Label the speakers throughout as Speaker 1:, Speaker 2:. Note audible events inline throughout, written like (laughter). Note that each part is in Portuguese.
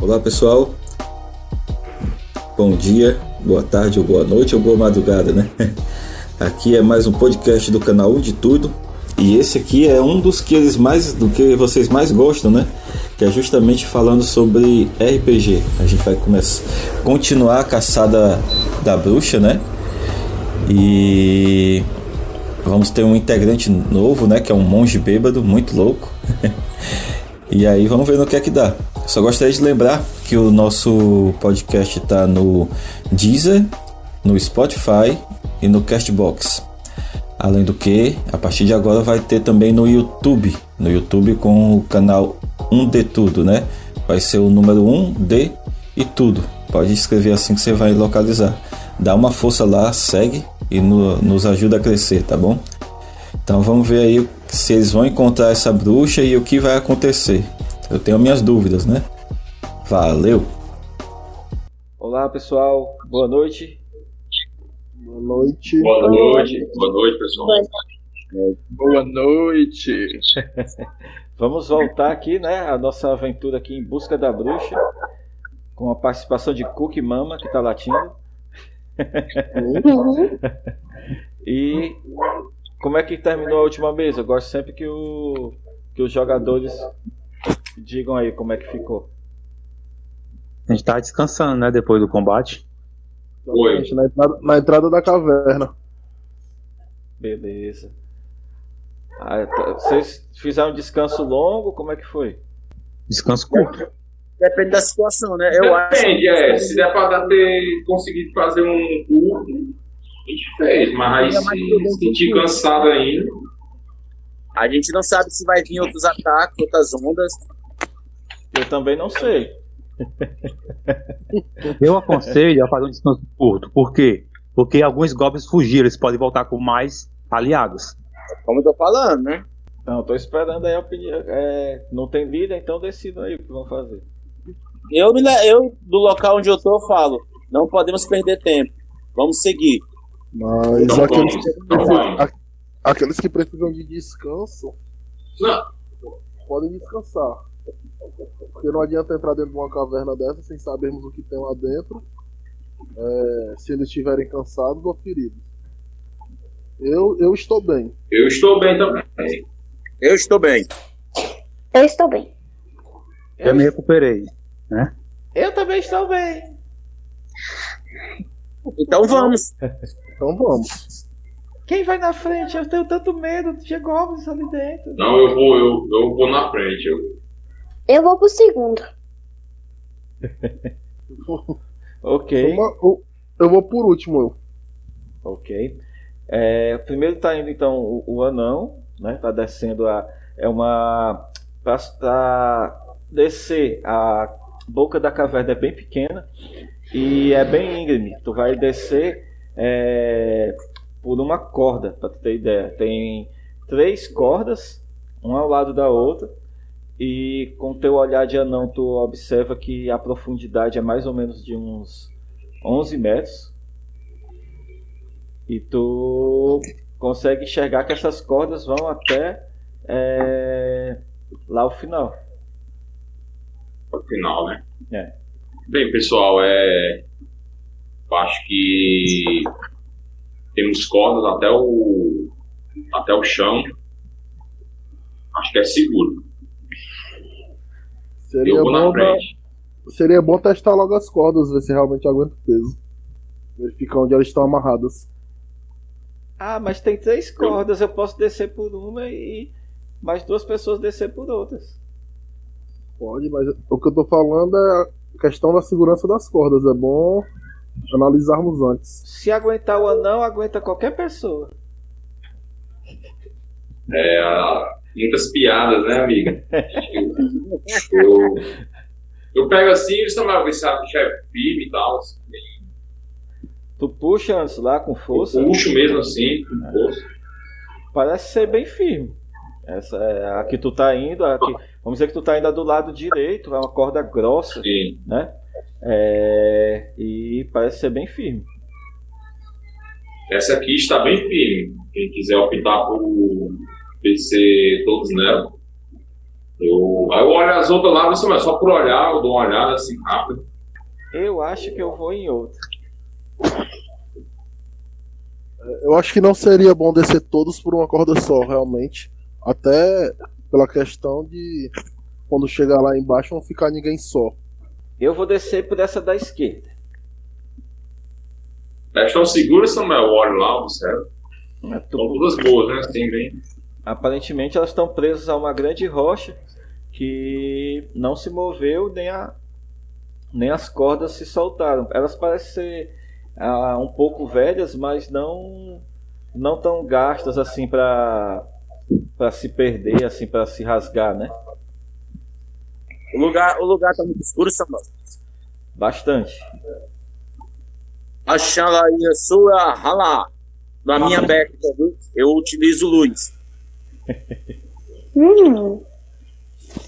Speaker 1: Olá pessoal, bom dia, boa tarde ou boa noite ou boa madrugada, né? (laughs) Aqui é mais um podcast do canal de tudo e esse aqui é um dos que eles mais, do que vocês mais gostam, né? Que é justamente falando sobre RPG. A gente vai começar, continuar a caçada da bruxa, né? E vamos ter um integrante novo, né? Que é um monge bêbado, muito louco. (laughs) e aí vamos ver no que é que dá. Só gostaria de lembrar que o nosso podcast está no Deezer, no Spotify e no Castbox. Além do que, a partir de agora vai ter também no YouTube, no YouTube com o canal 1D Tudo, né? Vai ser o número 1D e tudo. Pode escrever assim que você vai localizar. Dá uma força lá, segue e no, nos ajuda a crescer, tá bom? Então vamos ver aí se eles vão encontrar essa bruxa e o que vai acontecer. Eu tenho minhas dúvidas, né? Valeu!
Speaker 2: Olá pessoal, boa noite.
Speaker 3: Boa noite.
Speaker 4: Boa noite, boa noite pessoal.
Speaker 5: Boa noite.
Speaker 2: Vamos voltar aqui, né? A nossa aventura aqui em busca da bruxa, com a participação de Cookie Mama que tá latindo. e como é que terminou a última mesa? Eu gosto sempre que, o, que os jogadores digam aí como é que ficou.
Speaker 6: A gente tava descansando, né? Depois do combate.
Speaker 4: Oi.
Speaker 3: Na entrada, na entrada da caverna.
Speaker 2: Beleza. Ah, tá- vocês fizeram um descanso longo? Como é que foi?
Speaker 6: Descanso curto.
Speaker 7: Depende da situação, né? Eu acho.
Speaker 4: Depende, é. Se der pra dar ter conseguido fazer um curto, a gente fez. Mas aí se sentir cansado ainda.
Speaker 7: A gente não sabe se vai vir outros ataques, outras ondas.
Speaker 2: Eu também não sei.
Speaker 6: Eu aconselho a fazer um descanso curto. Por quê? Porque alguns goblins fugiram, eles podem voltar com mais aliados.
Speaker 7: Como eu tô falando, né?
Speaker 2: Não, tô esperando aí a opinião. É, não tem líder, então decidam aí o que vão fazer.
Speaker 7: Eu, me le- eu, do local onde eu tô, eu falo. Não podemos perder tempo. Vamos seguir.
Speaker 3: Mas
Speaker 4: Então
Speaker 3: aqueles,
Speaker 4: vamos, então vamos.
Speaker 3: aqueles que precisam de descanso
Speaker 4: Não,
Speaker 3: podem descansar. Porque não adianta entrar dentro de uma caverna dessa sem sabermos o que tem lá dentro. é, se eles estiverem cansados ou feridos. Eu, eu estou bem.
Speaker 4: eu estou bem também.
Speaker 7: Eu estou bem.
Speaker 8: Eu estou bem.
Speaker 2: É
Speaker 6: Já me recuperei.
Speaker 2: Eu também estou bem.
Speaker 7: Então vamos.
Speaker 3: Então vamos.
Speaker 2: Quem vai na frente? Eu tenho tanto medo. Tinha goblins ali dentro.
Speaker 4: Não, eu vou, eu, eu vou na frente. Eu,
Speaker 8: Eu vou pro segundo.
Speaker 2: Ok,
Speaker 3: Uma- eu, eu vou por último. Eu.
Speaker 2: ok. É, primeiro tá indo então o, o anão, né? Tá descendo a. É uma. Pra, pra descer a boca da caverna é bem pequena e é bem íngreme. Tu vai descer é, por uma corda, pra tu ter ideia. Tem três cordas, uma ao lado da outra. E com teu olhar de anão, tu observa que a profundidade é mais ou menos de uns 11 metros. E tu consegue enxergar que essas cordas vão até é, lá o final.
Speaker 4: no final, né?
Speaker 2: É.
Speaker 4: Bem, pessoal, é. Eu acho que temos cordas até o. até o chão. Acho que é seguro.
Speaker 3: Seria
Speaker 4: eu vou na
Speaker 3: bom, dar-
Speaker 4: frente.
Speaker 3: seria bom testar logo as cordas, ver se realmente aguenta o peso. Verificar onde elas estão amarradas.
Speaker 2: Ah, mas tem três cordas, eu posso descer por uma e mais duas pessoas descer por outras.
Speaker 3: Pode, mas o que eu tô falando é a questão da segurança das cordas. É bom analisarmos antes.
Speaker 2: Se aguentar o anão, aguenta qualquer pessoa.
Speaker 4: É, ah, muitas piadas, né, amiga? Eu, eu pego assim, eles estão lá, esse bicho é firme e tal. Assim,
Speaker 2: Tu puxa antes lá com força.
Speaker 4: eu puxo mesmo assim, com força.
Speaker 2: Parece ser bem firme. Essa é a que tu tá indo, a que- vamos dizer que tu tá indo do lado direito, é uma corda grossa,
Speaker 4: Assim.
Speaker 2: né? É, e parece ser bem firme.
Speaker 4: Essa aqui está bem firme. Quem quiser optar por PC todos nela, né? Eu, aí eu olho as outras lá, assim, mas só por olhar, eu dou uma olhada assim rápido.
Speaker 2: Eu acho que eu vou em outro.
Speaker 3: Eu acho que não seria bom descer todos por uma corda só, realmente. Até pela questão de quando chegar lá embaixo não ficar ninguém só.
Speaker 2: Eu vou descer por essa da esquerda.
Speaker 4: Elas estão seguras, Samuel? Eu olho lá, observo.
Speaker 2: Ah, tu-
Speaker 4: Estão todas boas, né? Assim, bem.
Speaker 2: Aparentemente elas estão presas a uma grande rocha que não se moveu nem, a, nem as cordas se soltaram. Elas parecem ser ah, um pouco velhas, mas não não tão gastas assim para para se perder, assim para se rasgar, né?
Speaker 7: O lugar, o lugar tá muito escuro, Samuel.
Speaker 2: Bastante.
Speaker 7: A chala e a sua rala. Da minha beca, viu? eu utilizo luz.
Speaker 8: Hum,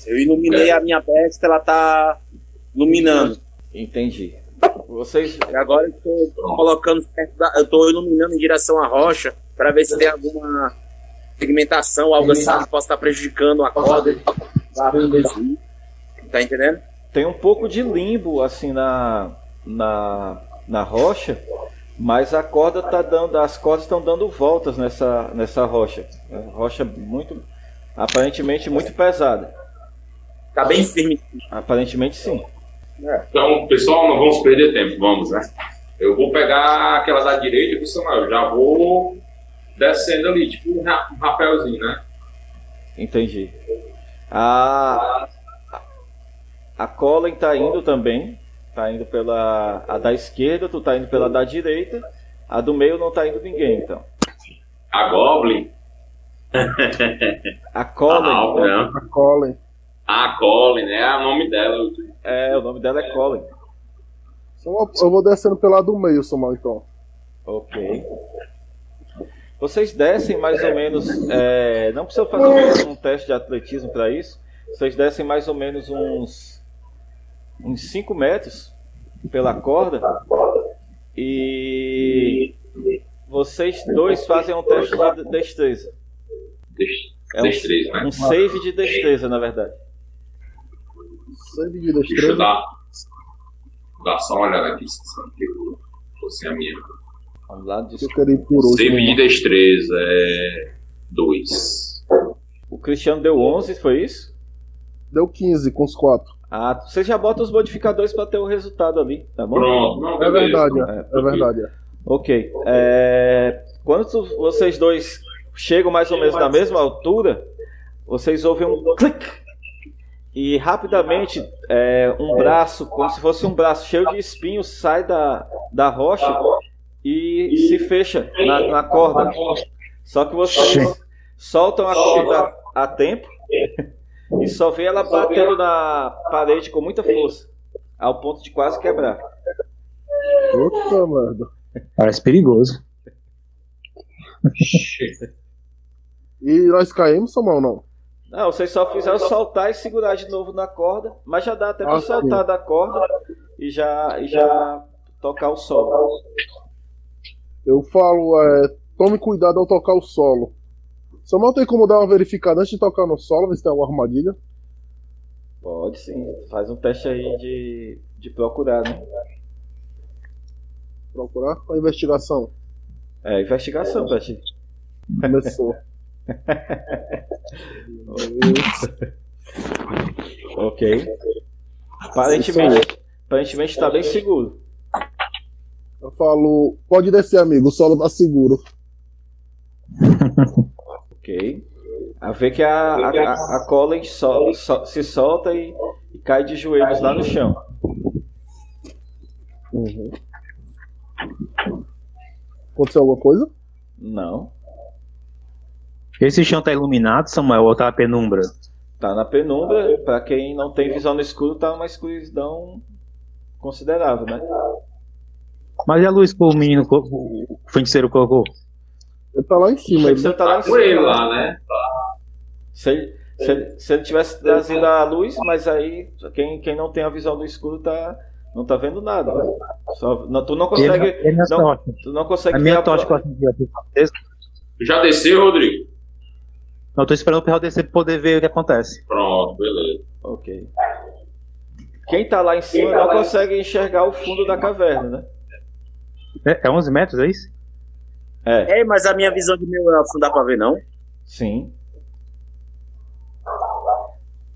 Speaker 7: Eu iluminei a minha besta, ela tá iluminando.
Speaker 2: Entendi. Vocês
Speaker 7: E agora eu tô colocando perto da, eu tô iluminando em direção à rocha para ver se tem alguma pigmentação, algo assim que possa estar prejudicando a corda. Tá entendendo?
Speaker 2: tem um pouco de limbo assim na na, na rocha, mas a corda tá dando, as cordas estão dando voltas nessa nessa rocha. É uma rocha muito aparentemente muito pesada.
Speaker 7: Tá bem firme.
Speaker 2: Aparentemente sim.
Speaker 4: Então, pessoal, não vamos perder tempo, vamos, né? Eu vou pegar aquela da direita do Samuel, já vou descendo ali, tipo um, ra um rapelzinho, né?
Speaker 2: Entendi. A a Colin tá indo também, tá indo pela a da esquerda, tu tá indo pela da direita. A do meio não tá indo ninguém, então.
Speaker 4: A Goblin,
Speaker 2: A
Speaker 4: a
Speaker 2: Colin,
Speaker 4: Alpha, né?
Speaker 3: A Colin.
Speaker 4: A Colin, né? É o nome dela.
Speaker 2: é, o nome dela é Colin.
Speaker 3: Só uma- Eu vou descendo pelo lado do meio, Samuel, então.
Speaker 2: Ok. Vocês descem mais ou menos. é, não precisa fazer um, um teste de atletismo para isso. Vocês descem mais ou menos uns uns 5 metros pela corda. E vocês dois fazem um teste de destreza.
Speaker 4: Des-
Speaker 2: É um,
Speaker 4: Destreza, né?
Speaker 2: um save de destreza, na verdade.
Speaker 3: Sangue de
Speaker 4: Deixa eu
Speaker 3: destreza.
Speaker 4: dar, dar só uma olhada aqui, se sabe que eu fosse a minha.
Speaker 2: Vamos lá,
Speaker 3: que Eu
Speaker 2: desculpa.
Speaker 3: queria ir por hoje.
Speaker 4: Save de destreza é 2.
Speaker 2: O Cristiano deu 11, foi isso?
Speaker 3: Deu 15 com os 4.
Speaker 2: Ah, vocês já botam os modificadores para ter o resultado ali, tá bom?
Speaker 4: Pronto, não,
Speaker 3: É
Speaker 4: beleza. então.
Speaker 3: verdade, é,
Speaker 2: É,
Speaker 3: é verdade. É.
Speaker 2: Ok. É, quando tu- vocês dois chegam mais ou menos na mesma altura, vocês ouvem um clique. E rapidamente é, um braço, como se fosse um braço cheio de espinhos, sai da, da rocha e se fecha na, na corda. Só que vocês soltam a corda a tempo e só vê ela batendo na parede com muita força, ao ponto de quase quebrar.
Speaker 3: Puta merda.
Speaker 6: Parece perigoso.
Speaker 3: E nós caímos, Samuel, não?
Speaker 2: Não, vocês só fizeram soltar e segurar de novo na corda, mas já dá até pra
Speaker 3: Ah, sim.
Speaker 2: soltar da corda e já, e já tocar o solo.
Speaker 3: Eu falo, é, tome cuidado ao tocar o solo. Samuel tem como dar uma verificada antes de tocar no solo, ver se tem alguma armadilha.
Speaker 2: Pode sim, faz um teste aí de, de procurar, né?
Speaker 3: Procurar a investigação.
Speaker 2: É, investigação pra ti.
Speaker 3: Começou.
Speaker 2: Ok. Aparentemente, aparentemente tá bem seguro.
Speaker 3: Eu falo, pode descer, amigo, o solo tá seguro.
Speaker 2: Ok. A ver que a, a, a, a Colin sol- sol- se solta e, e cai de joelhos lá no chão.
Speaker 3: Aconteceu alguma coisa?
Speaker 2: Não,
Speaker 6: Esse chão tá iluminado, Samuel, ou tá a penumbra?
Speaker 2: Tá na penumbra, pra quem não tem visão no escuro, tá uma escuridão considerável, né?
Speaker 6: Mas e a luz que o menino, co- o o feiticeiro colocou?
Speaker 3: Ele tá lá em
Speaker 2: O
Speaker 3: cima. Ele...
Speaker 2: feiticeiro tá lá em
Speaker 4: Com ele
Speaker 2: cima.
Speaker 4: lá, né?
Speaker 2: Se ele, se ele, se ele tá- tivesse trazido a luz, mas aí quem, quem não tem a visão do escuro tá, não tá vendo nada. né? Só, não, tu não consegue,
Speaker 6: Ele- ele é
Speaker 2: não-
Speaker 6: sorte.
Speaker 2: tu não consegue
Speaker 6: A
Speaker 2: ver
Speaker 6: minha
Speaker 2: pro-
Speaker 6: tocha que eu acendi aqui.
Speaker 4: Já desceu, Rodrigo?
Speaker 6: Não, eu tô esperando o Perral descer pra poder ver o que acontece.
Speaker 4: Pronto. Então, beleza.
Speaker 2: Ok. Quem tá lá em cima
Speaker 4: Quem tá
Speaker 2: não
Speaker 4: lá em
Speaker 2: consegue enxergar o fundo da caverna, né?
Speaker 6: É, é 11 metros, é isso?
Speaker 2: É,
Speaker 7: É, mas a minha visão de meu elfo não dá pra ver, não.
Speaker 2: sim.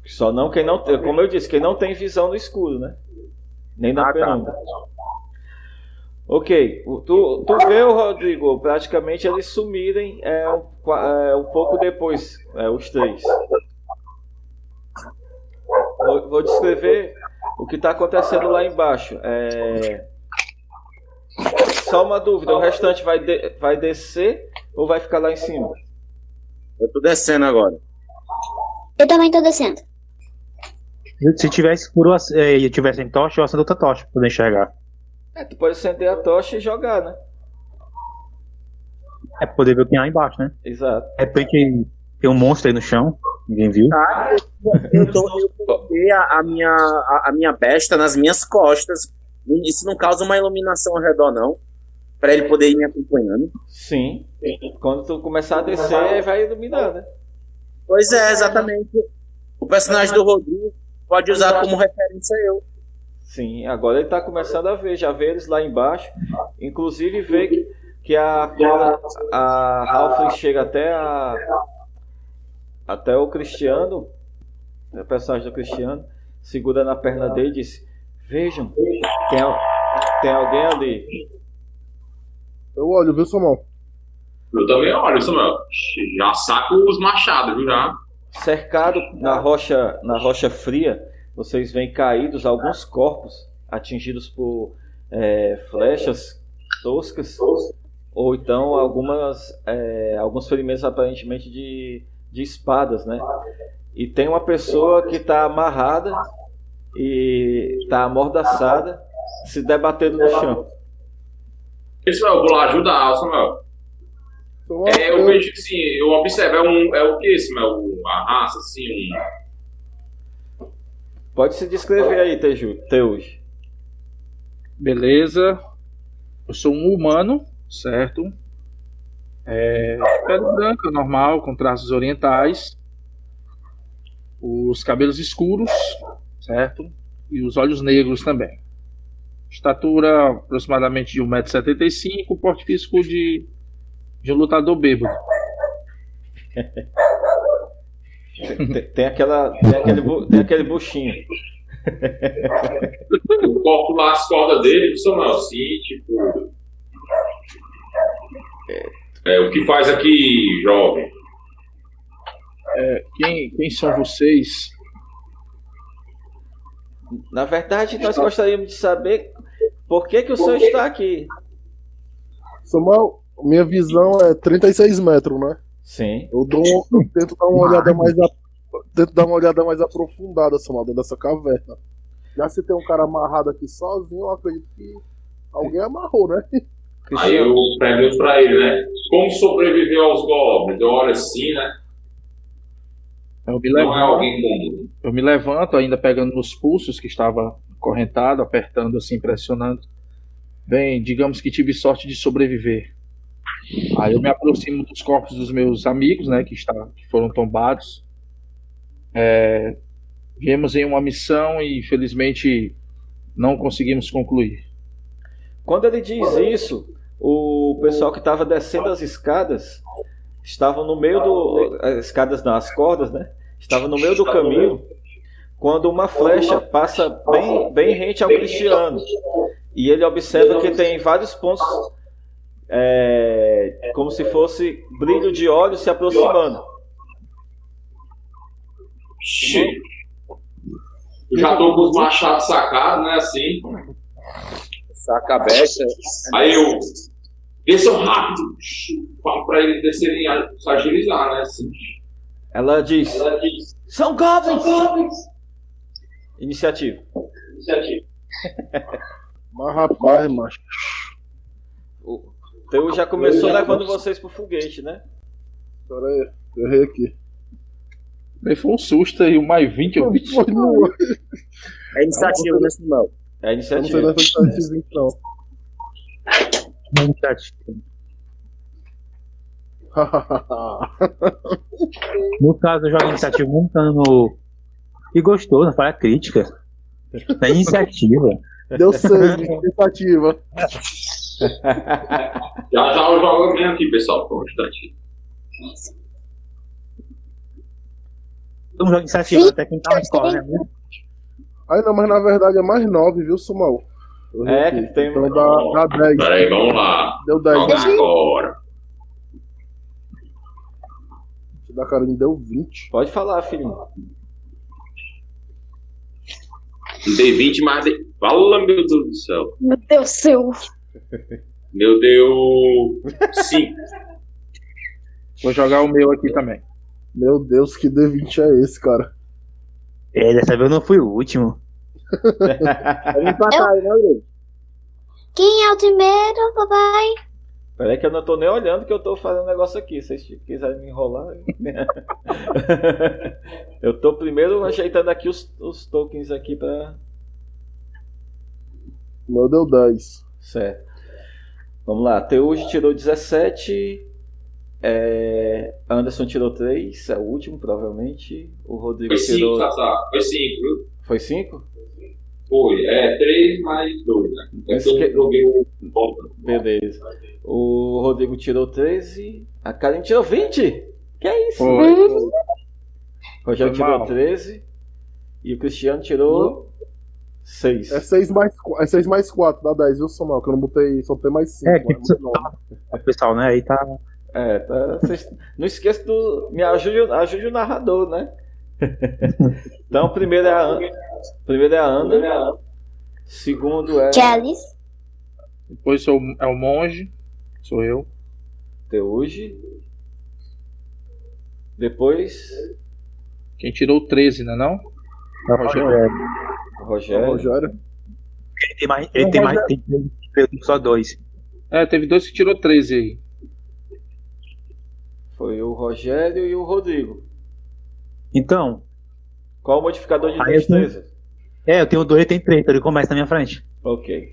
Speaker 2: Só não quem não tem, como eu disse, quem não tem visão no escuro, né? Nem na
Speaker 7: Ah, tá.
Speaker 2: penumbra. Ok, o- tu, tu vê o Rodrigo, praticamente eles sumirem é, um, qua- é, um pouco depois, é, os três. Vou, vou descrever o que está acontecendo lá embaixo. É, Só uma dúvida, o restante vai, de- vai descer ou vai ficar lá em cima?
Speaker 7: Eu tô descendo agora.
Speaker 8: Eu também tô descendo.
Speaker 6: Se tiver escuro ass- é, e tiver sem tocha, eu acendo outra tocha pra poder enxergar.
Speaker 2: É, tu pode acender a tocha e jogar, né?
Speaker 6: É pra poder ver o que há lá embaixo, né?
Speaker 2: Exato.
Speaker 6: De repente tem um monstro aí no chão, ninguém viu.
Speaker 7: Ah, eu, eu, tô, eu coloquei a, a minha, a, a minha besta nas minhas costas. Isso não causa uma iluminação ao redor, não. Pra ele poder ir me acompanhando.
Speaker 2: Sim. Quando tu começar a descer, aí vai iluminar, né?
Speaker 7: Pois é, exatamente. O personagem do Rodrigo pode usar como referência eu.
Speaker 2: Sim, agora ele tá começando a ver, já vê eles lá embaixo. Inclusive vê que, que a cola, a Ralph chega até a até o Cristiano, o personagem do Cristiano, segura na perna dele e diz: "Vejam, tem, al- tem alguém ali".
Speaker 3: Eu olho, viu, Samuel?
Speaker 4: Eu também olho, Samuel. Já saco os machados, viu? Já.
Speaker 2: Cercado na rocha, na rocha fria, vocês veem caídos alguns corpos atingidos por eh, flechas toscas ou então algumas eh, alguns ferimentos aparentemente de, de espadas, né? E tem uma pessoa que está amarrada e está amordaçada, se debatendo no chão.
Speaker 4: E, Samuel, eu vou lá ajudar, Samuel.
Speaker 3: Samuel,
Speaker 4: É, eu vejo que sim, eu observo. É, um, é o que, Samuel? A raça, assim, um.
Speaker 2: Pode se descrever aí, Teju, Teuj.
Speaker 5: Beleza. Eu sou um humano, certo? É, de pele branca, normal, com traços orientais. Os cabelos escuros, certo? E os olhos negros também. Estatura aproximadamente de 1,75m, porte físico de, de um lutador bêbado.
Speaker 2: Tem, tem aquela, tem aquele, bu- tem aquele buchinho.
Speaker 4: Eu corto lá as cordas dele, viu, Samuel. Sim, tipo. É, o que faz aqui, jovem?
Speaker 5: Quem, quem são vocês?
Speaker 2: Na verdade, nós gostaríamos de saber Então, por que, que o senhor está aqui.
Speaker 3: Samuel, minha visão é 36 metros, né?
Speaker 2: Sim.
Speaker 3: Eu, dou um- eu tento dar uma olhada mais a- tento dar uma olhada mais aprofundada, Samuel, dentro dessa caverna. Já se tem um cara amarrado aqui sozinho, eu acredito que alguém amarrou, né?
Speaker 4: Aí eu pergunto pra ele, né? Como sobreviver aos goblins? Eu olho assim, né?
Speaker 5: Eu me
Speaker 4: Não é
Speaker 5: levanto,
Speaker 4: alguém comum.
Speaker 5: eu me levanto ainda pegando nos pulsos que estava correntado, apertando assim, pressionando. Bem, digamos que tive sorte de sobreviver. Aí eu me aproximo dos corpos dos meus amigos, né, que, está, que foram tombados. É, viemos em uma missão e felizmente não conseguimos concluir.
Speaker 2: Quando ele diz isso, o pessoal que estava descendo as escadas estavam no meio do. As escadas não, as cordas, né? Estavam no meio do caminho quando uma flecha passa bem, bem rente ao Cristiano. E ele observa que tem vários pontos. é, como se fosse brilho de óleo se aproximando.
Speaker 4: Xiii. Eu já tô com os machados sacados, né? Assim.
Speaker 7: Saca a besta.
Speaker 4: Aí eu. Desçam rápido! Falo pra eles descerem e se agilizar, né? Assim.
Speaker 2: Ela diz:
Speaker 4: Ela diz,
Speaker 2: São goblins! Iniciativa.
Speaker 4: iniciativa.
Speaker 3: Mas rapaz, macho.
Speaker 2: O Teu Então já começou levando vocês pro foguete, né?
Speaker 3: Pera aí, eu errei aqui.
Speaker 5: Aí foi um susto e o mais 20 eu
Speaker 3: Foi um no-
Speaker 7: É iniciativa nesse não.
Speaker 2: É a
Speaker 3: Eu não sei
Speaker 2: iniciativa.
Speaker 3: dessa estatística, então.
Speaker 6: No caso, eu jogo iniciativa um tá no E gostou, não faz a crítica. Na iniciativa.
Speaker 3: Deu seis, de tentativa.
Speaker 4: Já já eu jogo a minha aqui, pessoal, por um instante.
Speaker 6: Então joga iniciativa até quem tá na escola, né?
Speaker 3: Aí não, mas na verdade é mais nove, viu, Sumal? (laughs) Eu
Speaker 2: É,
Speaker 3: repito.
Speaker 2: que tem-
Speaker 3: Então dá, dá dez.
Speaker 4: Peraí, vamos lá.
Speaker 3: Deu
Speaker 4: Vamos
Speaker 3: dez.
Speaker 4: agora.
Speaker 3: Da Karine deu vinte.
Speaker 2: Pode falar, filho.
Speaker 4: D20 mais D. Fala, meu Deus do céu.
Speaker 8: Meu Deus do céu.
Speaker 4: Meu Deus. 5. (laughs)
Speaker 5: Vou jogar o meu aqui também.
Speaker 3: Meu Deus, que D20 é esse, cara?
Speaker 6: É, dessa vez eu não fui o último.
Speaker 7: Vamos empatar aí, né, Yuri?
Speaker 8: Quem é o primeiro, papai?
Speaker 2: Peraí que eu não tô nem olhando que eu tô fazendo um negócio aqui. Se vocês quiserem me enrolar. eu- eu (laughs) tô primeiro ajeitando aqui os, os tokens aqui pra.
Speaker 3: O Meu deu dez.
Speaker 2: Certo. Vamos lá. Teuji tirou 17. é, Anderson tirou 3, é o último, provavelmente. O Rodrigo
Speaker 4: Foi 5,
Speaker 2: tirou.
Speaker 4: Sassá. Foi 5, viu?
Speaker 2: Foi 5?
Speaker 4: Foi. É, 3 mais 2, né? É que eu joguei o bomba.
Speaker 2: Beleza. O Rodrigo tirou 13. A Karen tirou 20! Que é isso?
Speaker 5: Foi,
Speaker 8: Hum.
Speaker 5: foi.
Speaker 2: O Rogério
Speaker 5: Foi
Speaker 2: tirou
Speaker 5: mal.
Speaker 2: 13. E o Cristiano tirou 6.
Speaker 3: É 6 mais 4, é seis mais quatro, dá 10, viu, Samuel? Que eu não botei, só botei mais 5.
Speaker 6: É, que tu- O pessoal, né? Aí tá.
Speaker 2: É, tá, vocês- (laughs) não esqueça do. Me ajude, ajude o narrador, né? então, primeiro é a, An- primeiro é a Ana. Segundo é
Speaker 8: Que é a Alice?
Speaker 5: Depois sou, é o monge, sou eu.
Speaker 2: Teuji. Depois,
Speaker 5: Quem tirou 13, né não? Rogério.
Speaker 2: Rogério.
Speaker 3: Rogério.
Speaker 6: Ele tem mais. Ele tem mais. Tem, tem só dois.
Speaker 5: É, teve dois que tirou 13 aí.
Speaker 2: Foi o Rogério e o Rodrigo.
Speaker 6: Então,
Speaker 2: Qual o modificador de
Speaker 6: Aí eu tenho-
Speaker 2: destreza?
Speaker 6: é, eu tenho dois, ele tem três, então ele começa na minha frente.
Speaker 2: Ok.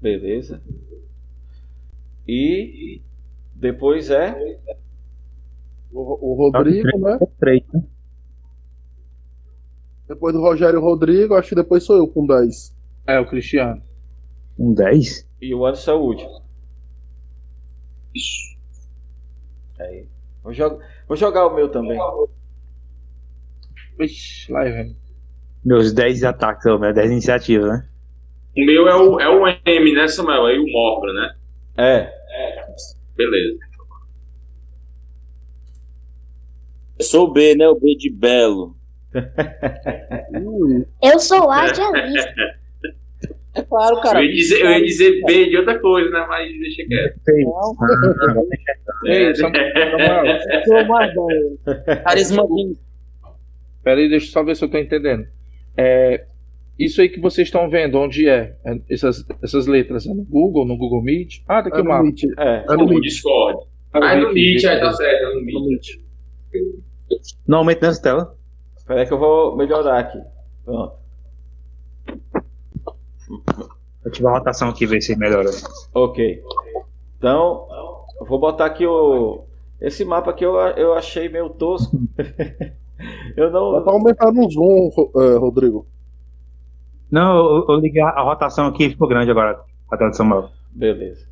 Speaker 2: Beleza. E depois é
Speaker 3: O, o Rodrigo, né?
Speaker 6: Três. né?
Speaker 3: Depois do Rogério e Rodrigo, acho que depois sou eu com 10.
Speaker 5: É, o Cristiano.
Speaker 6: Um dez?
Speaker 2: e o Anderson é o último. Aí. Vou, jo- vou jogar o meu também.
Speaker 5: Ixi, lá vem.
Speaker 6: Meus dez ataques, ó, meus dez iniciativas, né?
Speaker 4: O meu é o, é o M, né, Samuel? Aí o Morgan, né?
Speaker 2: É.
Speaker 4: Beleza.
Speaker 7: Eu sou o B, né? O B de Belo.
Speaker 3: Ui,
Speaker 8: Eu sou a de
Speaker 2: (laughs)
Speaker 8: Alice.
Speaker 7: É claro, cara.
Speaker 4: Eu ia, dizer, eu ia dizer B de outra coisa, né? Mas deixa quieto.
Speaker 6: Ah.
Speaker 4: É.
Speaker 5: Ei, Samuel, Samuel,
Speaker 7: (laughs) Carisma King.
Speaker 5: Pera aí, deixa eu só ver se eu tô entendendo. É, isso aí que vocês estão vendo, onde é? É, Essas, essas letras, é no Google, no Google Meet? Ah, tá aqui
Speaker 3: é
Speaker 5: o
Speaker 3: no
Speaker 5: mapa.
Speaker 3: Nietzsche.
Speaker 2: É.
Speaker 3: É no
Speaker 4: O
Speaker 3: Nietzsche.
Speaker 4: Discord.
Speaker 5: Ah,
Speaker 4: Ah, é no
Speaker 5: Meet,
Speaker 4: Meet, aí
Speaker 5: Meet.
Speaker 4: tá certo, é no Meet.
Speaker 6: Não aumenta nessa tela.
Speaker 2: Espera aí que eu vou melhorar aqui. Pronto.
Speaker 6: Vou ativar a rotação aqui, ver se melhora.
Speaker 2: Ok. Então, eu vou botar aqui o. Esse mapa aqui eu, eu achei meio tosco. (laughs) eu
Speaker 3: Dá pra
Speaker 2: não.
Speaker 3: aumentar no zoom, Ro- é, Rodrigo.
Speaker 6: Não, eu, eu liguei a, a rotação aqui ficou grande agora. A tela do Samuel.
Speaker 2: Beleza.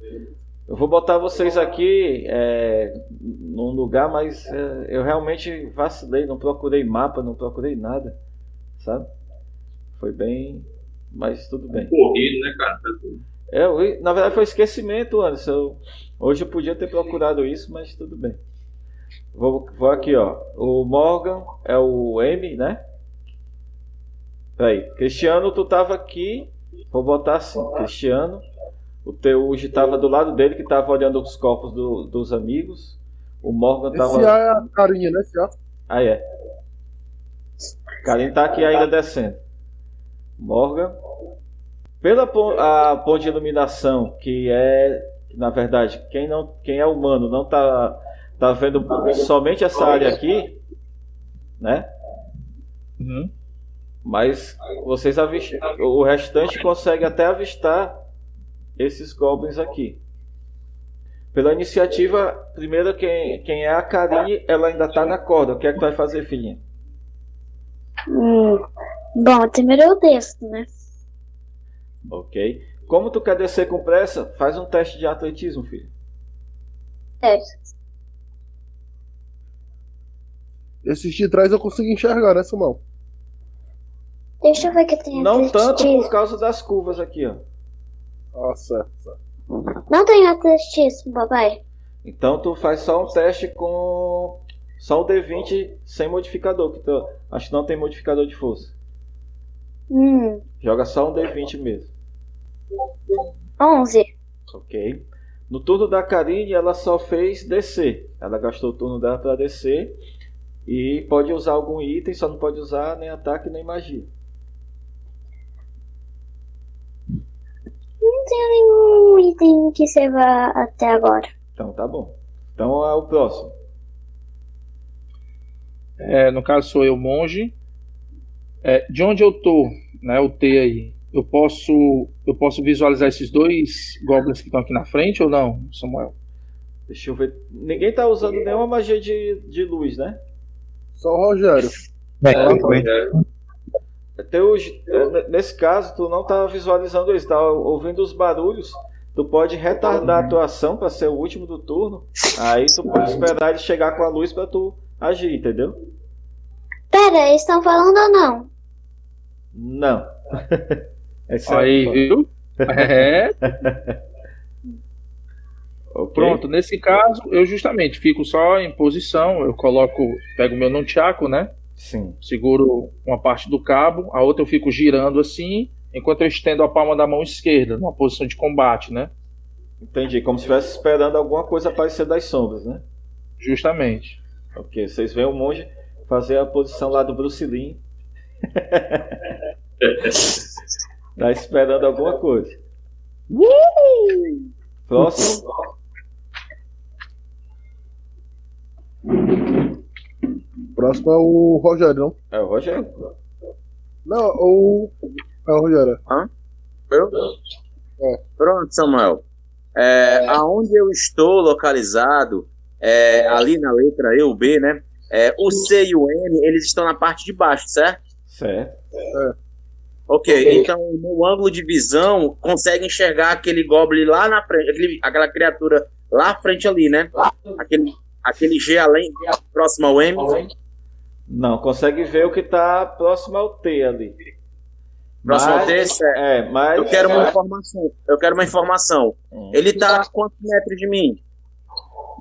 Speaker 2: Eu vou botar vocês aqui é, num lugar, mas é, eu realmente vacilei, não procurei mapa, não procurei nada, sabe? Foi bem, mas tudo bem.
Speaker 4: Corrido, né, cara?
Speaker 2: É, eu- na verdade foi esquecimento, Anderson. Eu- hoje eu podia ter procurado isso, mas tudo bem. Vou, vou aqui, ó. O Morgan é o M, né? Peraí. Cristiano, tu tava aqui. Vou botar assim, Cristiano. O Teuji tava do lado dele, que tava olhando os corpos do- dos amigos. O Morgan tava.
Speaker 3: Esse A é a carinha, né? Esse A.
Speaker 2: Ah, é. Karim tá aqui ainda descendo. Morgan. Pela pon- a ponte de iluminação, que é, na verdade, quem, não, quem é humano não tá, tá vendo somente essa área aqui, né?
Speaker 5: Uhum.
Speaker 2: Mas vocês avis- o restante consegue até avistar esses goblins aqui. Pela iniciativa, primeiro quem, quem é a Karine, ela ainda tá na corda. O que é que tu vai fazer, filhinha?
Speaker 8: Hum. Bom, primeiro eu desço, né?
Speaker 2: Ok. Como tu quer descer com pressa, faz um teste de atletismo, filho.
Speaker 8: Certo.
Speaker 3: Esses de trás eu consigo enxergar, né, Simão?
Speaker 8: Deixa eu ver que tem
Speaker 2: Não tanto
Speaker 8: atletismo.
Speaker 2: por causa das curvas aqui, ó.
Speaker 3: Ah, certo, certo.
Speaker 8: Não tem atletismo, papai.
Speaker 2: Então tu faz só um teste com só o D20 sem modificador, que tu... acho que não tem modificador de força.
Speaker 8: Hum.
Speaker 2: Joga só um D20 mesmo,
Speaker 8: 11.
Speaker 2: ok? No turno da Karine, ela só fez descer. Ela gastou o turno dela pra descer. E pode usar algum item, só não pode usar nem ataque nem magia.
Speaker 8: Não tem nenhum item que você vá até agora.
Speaker 2: Então tá bom. Então é o próximo.
Speaker 5: É, no caso sou eu monge. É, de onde eu tô, né? O T aí. Eu posso, eu posso visualizar esses dois goblins que estão aqui na frente ou não, Samuel?
Speaker 2: Deixa eu ver. Ninguém tá usando nenhuma magia de, de luz, né?
Speaker 3: Só o Rogério.
Speaker 2: Até hoje, eh, nesse caso, tu não tá visualizando isso, tá ouvindo os barulhos. Tu pode retardar a tua ação para ser o último do turno. Aí tu pode esperar ele chegar com a luz para tu agir, entendeu?
Speaker 8: Pera, eles estão falando ou não?
Speaker 2: Não. (laughs) Esse é
Speaker 5: Aí,
Speaker 2: o-
Speaker 5: viu? (laughs) É,
Speaker 2: Ok.
Speaker 5: Pronto, nesse caso, eu justamente fico só em posição, eu coloco, pego meu nunchaku, né?
Speaker 2: Sim.
Speaker 5: Seguro uma parte do cabo, a outra eu fico girando assim, enquanto eu estendo a palma da mão esquerda, numa posição de combate, né?
Speaker 2: Entendi. Como se estivesse esperando alguma coisa aparecer das sombras, né?
Speaker 5: Justamente.
Speaker 2: Ok. Vocês veem o monge fazer a posição lá do Bruce Lee.
Speaker 7: (laughs)
Speaker 2: tá esperando alguma coisa. Próximo.
Speaker 3: Próximo é o Rogério, não?
Speaker 2: É o Rogério.
Speaker 3: Não, ou. É o Rogério.
Speaker 7: Eu?
Speaker 3: É.
Speaker 7: Pronto, Samuel. É, Aonde eu estou localizado, é, ali na letra E, o B, né? É, o C e o N, eles estão na parte de baixo, certo?
Speaker 2: Certo.
Speaker 7: Ok, então o meu ângulo de visão consegue enxergar aquele goblin lá na frente, aquele- aquela criatura lá à frente ali, né? Aquele, aquele G além, próximo ao M.
Speaker 2: Não, consegue ver o que tá próximo ao T ali.
Speaker 7: Próximo ao
Speaker 2: Mas-
Speaker 7: T, certo.
Speaker 2: É, mas.
Speaker 7: Eu quero uma informação. Eu quero uma informação.
Speaker 2: Hum.
Speaker 7: Ele tá a quantos metros de mim?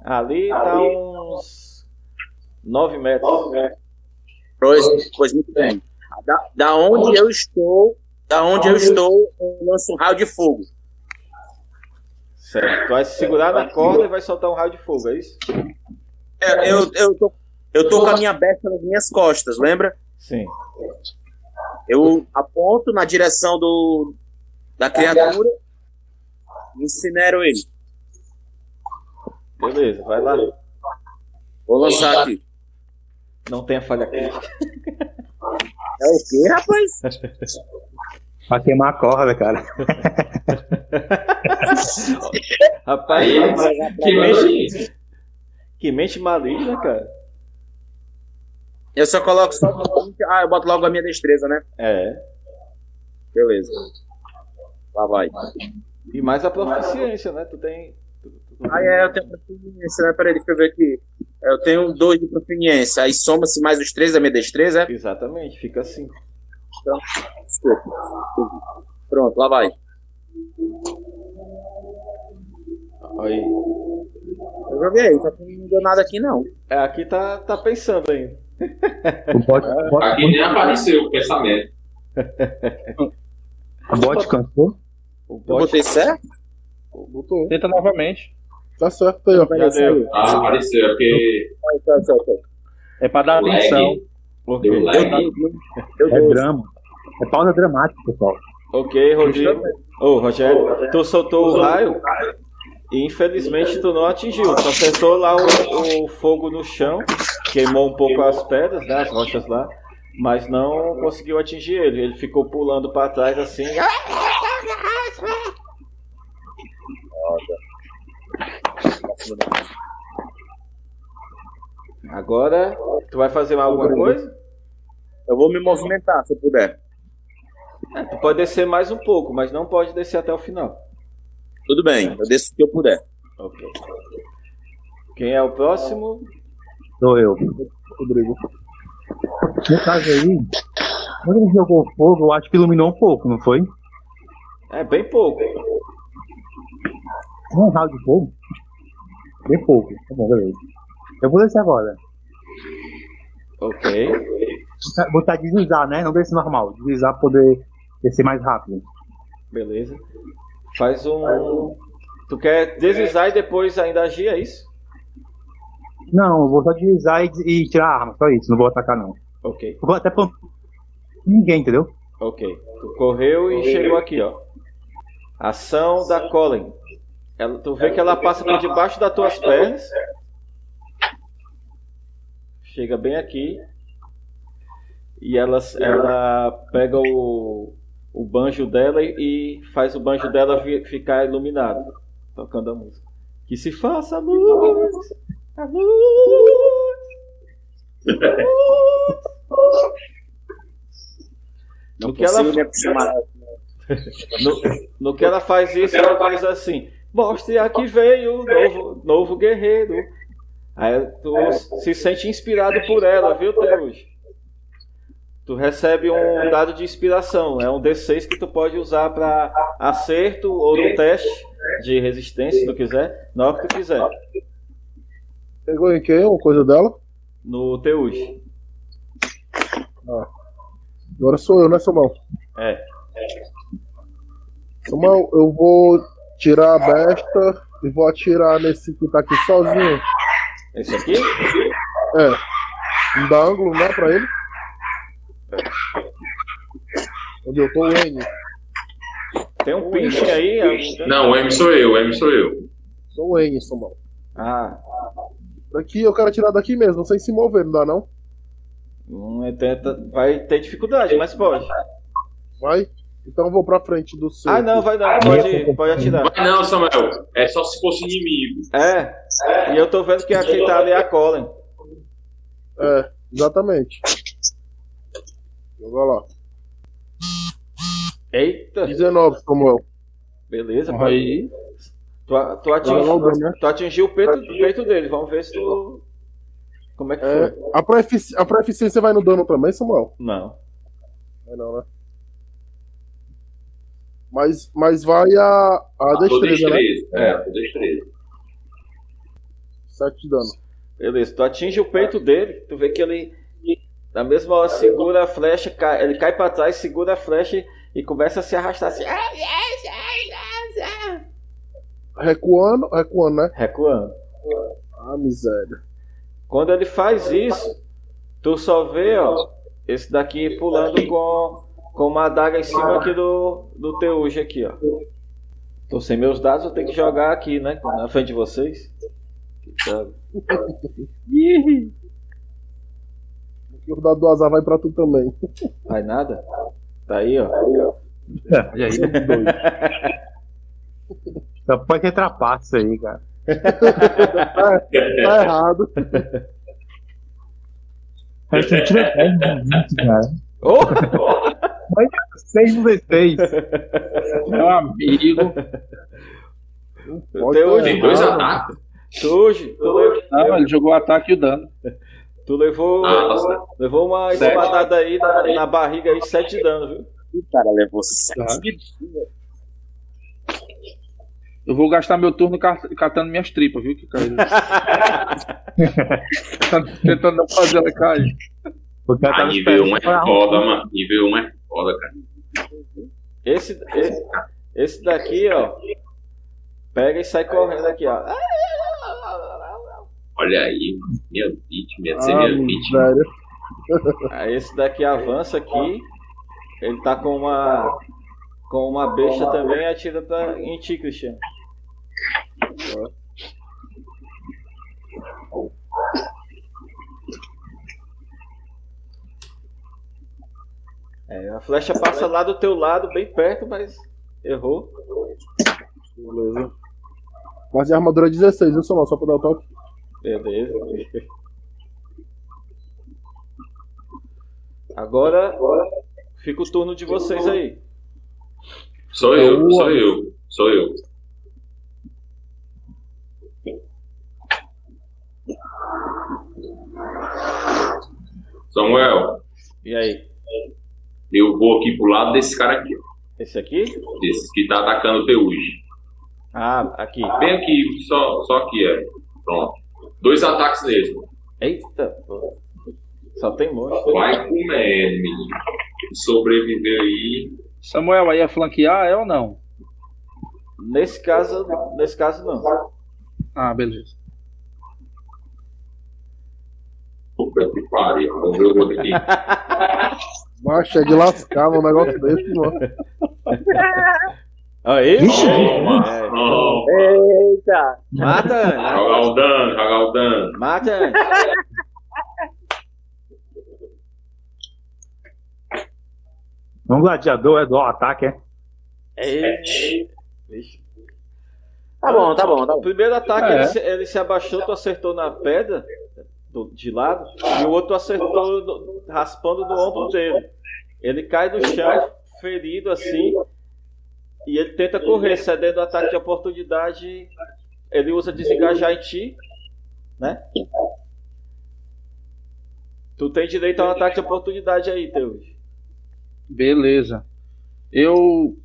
Speaker 2: Ali tá uns. 9 metros.
Speaker 7: Pois, pois muito bem. Ah, Da, da onde eu estou, da onde eu estou, eu lanço um raio de fogo.
Speaker 2: Certo. Tu vai se segurar na corda e vai soltar um raio de fogo, é isso?
Speaker 7: É, Eu, eu, tô, eu tô com a minha besta nas minhas costas, lembra?
Speaker 2: Sim.
Speaker 7: Eu aponto na direção do da criatura, incinero ele.
Speaker 2: Beleza, vai lá.
Speaker 7: Vou lançar aqui.
Speaker 2: Não tenha falha crítica.
Speaker 7: É o quê, rapaz?
Speaker 6: Vai queimar a corda, cara.
Speaker 2: Rapaz, que mente. Que mente maligna, cara.
Speaker 7: Eu só coloco só. Ah, eu boto logo a minha destreza, né?
Speaker 2: É.
Speaker 7: Beleza. Lá vai.
Speaker 2: E mais a proficiência, né? Tu tem. tu- tu- tu-
Speaker 7: Ah, é, eu tenho proficiência, né? Peraí, deixa eu ver aqui. Eu tenho dois de proficiência. Aí soma-se mais os três da minha destreza, é?
Speaker 2: Exatamente, fica assim.
Speaker 7: Desculpa. Pronto, lá vai.
Speaker 2: Aí.
Speaker 7: Eu joguei aí, só que não deu nada aqui não.
Speaker 2: É, aqui tá, tá pensando ainda.
Speaker 6: O bot,
Speaker 4: Aqui nem apareceu o pensamento.
Speaker 6: o bot cansou.
Speaker 2: O
Speaker 7: Eu
Speaker 2: bot
Speaker 7: botei certo?
Speaker 3: Botou.
Speaker 5: Tenta novamente.
Speaker 3: Tá certo aí, ó.
Speaker 2: já deu.
Speaker 4: Ah, apareceu, é porque.
Speaker 7: Tá, tá, tá, tá.
Speaker 5: É pra dar
Speaker 4: Moleque.
Speaker 5: atenção.
Speaker 2: Ok.
Speaker 4: Deu lag.
Speaker 7: Eu
Speaker 6: É
Speaker 7: dou.
Speaker 6: drama. É pausa dramática, pessoal.
Speaker 2: Ok, Rodrigo. Ô, Rogério, tu soltou o raio e infelizmente tu não atingiu. Tu acertou lá o, o fogo no chão, queimou um pouco as pedras, né, as rochas lá, mas não conseguiu atingir ele. Ele ficou pulando pra trás assim. Agora, tu vai fazer alguma coisa?
Speaker 7: Eu vou me movimentar, se eu puder.
Speaker 2: É, tu pode descer mais um pouco, mas não pode descer até o final.
Speaker 7: Tudo bem, eu desço o que eu puder.
Speaker 2: Ok. Quem é o próximo?
Speaker 6: Sou eu.
Speaker 3: Rodrigo.
Speaker 6: No caso aí, quando ele jogou fogo, eu acho que iluminou um pouco, não foi?
Speaker 2: É bem pouco.
Speaker 6: Um raio de fogo? Bem pouco. Tá bom, beleza. Eu vou descer agora.
Speaker 2: Ok.
Speaker 6: Vou tentar deslizar, né? Não descer normal. Deslizar pra poder descer mais rápido.
Speaker 2: Beleza. Faz um. Tu quer deslizar e depois ainda agir, é isso?
Speaker 6: Não, eu vou só deslizar e, e tirar a arma. Só isso. Não vou atacar, não.
Speaker 2: Ok,
Speaker 6: Eu vou até pra um- ninguém, entendeu?
Speaker 2: ok. Tu correu e chegou aqui, ó. Ação da Colin. Ela- tu vê que ela passa por debaixo das tuas pernas. Chega bem aqui. E ela, ela pega o, o banjo dela e, e faz o banjo dela vi- ficar iluminado. Tocando a música. Que se faça a luz! A luz!
Speaker 7: Não
Speaker 2: O que ela
Speaker 7: consigo me acostumar.
Speaker 2: No, no que ela faz isso, ela faz assim: Mostre a que veio, novo, novo guerreiro. Aí tu se sente inspirado por ela, viu, Teus? Tu recebe um dado de inspiração, é um D6 que tu pode usar para acerto ou no teste de resistência, se tu quiser, na hora que tu quiser,
Speaker 3: Pegou em quem? Uma coisa dela?
Speaker 2: no Teus.
Speaker 3: Agora sou eu, né, Samuel?
Speaker 2: É.
Speaker 3: Samuel, eu vou tirar a besta e vou atirar nesse que tá aqui sozinho.
Speaker 2: Esse aqui?
Speaker 3: Não dá ângulo, né, pra ele? É. Onde eu tô, o N.
Speaker 2: Tem um pinche aí? algum-
Speaker 4: Não, o M sou eu, o M sou eu.
Speaker 3: Sou o N, Samuel.
Speaker 2: Ah,
Speaker 3: Daqui eu quero tirar daqui mesmo, sem se mover, não dá não?
Speaker 2: hum, é, tenta- vai ter dificuldade, mas pode.
Speaker 3: Vai? Então eu vou pra frente do seu.
Speaker 2: Ah, não, vai não, pode, pode atirar.
Speaker 4: Mas não, Samuel, é só se fosse inimigo.
Speaker 2: É, e eu tô vendo que aqui tá ali é a Colin.
Speaker 3: É, exatamente. Joga lá.
Speaker 2: Eita,
Speaker 3: 19, Samuel.
Speaker 2: beleza. pô.
Speaker 5: Aí,
Speaker 2: Tu, a- tu, atingiu,
Speaker 3: Logo, né?
Speaker 2: tu atingiu o peito, o peito dele, vamos ver se tu. Como é que
Speaker 3: É,
Speaker 2: foi?
Speaker 3: a, proefici- a proeficiência vai no dano também, Samuel?
Speaker 2: Não.
Speaker 3: É não, né? Mas, mas vai a, a
Speaker 4: Tô
Speaker 3: destreza, né?
Speaker 4: destreza. É, tô destreza.
Speaker 3: 7 de dano.
Speaker 2: Beleza, tu atinge o peito dele, tu vê que ele. Na mesma hora segura a flecha, cai- ele cai pra trás, segura a flecha e começa a se arrastar assim, ah,
Speaker 3: Recuando, recuando, né?
Speaker 2: recuando.
Speaker 3: Ah, miséria.
Speaker 2: Quando ele faz isso, tu só vê, ó, esse daqui pulando com, com uma adaga em cima aqui do, do teu hoje aqui, ó. Tô sem meus dados, vou ter que jogar aqui, né? Na frente de vocês. Tá.
Speaker 3: E o dado do azar vai pra tu também.
Speaker 2: Vai nada? Tá aí, ó.
Speaker 5: olha aí, doido.
Speaker 6: (laughs) Só pode ter trapaça aí, cara.
Speaker 4: É.
Speaker 3: Tá errado.
Speaker 6: Cara, você tira 10 no 20, cara.
Speaker 2: Oh!
Speaker 6: 6 é no V6.
Speaker 5: meu amigo.
Speaker 3: Pode tá
Speaker 2: Teu
Speaker 4: Tem
Speaker 2: hoje,
Speaker 3: errado.
Speaker 4: dois ataques.
Speaker 2: tu hoje, tu, le-
Speaker 5: Não, ele jogou o ataque e o dano.
Speaker 2: tu levou,
Speaker 4: Ah, tá certo.
Speaker 2: levou uma
Speaker 5: Sete.
Speaker 2: espadada aí na, na barriga aí, sete de dano, viu?
Speaker 7: O cara levou sete.
Speaker 5: Tá. Eu vou gastar meu turno ca- catando minhas tripas, viu? Que caiu. Tentando- Tentando não fazer ela cair.
Speaker 6: O cara tá
Speaker 4: Ah,
Speaker 6: tava
Speaker 4: nível 1
Speaker 6: esperando
Speaker 4: é
Speaker 6: pra-
Speaker 4: foda, mano. Nível 1 é foda, cara.
Speaker 2: Esse, esse, esse daqui, ó. Pega e sai correndo aqui, ó.
Speaker 4: Olha aí, mano. meu hit, minha
Speaker 3: Ah,
Speaker 4: meu hit.
Speaker 3: miséria.
Speaker 2: Aí esse daqui avança aqui. Ele tá com uma. Com uma besta também atira pra, em ti, Cristiano. É, a flecha passa lá do teu lado, bem perto, mas errou.
Speaker 3: Beleza. Mas a armadura é 16, viu, Samuel? Só pra dar o toque.
Speaker 2: Beleza. Agora fica o turno de vocês aí.
Speaker 4: Sou eu, sou eu, sou eu. Samuel,
Speaker 2: E aí?
Speaker 4: eu vou aqui pro lado desse cara aqui, ó,
Speaker 2: Esse aqui?
Speaker 4: desse que tá atacando o Peuge.
Speaker 2: Ah, aqui.
Speaker 4: Bem aqui, só, só aqui, é. Pronto. Dois ataques nele.
Speaker 2: Eita! pô. Só tem monstro.
Speaker 4: Vai com ele, menino. Sobreviver aí.
Speaker 5: Samuel, aí é flanquear, é ou não?
Speaker 2: Nesse caso, nesse caso não.
Speaker 5: Ah, beleza.
Speaker 4: Puta que pariu. Vamos ver o outro aqui.
Speaker 3: Macho, é de lascar um negócio desse, mano.
Speaker 2: Aí, é.
Speaker 4: Toma, toma.
Speaker 7: Eita!
Speaker 2: mata!
Speaker 4: Jogar o dano, jogar o dano.
Speaker 2: Mata!
Speaker 6: Um gladiador é do ataque, é?
Speaker 2: Vixe.
Speaker 7: Tá bom, tá bom, tá
Speaker 2: O
Speaker 7: bom.
Speaker 2: primeiro ataque,
Speaker 5: É.
Speaker 2: ele, se, ele se abaixou, tu acertou na pedra do- de lado, e o outro acertou no- raspando no ombro dele. Ele cai do chão, ferido assim, e ele tenta correr, cedendo o ataque de oportunidade. Ele usa desengajar em ti, né? Tu tem direito a um ataque de oportunidade aí, Teus.
Speaker 5: Beleza. Eu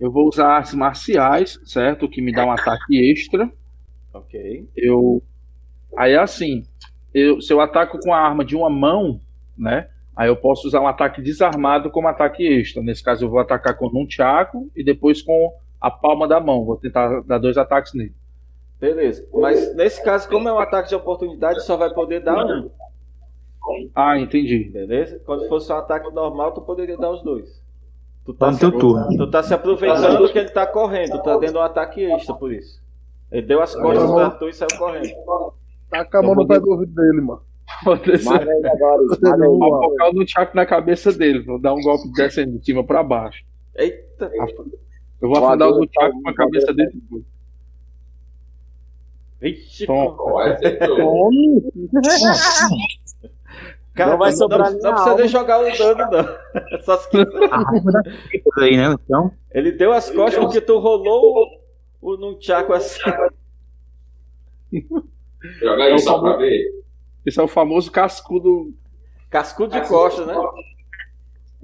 Speaker 5: eu vou usar artes marciais, certo? Que me dá um ataque extra.
Speaker 2: Ok.
Speaker 5: Eu aí é assim, eu, se eu ataco com a arma de uma mão, né? Aí eu posso usar um ataque desarmado como ataque extra. Nesse caso eu vou atacar com um tiaco e depois com a palma da mão. Vou tentar dar dois ataques nele.
Speaker 2: Beleza. Mas nesse caso, como é um ataque de oportunidade, só vai poder dar um.
Speaker 5: Ah, entendi.
Speaker 2: Beleza? Quando fosse um ataque normal, tu poderia dar os dois. Tu
Speaker 6: Tá
Speaker 2: tá,
Speaker 6: no
Speaker 2: se,
Speaker 6: teu turno.
Speaker 2: tu tá se aproveitando que ele tá correndo, tu tá tendo um ataque extra por isso. Ele deu as costas pra tu e saiu correndo.
Speaker 3: Taca Tá a mão no pé do ouvido dele, mano.
Speaker 5: Foda-se.
Speaker 7: Mata ele agora, mata ele.
Speaker 5: Vou focar um no tiaco na cabeça dele. Vou dar um golpe dessa de cima pra baixo.
Speaker 2: Eita!
Speaker 7: Ah,
Speaker 5: Eu vou afundar o tiaco com a cabeça dele.
Speaker 2: Vixe!
Speaker 5: Tom.
Speaker 4: Vai, acertou.
Speaker 7: Homem,
Speaker 2: Cara,
Speaker 7: Não vai sobrar
Speaker 2: não,
Speaker 7: nem
Speaker 2: não
Speaker 7: a
Speaker 2: precisa
Speaker 7: alma.
Speaker 2: nem jogar o dano, não. (laughs) Só se-
Speaker 6: Aí, né? Então,
Speaker 2: ele deu as costas porque tu rolou o, o Nunchaku assim.
Speaker 4: Jogar isso só pra ver.
Speaker 5: Esse é o famoso cascudo.
Speaker 2: Cascudo de costas, né?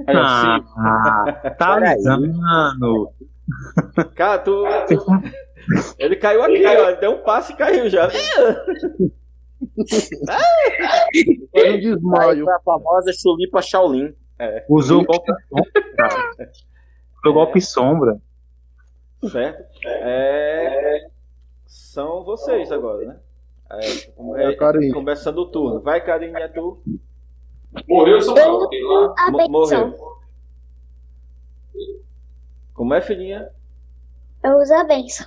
Speaker 5: Aí, assim,
Speaker 6: ah, tá
Speaker 7: Peraí.
Speaker 6: usando.
Speaker 2: Cara, tu. Ele caiu aqui, ó. Ele deu um passe e caiu já.
Speaker 3: Foi um
Speaker 7: aí
Speaker 3: desmaio.
Speaker 7: foi a famosa chulipa Shaolin.
Speaker 6: Usou o golpe sombra.
Speaker 5: É.
Speaker 6: Usou o golpe sombra.
Speaker 2: Certo? É... São vocês agora, né? É,
Speaker 3: É,
Speaker 7: né?
Speaker 3: Karine.
Speaker 2: começando o turno. Vai, Karine, é tu.
Speaker 4: Morreu São Paulo, tem lá.
Speaker 8: A
Speaker 2: Mo-
Speaker 8: benção.
Speaker 2: morreu. Como é, filhinha?
Speaker 8: Eu uso a benção.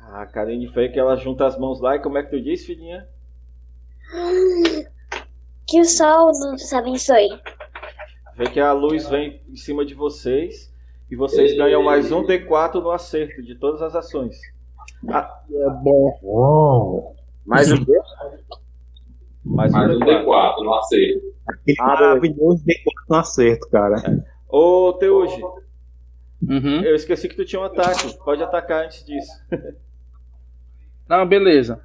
Speaker 2: Ah, a Karine foi que ela junta as mãos lá e como é que tu diz, filhinha?
Speaker 8: Que o sol nos abençoe.
Speaker 2: Vê que a luz vem em cima de vocês e vocês ganham mais um D4 no acerto de todas as ações.
Speaker 3: É bom.
Speaker 6: Uou.
Speaker 7: Mas o quê?
Speaker 2: Mais um
Speaker 4: Mais um
Speaker 2: D4.
Speaker 4: D4, não aceito.
Speaker 6: Aquele
Speaker 7: Ah,
Speaker 6: é maravilhoso decote no acerto, cara.
Speaker 2: Ô, Teuji,
Speaker 5: uhum.
Speaker 2: eu esqueci que tu tinha um ataque. Pode atacar antes disso.
Speaker 5: Não, Ah, beleza.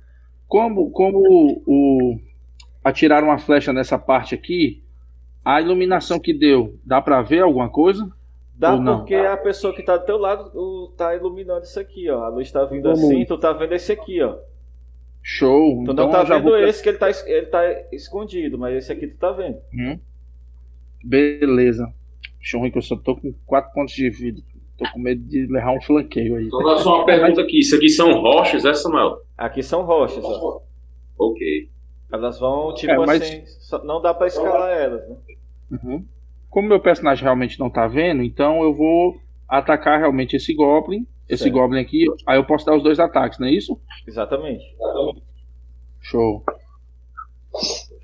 Speaker 5: Como, como o, o- atiraram uma flecha nessa parte aqui, a iluminação que deu, dá pra ver alguma coisa?
Speaker 2: Dá
Speaker 5: Ou não?
Speaker 2: porque a pessoa que tá do teu lado o, tá iluminando isso aqui, ó. A luz tá vindo
Speaker 3: Todo
Speaker 2: assim,
Speaker 3: mundo.
Speaker 2: tu tá vendo esse aqui, ó.
Speaker 5: Show. Então
Speaker 2: Tu não tá
Speaker 5: eu já
Speaker 2: vendo
Speaker 5: vou-
Speaker 2: esse que ele tá, es- ele tá escondido, mas esse aqui tu tá vendo.
Speaker 5: Hum? Beleza. Deixa eu ver que eu só tô com 4 pontos de vida. Tô com medo de errar um flanqueio aí.
Speaker 4: Então, dá só uma pergunta aqui. Isso aqui são rochas, é, Samuel?
Speaker 2: Aqui são rochas, ó.
Speaker 4: Ok.
Speaker 2: Elas vão, tipo
Speaker 5: É, mas-
Speaker 2: assim, só- não dá pra escalar elas, né?
Speaker 5: Uhum. Como meu personagem realmente não tá vendo, então eu vou atacar realmente esse Goblin. Esse
Speaker 2: Certo.
Speaker 5: Goblin aqui. Aí eu posso dar os dois ataques, não é isso?
Speaker 2: Exatamente.
Speaker 5: Show.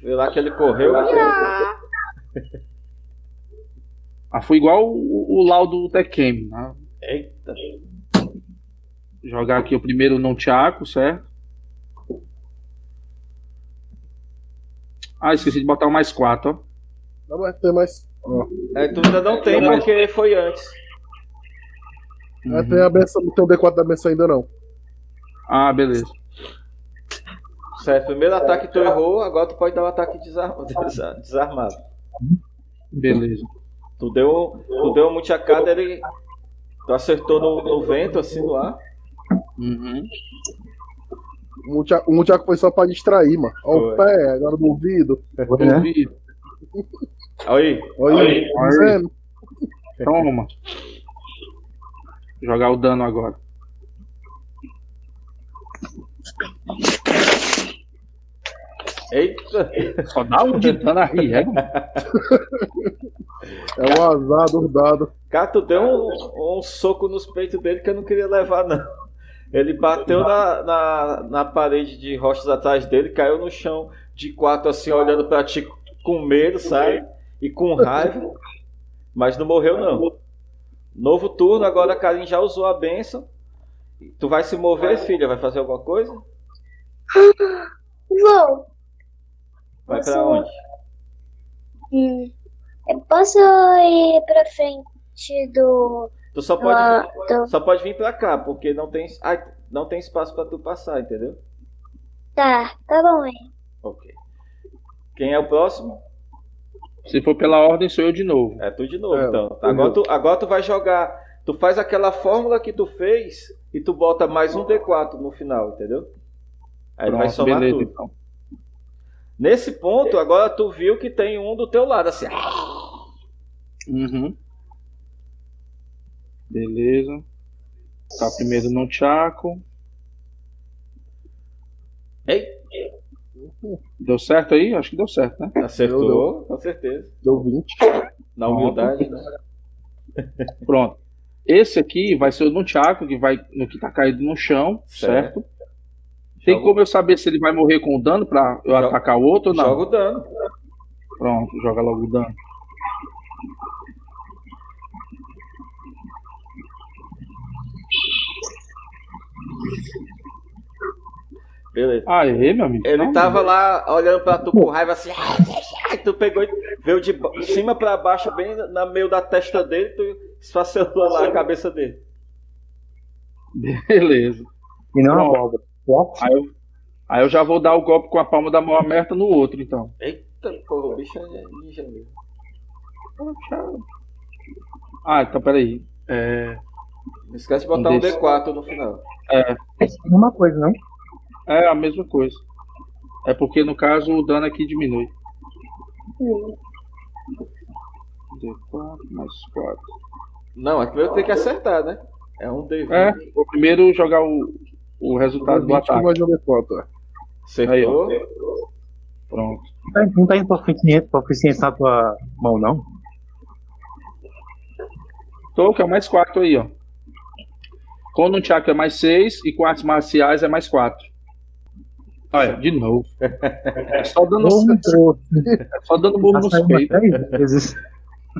Speaker 2: Vê lá que ele correu.
Speaker 5: Ah, foi igual o, o laudo do Tekken, né?
Speaker 2: Eita.
Speaker 5: Jogar aqui o primeiro não Tiago, certo? Ah, esqueci de botar o mais 4, ó.
Speaker 3: Não, mas tem mais.
Speaker 2: É, tu ainda não tem porque foi antes.
Speaker 3: É, tem a benção, não tem o D4 da benção ainda não.
Speaker 5: Uhum. Ah, beleza.
Speaker 2: Certo, primeiro ataque tu errou, agora tu pode dar um ataque desar- (laughs) desa- desarmado.
Speaker 5: Beleza.
Speaker 2: Tu deu, tu deu um multiacada, ele. Tu acertou no, no vento, assim no ar.
Speaker 5: Uhum.
Speaker 3: O Multiaco- O Multiaco foi só pra distrair, mano. Ó
Speaker 2: Foi.
Speaker 3: o pé, agora no ouvido.
Speaker 7: né?
Speaker 5: Duvido.
Speaker 2: Aí,
Speaker 3: Olha aí, tá dizendo.
Speaker 5: Toma. Jogar o dano agora.
Speaker 2: eita!
Speaker 5: Só dá um de dano aí, é?
Speaker 3: É o azar dos dados.
Speaker 2: Cara, tu deu um, um soco nos peitos dele que eu não queria levar, não. Ele bateu na, na, na parede de rochas atrás dele, caiu no chão de quatro, assim, olhando pra ti com medo, sabe? E com raiva. Mas não morreu, não. Novo turno, agora a Karin já usou a benção. Tu vai se mover, filha? Vai fazer alguma coisa?
Speaker 8: Vou.
Speaker 2: Vai pra onde?
Speaker 8: Hum. Eu posso ir pra frente do.
Speaker 2: Tu só
Speaker 8: do,
Speaker 2: pode,
Speaker 8: do-
Speaker 2: só pode vir pra cá, porque não tem, ai, não tem espaço pra tu passar, entendeu?
Speaker 8: Tá, tá bom, hein?
Speaker 2: Ok. Quem é o próximo?
Speaker 5: Se for pela ordem, sou eu de novo.
Speaker 2: É tu de novo,
Speaker 3: É,
Speaker 2: então.
Speaker 3: eu
Speaker 2: Agora tu, agora tu vai jogar. Tu faz aquela fórmula que tu fez e tu bota mais um D4 no final, entendeu? Aí vai
Speaker 5: Pronto,
Speaker 2: somar
Speaker 5: beleza,
Speaker 2: tudo.
Speaker 5: então.
Speaker 2: Nesse ponto, agora tu viu que tem um do teu lado, assim.
Speaker 5: Uhum. Beleza. Tá primeiro no Tchaco.
Speaker 2: Ei,
Speaker 5: Deu certo aí? Acho que deu certo, né?
Speaker 2: acertou, com certeza.
Speaker 3: Deu 20.
Speaker 2: Na humildade, né?
Speaker 5: Pronto. Esse aqui vai ser o do Thiago, que vai no que tá caído no chão, certo?
Speaker 2: Certo.
Speaker 5: Tem
Speaker 2: Joga-
Speaker 5: como eu saber se ele vai morrer com o dano pra eu
Speaker 2: Joga-
Speaker 5: atacar o outro ou não?
Speaker 2: Joga o dano.
Speaker 5: Pronto, joga logo o dano.
Speaker 2: Beleza.
Speaker 5: Aê, Ah, meu amigo.
Speaker 2: Ele
Speaker 5: Não, é-
Speaker 2: tava lá olhando pra tu com raiva assim. (laughs) e tu pegou e veio de ba- de cima pra baixo, bem na meio da testa dele, tu esfacelou lá a cabeça dele.
Speaker 5: (laughs) Beleza.
Speaker 6: E não é
Speaker 5: Pronto.
Speaker 6: uma cobra. Ó,
Speaker 5: Aí eu, aí eu já vou dar o golpe com a palma da mão aberta no outro, então.
Speaker 2: Eita, porra, o bicho é ninja mesmo.
Speaker 5: Ah, então peraí. É,
Speaker 2: Não esquece de botar
Speaker 5: Um
Speaker 2: um
Speaker 5: desse.
Speaker 2: D4 no final.
Speaker 6: É uma coisa, não?
Speaker 5: é a mesma coisa. É porque no caso o dano aqui diminui. D4 mais 4.
Speaker 2: Não, é que primeiro tem que acertar, né? É um D20.
Speaker 5: É, vou primeiro jogar o, o
Speaker 7: Tá
Speaker 5: resultado do
Speaker 3: 20 que
Speaker 5: ataque.
Speaker 3: vai jogar quanto, é.
Speaker 5: Aí,
Speaker 2: Acertou.
Speaker 5: ó. Pronto.
Speaker 6: Não tá- Não tá indo proficiente, proficiente na tua mão, não?
Speaker 5: Tô, que é o mais 4 aí, ó. Com um Tchaco é mais 6 e com artes marciais é mais 4. Olha, de novo. É só dando,
Speaker 6: Não entrou.
Speaker 5: é só dando burro
Speaker 6: Tá
Speaker 5: nos
Speaker 6: saindo
Speaker 5: peitos.
Speaker 6: três vezes.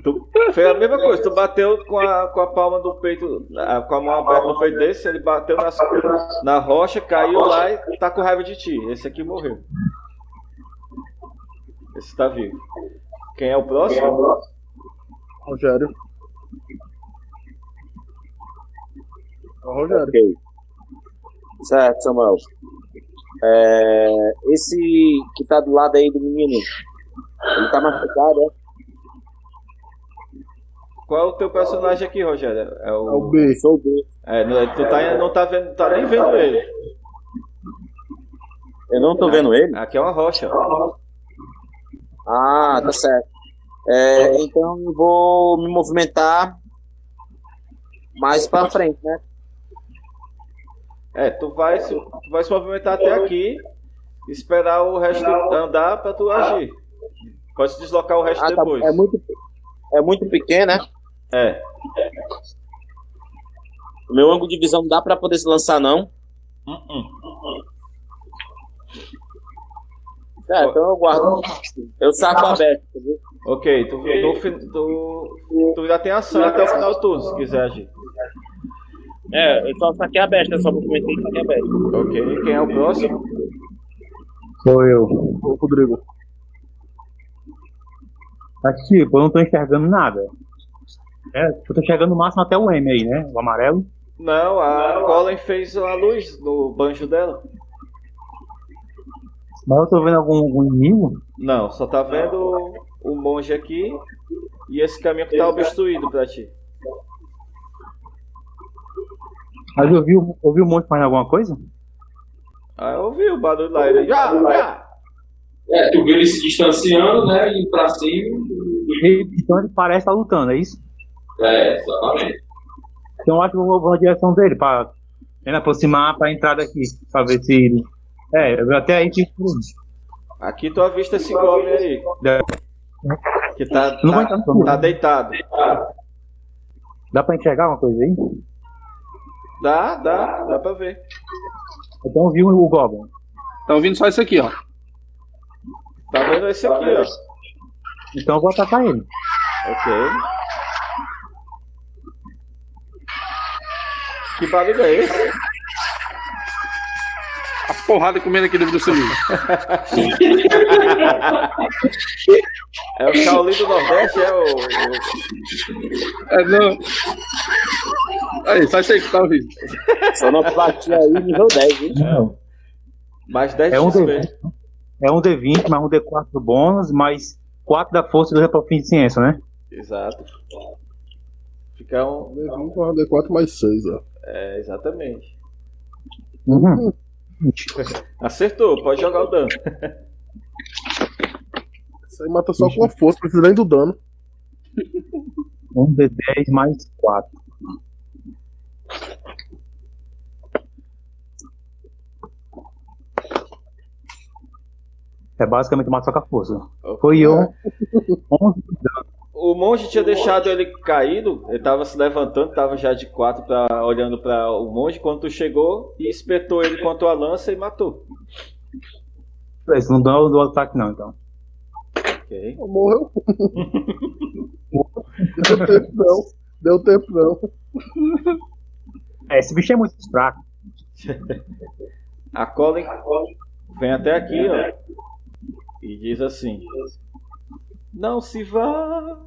Speaker 2: Tu fez a mesma coisa, tu bateu com a, com a palma do peito, ah, com a mão aberta no peito desse, ele bateu nas, na rocha, caiu lá e tá com raiva de ti. Esse aqui morreu. Esse tá vivo. Quem é o próximo?
Speaker 3: Rogério. É o Rogério.
Speaker 7: Ok. Certo, Samuel. É, esse que tá do lado aí do menino, ele tá machucado, é?
Speaker 2: Qual é o teu personagem aqui, Rogério? É
Speaker 3: É o
Speaker 2: o.
Speaker 3: B.
Speaker 7: Sou B.
Speaker 2: É, não- tu tá, não tá vendo, tá nem vendo ele.
Speaker 7: Eu não tô vendo ele?
Speaker 2: Aqui é uma rocha. ó.
Speaker 7: Ah, tá certo. É, então eu vou me movimentar mais pra frente, né?
Speaker 2: É, tu vai, se, tu vai se movimentar até aqui, esperar o resto andar pra tu agir. Pode se deslocar o resto
Speaker 7: Ah, tá,
Speaker 2: depois.
Speaker 7: é muito é muito pequeno, né?
Speaker 2: É.
Speaker 7: O meu ângulo de visão não dá pra poder se lançar não.
Speaker 2: Hum, hum.
Speaker 7: É, então eu guardo. Eu saco aberto, tá vendo?
Speaker 2: Ok, tu, tu, fi- tu, tu já tem ação até o final do turno, se quiser agir.
Speaker 7: É, eu só saquei aberto, eu só movimentei e saquei aberto.
Speaker 2: Ok, quem é o próximo?
Speaker 6: Sou eu.
Speaker 3: Ô, Rodrigo.
Speaker 6: Mas, tipo, eu não tô enxergando nada. É, eu tô enxergando no máximo até o M aí, né? O amarelo.
Speaker 2: Não, a Colin fez a luz no banjo dela.
Speaker 6: Mas eu tô vendo algum, algum inimigo?
Speaker 2: Não, só tá vendo o- o monge aqui e esse caminho que tá obstruído pra ti.
Speaker 6: Mas eu vi, o- eu vi um monte mais alguma coisa?
Speaker 2: Ah, eu ouvi o barulho lá. Ele, já, já.
Speaker 4: É, tu vê ele se distanciando, né? E pra cima.
Speaker 6: Ele- então ele parece estar lutando, é isso?
Speaker 4: É, exatamente.
Speaker 6: Então eu acho que eu vou, vou na direção dele, pra ele aproximar pra entrada aqui, pra ver se. ele- É, eu até aí que.
Speaker 2: Aqui tu avista esse goblin aí. Que tá,
Speaker 6: Não vai
Speaker 2: tá,
Speaker 6: entrar no
Speaker 2: tá deitado.
Speaker 6: Dá pra enxergar uma coisa aí?
Speaker 2: Dá, dá, dá pra ver.
Speaker 6: Então eu vi o Goblin.
Speaker 5: Tá ouvindo só isso aqui, ó.
Speaker 2: Tá vendo esse aqui, ó.
Speaker 6: Então eu vou atacar ele.
Speaker 2: Ok. Que barulho é esse?
Speaker 5: A porrada comendo aqui dentro do seu livro.
Speaker 2: É o Shaolin do Nordeste, é o. o-
Speaker 5: É, não. Aí, só isso aí que tá ouvindo.
Speaker 7: Só não bati aí nível 10, viu?
Speaker 6: Não.
Speaker 2: Mais 10
Speaker 6: É um
Speaker 2: XP.
Speaker 6: D20. É um D20, mais um D4 do bônus, mais 4 da força e 2 da proficiência, né?
Speaker 2: Exato. Fica um.
Speaker 3: D20 mais D4 mais 6, ó.
Speaker 2: É, exatamente.
Speaker 6: Uhum.
Speaker 2: Acertou, pode jogar o dano.
Speaker 3: Isso aí mata só com a força, não precisa nem do dano.
Speaker 6: Um D10 mais 4. É basicamente mata só com a força. Foi um, eu. 11
Speaker 2: O monge tinha deixado ele caído, ele tava se levantando, tava já de quatro pra, olhando pra o monge quando tu chegou e espetou ele com a tua lança e matou.
Speaker 6: Esse é não dá o do ataque, não, então.
Speaker 2: Ok.
Speaker 3: Morreu. Deu tempo não. Deu tempo não.
Speaker 6: É, esse bicho é muito fraco.
Speaker 2: A Colin vem até aqui, ó. E diz assim: Não se vá.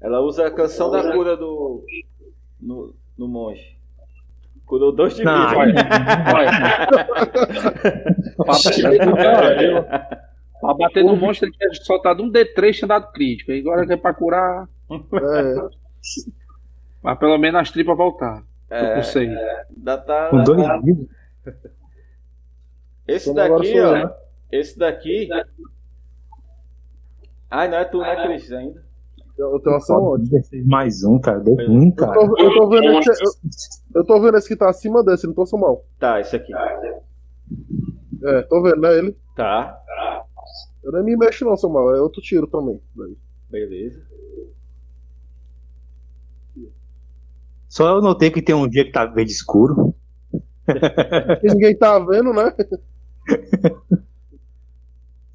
Speaker 2: Ela usa a canção da cura do. No, no monge. Curou dois de
Speaker 6: Não,
Speaker 2: vida.
Speaker 5: Olha, olha.
Speaker 4: É, (laughs)
Speaker 5: Pra bater no monstro, ele tinha soltado um D3 tinha dado crítico. E agora que é pra curar.
Speaker 3: É,
Speaker 5: Mas pelo menos as tripas voltaram.
Speaker 2: É,
Speaker 5: Não sei.
Speaker 2: ainda tá-
Speaker 6: Com dois livros.
Speaker 2: Esse
Speaker 3: Então agora
Speaker 2: daqui,
Speaker 3: sou
Speaker 2: ó.
Speaker 3: eu,
Speaker 2: Esse daqui. Ai, não é tu, né, Cris? Ainda.
Speaker 3: eu tenho ação ótima.
Speaker 6: 16 mais um, cara. Deu um,
Speaker 3: Eu
Speaker 6: cara.
Speaker 3: tô, eu tô vendo esse, eu, eu tô vendo esse que tá acima desse, não tô sou mal.
Speaker 2: Tá, esse aqui.
Speaker 3: É, tô vendo, né? Ele.
Speaker 2: Tá,
Speaker 3: Eu nem me mexo não, seu mal. É outro tiro também. velho.
Speaker 2: beleza.
Speaker 6: Só eu notei que tem um dia que tá verde escuro.
Speaker 3: Que ninguém tá vendo, né?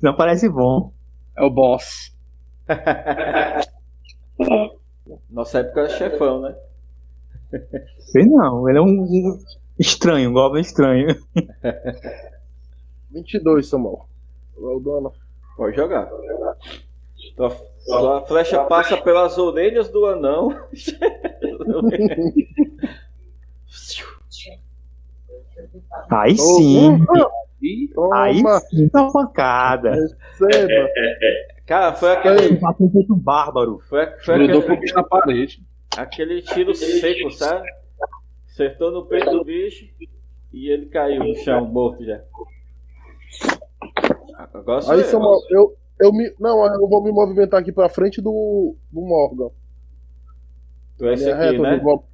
Speaker 6: Não parece bom.
Speaker 5: É o boss.
Speaker 2: Nossa época era chefão, né?
Speaker 6: Sei não, ele é um um estranho, um goblin estranho.
Speaker 3: 22, seu mal. É o dano.
Speaker 2: Pode jogar. Tua, tua flecha passa pelas orelhas do anão.
Speaker 6: Aí sim,
Speaker 5: Ih,
Speaker 6: aí
Speaker 3: Toma,
Speaker 6: sim, tá uma pancada.
Speaker 2: É,
Speaker 3: receba.
Speaker 2: Cara, foi
Speaker 6: Ele
Speaker 2: aquele.
Speaker 6: tá com um peito bárbaro.
Speaker 2: Foi, foi
Speaker 5: grudou com o
Speaker 2: aquele,
Speaker 5: bicho na parede.
Speaker 2: aquele tiro seco, sabe? Acertou no peito do bicho e ele caiu no chão, morto já. Agora sou
Speaker 3: Aí,
Speaker 2: eu.
Speaker 3: seu mal, eu, eu me. Não, eu vou me movimentar aqui pra frente do, do Morgan.
Speaker 2: Tu é esse
Speaker 3: Minha
Speaker 2: aqui,
Speaker 3: reta, onde
Speaker 2: né?
Speaker 3: o Goblin-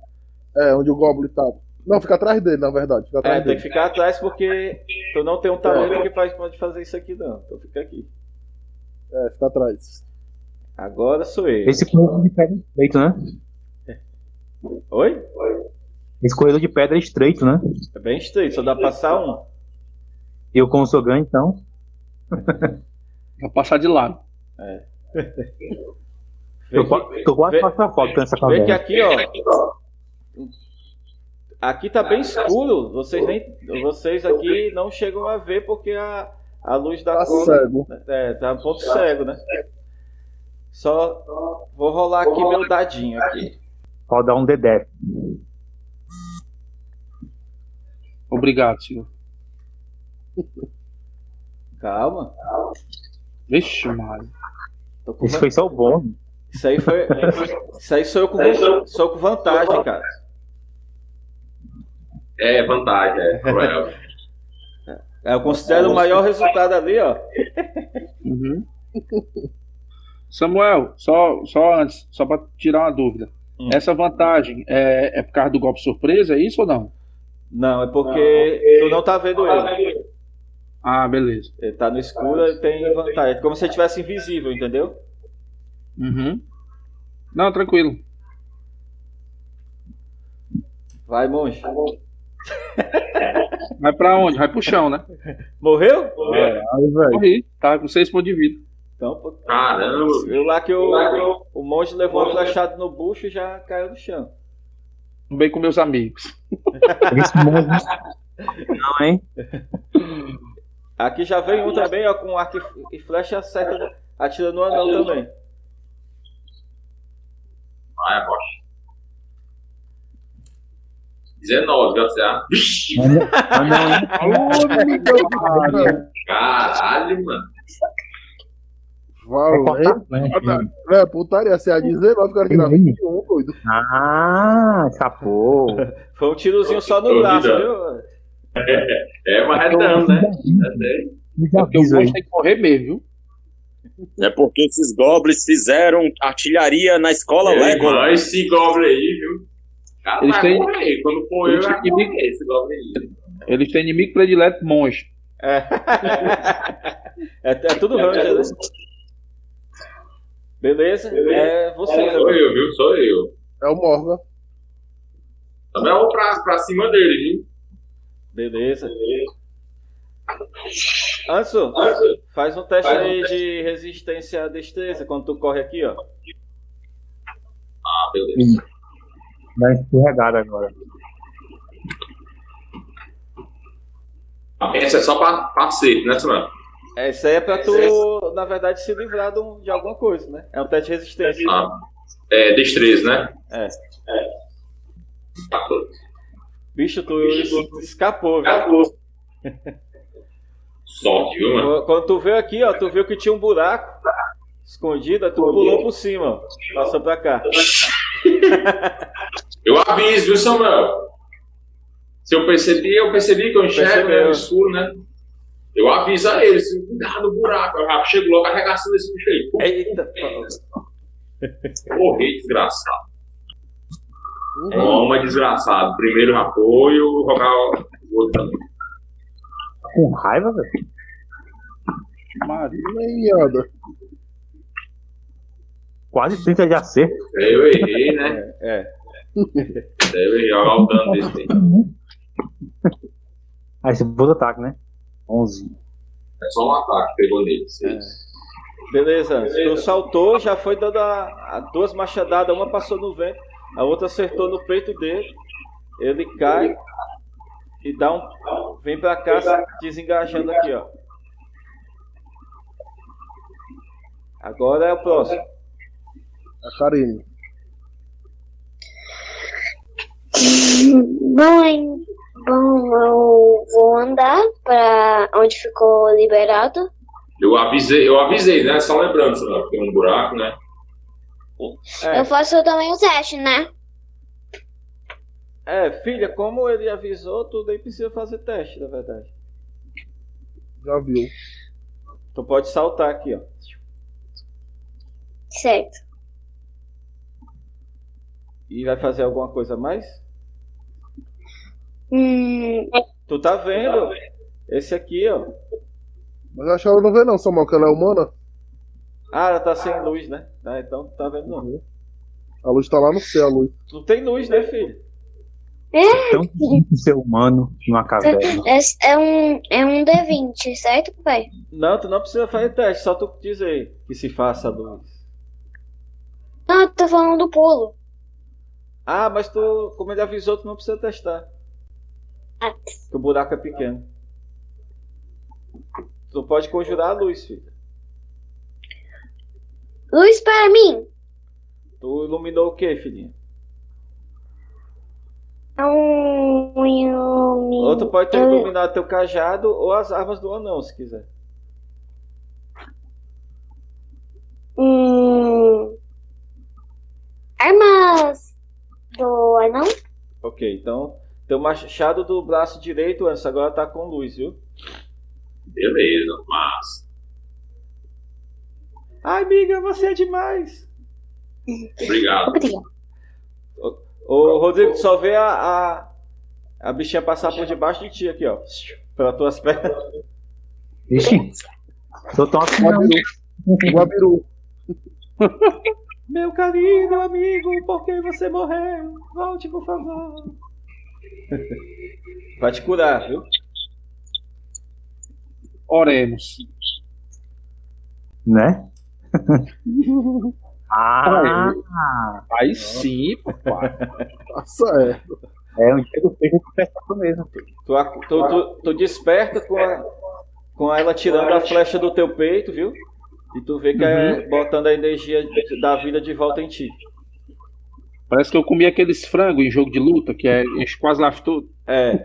Speaker 3: É, onde o Goblin tava. Não, fica atrás dele, na verdade. Fica atrás
Speaker 2: É, tem
Speaker 3: dele.
Speaker 2: que ficar atrás porque tu não tem um talento que faz, pode fazer isso aqui, não. Então fica aqui.
Speaker 3: É, fica atrás.
Speaker 2: Agora sou eu.
Speaker 6: Esse corredor de pedra é estreito, né?
Speaker 2: Oi?
Speaker 6: Esse corredor de pedra é estreito, né?
Speaker 2: É bem estreito, só dá pra passar um.
Speaker 6: E eu, como sou grande, então.
Speaker 5: Vai passar de lado.
Speaker 2: Vê
Speaker 6: eu
Speaker 2: que,
Speaker 6: qua- tô quase
Speaker 2: vê-
Speaker 6: Tá passando a foto nessa
Speaker 2: vê que
Speaker 6: caverna.
Speaker 2: aqui, ó. Aqui tá bem escuro, vocês, nem, vocês aqui não chegam a ver porque a, a luz da
Speaker 3: Tá
Speaker 2: cor-
Speaker 3: cego.
Speaker 2: É, tá um ponto cego, né? Só vou rolar aqui meu dadinho aqui.
Speaker 6: Pode dar um D10.
Speaker 5: Obrigado, senhor.
Speaker 2: Calma.
Speaker 5: Vixe, Mário.
Speaker 2: Tô com
Speaker 6: Isso
Speaker 2: van-
Speaker 6: foi só o bom.
Speaker 2: Isso aí foi. Isso aí sou eu com, van- sou eu com vantagem, cara.
Speaker 4: É vantagem, é cruel.
Speaker 2: É, Eu considero o maior resultado ali, ó.
Speaker 5: Uhum. (laughs) Samuel, só, só antes, só para tirar uma dúvida.
Speaker 2: Hum.
Speaker 5: Essa vantagem é, é por causa do golpe surpresa, é isso ou não?
Speaker 2: Não, é porque tu não tá vendo ele.
Speaker 5: Ah, beleza.
Speaker 2: Ele tá no escuro e tem vantagem. É como se ele estivesse invisível, entendeu?
Speaker 5: Uhum. Não, tranquilo.
Speaker 2: Vai, monge.
Speaker 5: Vai pra onde? Vai pro chão, né?
Speaker 2: Morreu?
Speaker 6: Aí, velho.
Speaker 5: Corri, tá com seis pontos de vida.
Speaker 2: Então, pô,
Speaker 4: Caramba,
Speaker 2: viu lá que o,
Speaker 4: lá que eu-
Speaker 2: o monge levou uma flechada no bucho e já caiu no chão.
Speaker 5: Bem com meus amigos.
Speaker 6: Esse monstro. Não, hein?
Speaker 2: Aqui já vem um também, ó, com arco e flecha acerta, atira no anão também.
Speaker 4: vai, Rocha. 19, graças a Vixe,
Speaker 6: Mas não, hein?
Speaker 3: Ah,
Speaker 4: Caralho, mano.
Speaker 6: É
Speaker 3: Valeu.
Speaker 6: cortar, né?
Speaker 3: É, putaria, se é a 19, o cara que dá 21, doido.
Speaker 6: Ah, escapou.
Speaker 2: Foi um tirozinho só no
Speaker 4: Ô,
Speaker 2: braço,
Speaker 4: Vida.
Speaker 2: viu?
Speaker 4: É marretão, né? É sério.
Speaker 6: Me
Speaker 5: Porque o
Speaker 6: avisa aí.
Speaker 5: monstro tem que correr mesmo,
Speaker 7: É porque esses goblins fizeram artilharia na escola
Speaker 3: É
Speaker 4: Ei,
Speaker 7: Legolas.
Speaker 4: mano, esse Goblin aí, viu? Cara,
Speaker 5: Eles
Speaker 4: vai
Speaker 5: têm-
Speaker 4: correr. Quando for eu,
Speaker 5: eles
Speaker 4: vai
Speaker 5: têm que-
Speaker 4: correr esse Goblin aí.
Speaker 5: viu? Eles têm inimigo predileto monstro.
Speaker 2: É, é tudo ranger, né? Beleza? É você.
Speaker 4: Sou eu, viu? Sou eu.
Speaker 3: É o Morgan.
Speaker 4: Também eu vou pra, pra cima dele,
Speaker 2: Beleza. Anso, faz um teste
Speaker 4: Faz um
Speaker 2: aí de resistência à destreza quando tu corre aqui, ó.
Speaker 4: Ah, beleza.
Speaker 6: Dá uma escorregada agora.
Speaker 4: Essa é só pra, pra ser, né, Samuel?
Speaker 2: É, Isso aí é pra tu, na verdade, se livrar de, um- de alguma coisa, né? É um teste de resistência.
Speaker 4: Ah, é, destreza, né?
Speaker 2: É.
Speaker 4: 14.
Speaker 2: Bicho, tu es- escapou, velho.
Speaker 4: Sorte, viu, mano?
Speaker 2: Qu- Quando tu veio aqui, ó, tu viu que tinha um buraco escondido, aí tu pulou por cima, ó. Passou pra cá.
Speaker 4: Eu aviso, viu, Samuel? Se eu percebi, eu percebi que eu enxergo
Speaker 2: Percebeu.
Speaker 4: né, no escuro, né? Eu aviso a eles, cuidado no buraco. Eu já chego logo arregaçando esse bicho aí. Pô,
Speaker 2: Eita, pô.
Speaker 4: Correr, desgraçado.
Speaker 3: Uhum.
Speaker 4: Toma, desgraçado. Primeiro apoio, rogar o outro também.
Speaker 6: Com raiva, velho.
Speaker 5: Maria.
Speaker 3: Nem anda.
Speaker 6: Quase 30 de acerto.
Speaker 4: Daí eu errei, né?
Speaker 2: É.
Speaker 4: Daí eu errei, olha o dano desse aí. É
Speaker 6: Aí você bota ataque, né? 11.
Speaker 4: É só um ataque, pegou nele. seis.
Speaker 2: Beleza, tu saltou, já foi dando a, a duas machadadas, uma passou no vento, a outra acertou no peito dele, ele cai e dá um. Vem pra cá desengajando aqui, ó. Agora é o próximo.
Speaker 3: É A Karine.
Speaker 8: Bom, hein? Bom, eu vou andar pra onde ficou liberado.
Speaker 4: Eu avisei, eu avisei, né? Só lembrando, Samuel, porque tem um buraco, né?
Speaker 2: É.
Speaker 8: Eu faço também o teste, né?
Speaker 2: É, filha, como ele avisou, tu nem precisa fazer teste, na verdade.
Speaker 3: Já viu.
Speaker 2: Tu pode saltar aqui, ó.
Speaker 8: Certo.
Speaker 2: E vai fazer alguma coisa a mais?
Speaker 8: Hum,
Speaker 2: Tu tá vendo? Esse aqui, ó.
Speaker 3: Mas eu acho que ela não vê não, Samuel, que ela é humana.
Speaker 2: Ah, ela tá sem luz, né? Ah, então tá vendo não.
Speaker 3: A luz tá lá no céu, a luz.
Speaker 2: Tu tem luz, né,
Speaker 6: (laughs)
Speaker 2: filho?
Speaker 6: Então, um ser humano numa caverna.
Speaker 8: esse é um, é um D20, certo, pai?
Speaker 2: Não, tu não precisa fazer teste, só tu dizer que se faça a luz.
Speaker 8: Não, eu tô falando do pulo.
Speaker 2: Ah, mas tu, como ele avisou, tu não precisa testar.
Speaker 8: Ah.
Speaker 2: Que o buraco é pequeno. Tu pode conjurar a luz, filho.
Speaker 8: Luz para mim!
Speaker 2: Tu iluminou o quê, filhinha?
Speaker 8: Não, ilumi-
Speaker 2: Ou tu pode ter
Speaker 8: eu-
Speaker 2: iluminado teu cajado ou as armas do anão, se quiser.
Speaker 8: Hum, armas do anão?
Speaker 2: Ok, então. Teu machado do braço direito, Anderson, agora tá com luz, viu?
Speaker 4: Beleza, mas.
Speaker 2: Ai, amiga, você é demais!
Speaker 4: Obrigado.
Speaker 8: Obrigada.
Speaker 2: Ô, Rodrigo, tu só vê a, a, a bichinha passar por debaixo de ti aqui, ó. Pelas tuas pernas. (laughs)
Speaker 6: Ixi. Tô tão acostumado.
Speaker 3: Guabiru. Guabiru.
Speaker 2: Meu querido amigo, por que você morreu? Volte, por favor. (laughs) Vai te curar, viu?
Speaker 5: Oremos.
Speaker 6: (laughs) Né? ah,
Speaker 5: Aí sim, papai.
Speaker 3: Nossa, é.
Speaker 6: é um dia que eu fico confessado mesmo.
Speaker 2: Tu, ac- tu, tu, tu desperta com, a- com ela tirando a flecha do teu peito, viu? E tu vê que é botando a energia de- da vida de volta em ti.
Speaker 5: Parece que eu comi aqueles frango em jogo de luta, que é enche quase lá todo.
Speaker 2: É.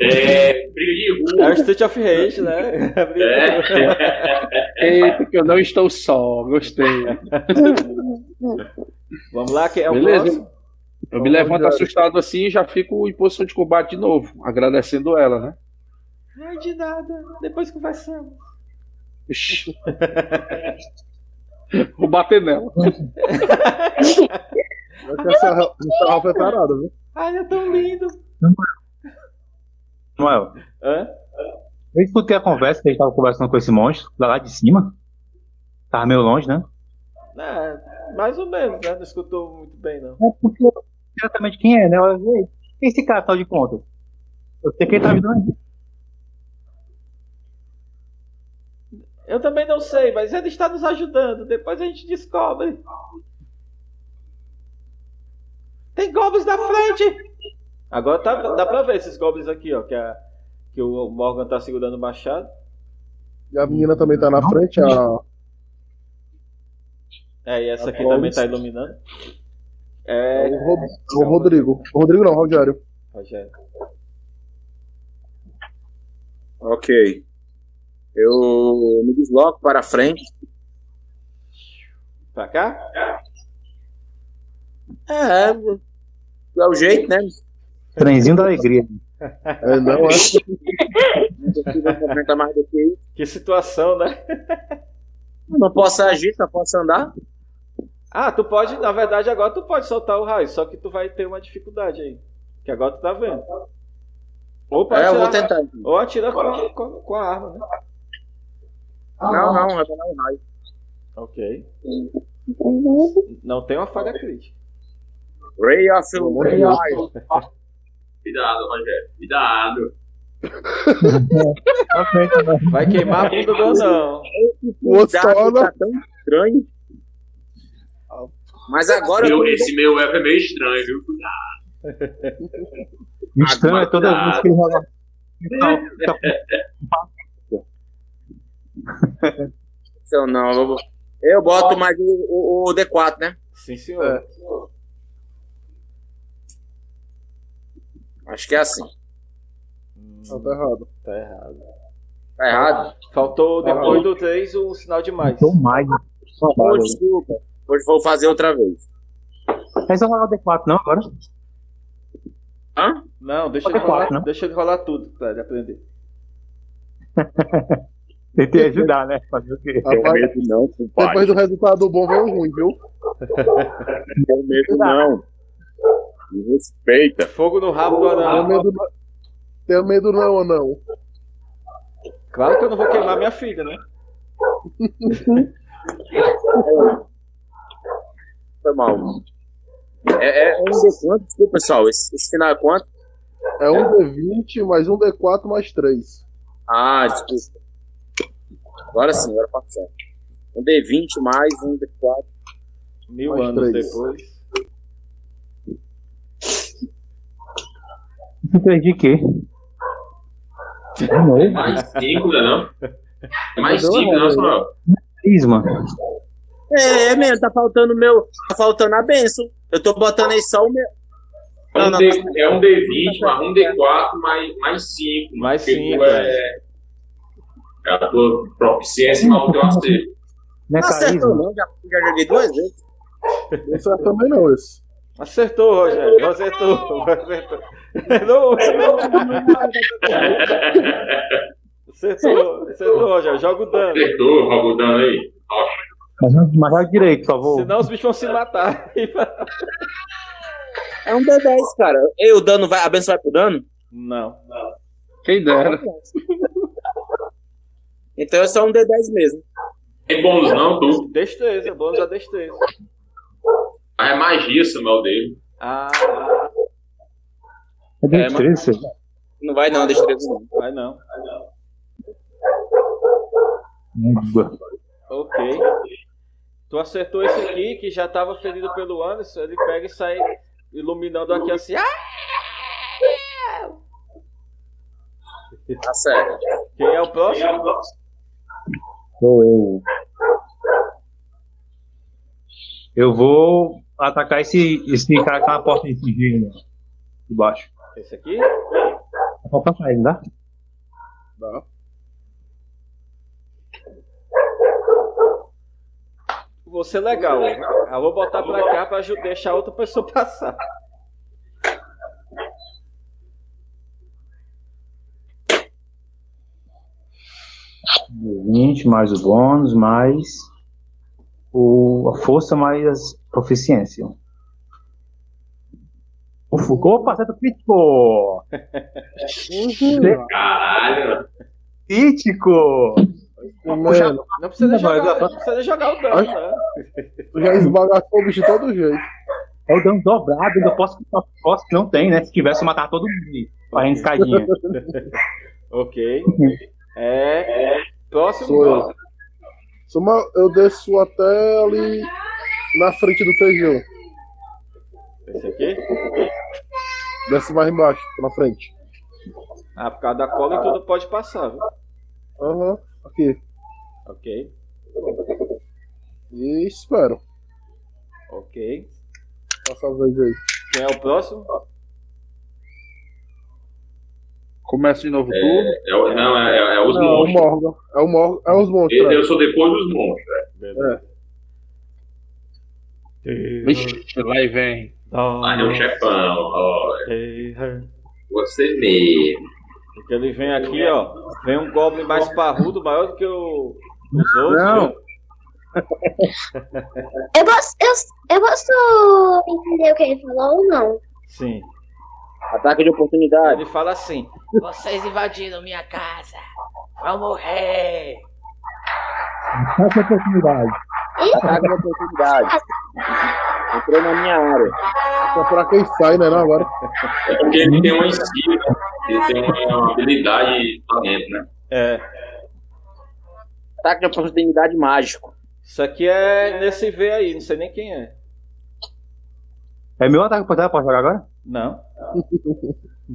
Speaker 4: É, briga de
Speaker 2: É o
Speaker 4: rua.
Speaker 2: Street of Rage, né?
Speaker 4: É.
Speaker 5: Eita, que eu não estou só. Gostei.
Speaker 2: Vamos lá, quem é
Speaker 6: Tá
Speaker 2: o
Speaker 5: Beleza.
Speaker 2: próximo?
Speaker 6: Então,
Speaker 5: Eu me levanto assustado assim e já fico em posição de combate de novo, agradecendo ela, né?
Speaker 2: Não é de nada. Depois conversamos.
Speaker 6: (laughs)
Speaker 5: Ixi. Vou bater nela.
Speaker 3: É que essa, essa Rafa é tarada, viu?
Speaker 2: Ai, é tão lindo.
Speaker 6: Manuel,
Speaker 2: Hã?
Speaker 6: eu escutei a conversa que a gente tava conversando com esse monstro, lá, lá de cima. Tava meio longe, né?
Speaker 2: É, mais ou menos, né? Não escutou muito bem, não.
Speaker 6: É porque eu exatamente quem é, né? Eu, ei, quem é esse cara tal de conta? Eu sei quem tá me dando.
Speaker 2: Eu também não sei, mas ele está nos ajudando. Depois a gente descobre. Tem goblins na frente! Agora tá- dá pra ver esses goblins aqui, ó. Que, a- que o Morgan tá segurando o machado.
Speaker 3: E a menina também tá na frente, a.
Speaker 2: É, e essa aqui
Speaker 3: Aplausos.
Speaker 2: também tá iluminando.
Speaker 3: É
Speaker 2: É,
Speaker 3: o, Rod... o Rodrigo. O Rodrigo não, o Rogério.
Speaker 2: Rogério.
Speaker 7: Ok. Eu me desloco para a frente.
Speaker 2: Pra cá?
Speaker 7: É, é o jeito, né?
Speaker 6: Trenzinho da alegria.
Speaker 3: É, não é?
Speaker 7: Não consigo movimentar mais do que isso.
Speaker 2: Que situação, né?
Speaker 7: Eu Não posso agir, só posso andar.
Speaker 2: Ah, tu pode, na verdade, agora tu pode soltar o raio, só que tu vai ter uma dificuldade aí. Que agora tu tá vendo. Ou pode
Speaker 7: É, eu vou
Speaker 2: atirar-
Speaker 7: tentar.
Speaker 2: Ou atira com a, com, a- com a arma, né?
Speaker 7: Não, não, eu vou dar um raio.
Speaker 2: Ok. Não tem uma falha crítica.
Speaker 7: Ray of Ray of-
Speaker 4: Cuidado, Rogério. Cuidado.
Speaker 2: Vai queimar a bunda do anão.
Speaker 3: O outro tá
Speaker 7: Cuidado,
Speaker 3: lá na.
Speaker 7: tá tão estranho. Mas agora eu
Speaker 4: Meu,
Speaker 7: tô me
Speaker 4: esse meu F é meio estranho, viu? Cuidado.
Speaker 6: Me estranha toda vez que ele rola. Então,
Speaker 7: Seu não, eu, vou- eu boto mais o, o- o D4, né?
Speaker 2: Sim, senhor.
Speaker 7: Acho que é assim.
Speaker 3: Não, tá errado.
Speaker 2: Tá errado.
Speaker 7: Tá errado?
Speaker 2: Faltou depois do 3 um sinal de mais.
Speaker 6: tô mais.
Speaker 7: Pô, desculpa. Hoje vou fazer outra vez.
Speaker 6: Mas eu rolar o D4 não agora?
Speaker 7: Hã?
Speaker 2: Não, deixa
Speaker 6: Pode
Speaker 2: ele rolar,
Speaker 6: quatro, né?
Speaker 2: deixa ele rolar tudo pra ele aprender.
Speaker 6: Tentei ajudar, né? Fazer o quê?
Speaker 4: um
Speaker 3: Rapaz,
Speaker 7: É não, compadre.
Speaker 3: depois do resultado bom vem o ruim, viu?
Speaker 7: Não tenho medo, É não. Me respeita.
Speaker 2: Fogo no rabo do
Speaker 3: Tenha
Speaker 2: anão.
Speaker 3: um medo não. Tenha medo não, anão.
Speaker 2: Claro que eu não vou queimar minha filha, né?
Speaker 7: Foi mal. É, é um de quanto? Desculpa, pessoal. Esse, esse final é quanto?
Speaker 3: É um D20 mais um D4 mais 3.
Speaker 7: Ah, desculpa. Agora sim, agora passa. Um D20 mais um D4.
Speaker 2: Mil
Speaker 3: Mais
Speaker 2: anos
Speaker 3: três.
Speaker 2: depois.
Speaker 6: Três de quê? Não, é
Speaker 4: Mais cinco, né, não? É
Speaker 3: Mas
Speaker 4: mais
Speaker 3: eu
Speaker 4: cinco,
Speaker 3: errei.
Speaker 4: né, Samuel?
Speaker 6: três, mano.
Speaker 7: É, é mesmo, tá faltando o meu. Tá faltando a benção. Eu tô botando aí só o meu.
Speaker 4: É
Speaker 7: Não,
Speaker 4: um
Speaker 7: não, tá
Speaker 4: D- É um D20, mas um D4, mais, mais cinco. né?
Speaker 2: Mais
Speaker 4: porque
Speaker 2: cinco,
Speaker 4: tu é, é a tua proficiência, mas o teu acerto.
Speaker 6: Não é
Speaker 7: Não acertou,
Speaker 6: carisma.
Speaker 7: não. Já, já joguei duas vezes.
Speaker 3: Não serve também não esse.
Speaker 2: Acertou, Rogério. Acertou. Acertou. Não, acertou, acertou, Rogério. Joga o dano.
Speaker 4: Acertou, Robo, dano aí.
Speaker 6: Mas não- Mas vai direito, por favor.
Speaker 2: Senão os bichos vão se matar. (laughs)
Speaker 7: É um D10, cara. E o dano vai. A benção vai pro dano?
Speaker 2: Não.
Speaker 5: Quem dera.
Speaker 7: Então é só um D10 mesmo.
Speaker 4: Tem bônus não, tu.
Speaker 2: Destreza, bônus da destreza.
Speaker 4: Mas é magia, Samuel, dele.
Speaker 2: Ah,
Speaker 6: É
Speaker 7: É, mas-
Speaker 6: destreza.
Speaker 7: Não vai não, assim. destreza não.
Speaker 2: vai não. Ok. Tu acertou esse aqui que já tava ferido pelo Anderson. Ele pega e sai iluminando aqui assim. Ah,
Speaker 7: Tá certo.
Speaker 2: quem é o próximo?
Speaker 6: Sou eu. Eu vou atacar esse, esse cara que tá na porta de sigilo. né? De baixo.
Speaker 2: Esse aqui?
Speaker 6: Vou passar ele, dá?
Speaker 2: Você legal. Eu vou botar pra cá pra ju- deixar outra pessoa (laughs) passar.
Speaker 6: D 20 mais o bônus, mais o, a força, mais a proficiência. Ufa, opa, acerta o crítico!
Speaker 4: Caralho.
Speaker 6: Crítico!
Speaker 3: Mano,
Speaker 2: Não precisa nem
Speaker 6: Vai,
Speaker 2: jogar,
Speaker 6: vai.
Speaker 2: não precisa nem jogar o dano, né? não.
Speaker 3: tu já esbagaçou o bicho de todo jeito.
Speaker 6: É o dano dobrado, ainda posso, posso que não tem, né? Se tivesse, eu matava todo mundo. Fazendo escadinha.
Speaker 2: Ok. É. Próximo.
Speaker 3: Sou eu. (laughs) Suma, eu desço até ali na frente do um. TG.
Speaker 2: Esse aqui?
Speaker 3: Desce mais embaixo, na frente.
Speaker 2: Ah, por causa da cola e tudo pode passar, viu?
Speaker 3: Aham, aqui.
Speaker 2: Ok.
Speaker 3: E espero.
Speaker 2: Ok.
Speaker 3: Passa a vez aí.
Speaker 2: Quem é o próximo?
Speaker 5: Começa de novo tudo.
Speaker 4: É, o- não, é, é- é os
Speaker 3: Não, é o
Speaker 4: monstros.
Speaker 3: Morgan. É o Morgan. É os
Speaker 4: Eu,
Speaker 3: monstros.
Speaker 4: eu sou depois dos monstros.
Speaker 5: Vixe, lá e vem.
Speaker 4: Ah, não, chefão. ó,
Speaker 2: Porque
Speaker 4: você mesmo.
Speaker 2: ele vem aqui, ó. Vem um goblin mais parrudo, maior do que o, os outros.
Speaker 6: Não.
Speaker 8: Eu posso, eu, eu posso entender o que ele falou ou não?
Speaker 2: Sim.
Speaker 7: Ataque de oportunidade.
Speaker 2: Ele fala assim.
Speaker 9: Vocês invadiram minha casa. Vão morrer.
Speaker 6: Essa é a oportunidade.
Speaker 7: Ataque de oportunidade. Entrou na minha área.
Speaker 3: É pra quem sai, né? Não, agora.
Speaker 4: É porque ele tem uma skill, né? Ele tem uma, uma habilidade lá dentro, né?
Speaker 2: É.
Speaker 7: Ataque de oportunidade mágico.
Speaker 2: Isso aqui é nesse V aí, não sei nem quem é.
Speaker 6: É meu ataque pra posso jogar agora?
Speaker 2: Não.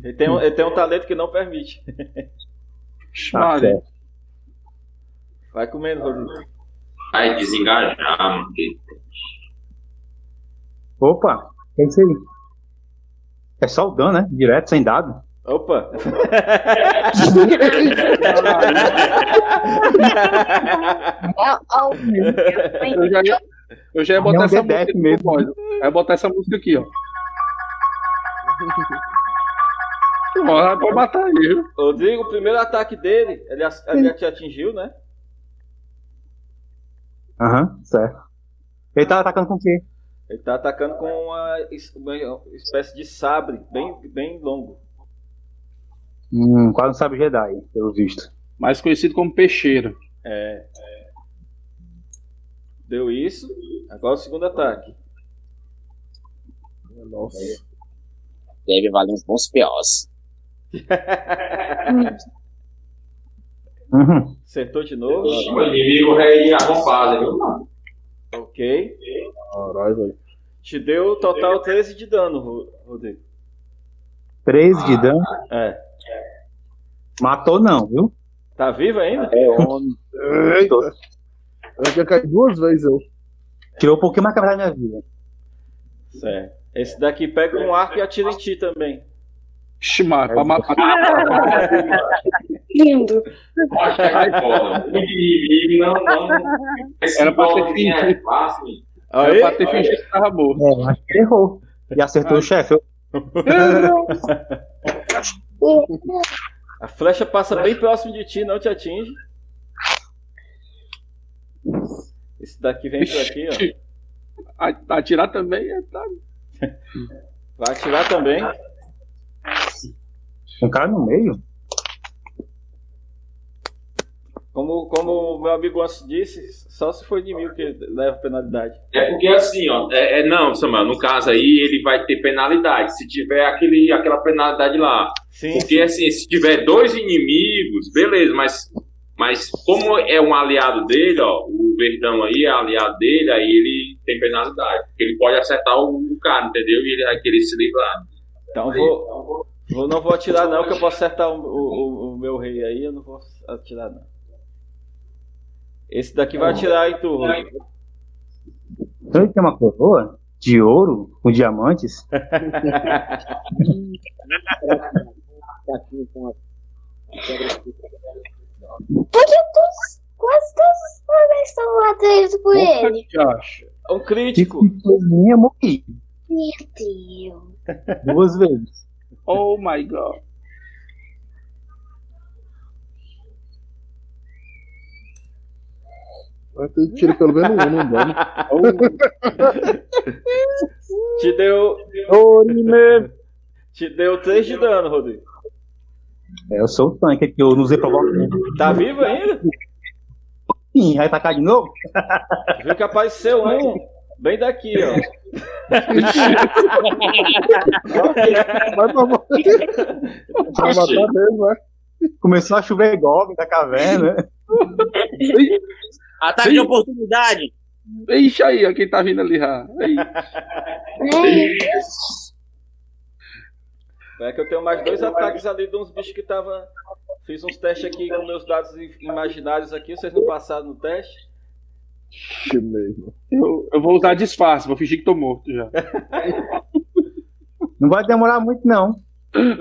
Speaker 2: Ele tem, um, ele tem um talento que não permite.
Speaker 6: Tá
Speaker 5: Maria.
Speaker 6: certo.
Speaker 2: Vai comendo, Rodrigo.
Speaker 4: Aí desengajar, mano. que-
Speaker 6: Opa, é isso aí. É só o dano, né? Direto, sem dado.
Speaker 2: Opa!
Speaker 8: É,
Speaker 5: né?
Speaker 8: ó,
Speaker 5: Eu
Speaker 8: tá
Speaker 5: já ia, eu já ia botar
Speaker 6: É um
Speaker 5: essa
Speaker 6: D10
Speaker 5: música
Speaker 6: mesmo. né?
Speaker 5: mesmo. Eu ia botar essa música aqui, ó. Ó, Pode matar aí, viu?
Speaker 2: Rodrigo, o primeiro ataque dele, ele, ac- ele te atingiu, né?
Speaker 6: Aham, certo. Ele tá atacando com o quê?
Speaker 2: Ele tá atacando com uma, es- uma espécie de sabre bem, bem longo.
Speaker 6: Hum, quase não sabe Jedi, pelo visto.
Speaker 5: Mais conhecido como peixeira.
Speaker 2: É. Deu isso. Agora o segundo ataque.
Speaker 3: Nossa.
Speaker 7: Deve valer uns bons piores.
Speaker 6: Uhum.
Speaker 2: Acertou de novo.
Speaker 4: O inimigo é arrombado, viu?
Speaker 2: Ok.
Speaker 3: Caralho, velho.
Speaker 2: Te deu total 13 de dano, Ro- Rodrigo.
Speaker 6: 13 de dano.
Speaker 2: É.
Speaker 6: Matou não, viu?
Speaker 2: Tá vivo ainda?
Speaker 6: É, homem.
Speaker 3: Eita! Eu já caí duas vezes, eu.
Speaker 6: Tirou um pouquinho mais que a metade da minha vida.
Speaker 2: Certo. Esse daqui pega um arco e atira em ti também.
Speaker 5: Ixi, mas pra matar. (laughs)
Speaker 8: Lindo.
Speaker 4: Pode pegar de bola. Vive, não, não. Esse
Speaker 5: Era pra
Speaker 4: bola
Speaker 5: ter
Speaker 4: assim é
Speaker 5: fingido.
Speaker 4: fácil.
Speaker 5: Era
Speaker 6: um
Speaker 2: Aí,
Speaker 5: pra ter fingido que tava
Speaker 6: É,
Speaker 5: morto.
Speaker 6: eu acho que é. Ah. ele errou. E acertou o chefe. Eu-
Speaker 2: a flecha passa bem próximo de ti, não te atinge. Esse daqui vem por aqui, ó.
Speaker 5: A- Atirar também é. Tá...
Speaker 2: Vai atirar também.
Speaker 6: Um cara no meio?
Speaker 2: Como, como o meu amigo antes disse, só se for inimigo que leva penalidade.
Speaker 4: É porque assim, ó. É, é- não, Samuel, no caso aí ele vai ter penalidade. Se tiver aquele, aquela penalidade lá.
Speaker 2: Sim,
Speaker 4: Porque assim, se tiver dois inimigos, beleza, mas, mas como é um aliado dele, ó, o Verdão aí é aliado dele, aí ele tem penalidade. Porque ele pode acertar o, o cara, entendeu? E ele vai querer se livrar.
Speaker 2: Então vou, vou- não vou atirar não, que eu posso acertar o, o- o- o meu rei aí, eu não vou atirar não. Esse daqui vai atirar em É tu, Rodrigo.
Speaker 6: Então ele tem uma coroa de ouro com diamantes.
Speaker 8: Porque eu tô quase todos os problemas estão atrás por
Speaker 5: Porra,
Speaker 8: ele.
Speaker 5: que acho.
Speaker 2: É um crítico.
Speaker 6: Que coisinha, morri.
Speaker 8: Meu Deus.
Speaker 6: Duas
Speaker 2: (laughs)
Speaker 6: vezes.
Speaker 5: Oh my (laughs) god.
Speaker 3: Mas tem tiro pelo menos um, não dá. né?
Speaker 2: Te deu, (laughs) te deu 3 de dano, Rodrigo.
Speaker 6: É, eu sou o tanque aqui, eu não usei provocação.
Speaker 2: Tá vivo ainda?
Speaker 6: Sim, vai tacar de novo?
Speaker 2: Viu que apareceu um bem daqui, ó.
Speaker 3: Vai pra
Speaker 2: (laughs)
Speaker 3: matar. Vai matar mesmo, né?
Speaker 6: Começou a chover golpe da caverna.
Speaker 7: Ataque de oportunidade.
Speaker 5: Ixi, aí, ó, quem tá vindo ali já. Aí,
Speaker 8: Né?
Speaker 2: É que eu tenho mais dois ataques ali de uns bichos que tava... Fiz uns testes aqui com meus dados imaginários aqui, vocês não passaram no teste?
Speaker 3: Que mesmo.
Speaker 5: eu, eu vou usar disfarce, vou fingir que tô morto já.
Speaker 6: Não vai demorar muito, não.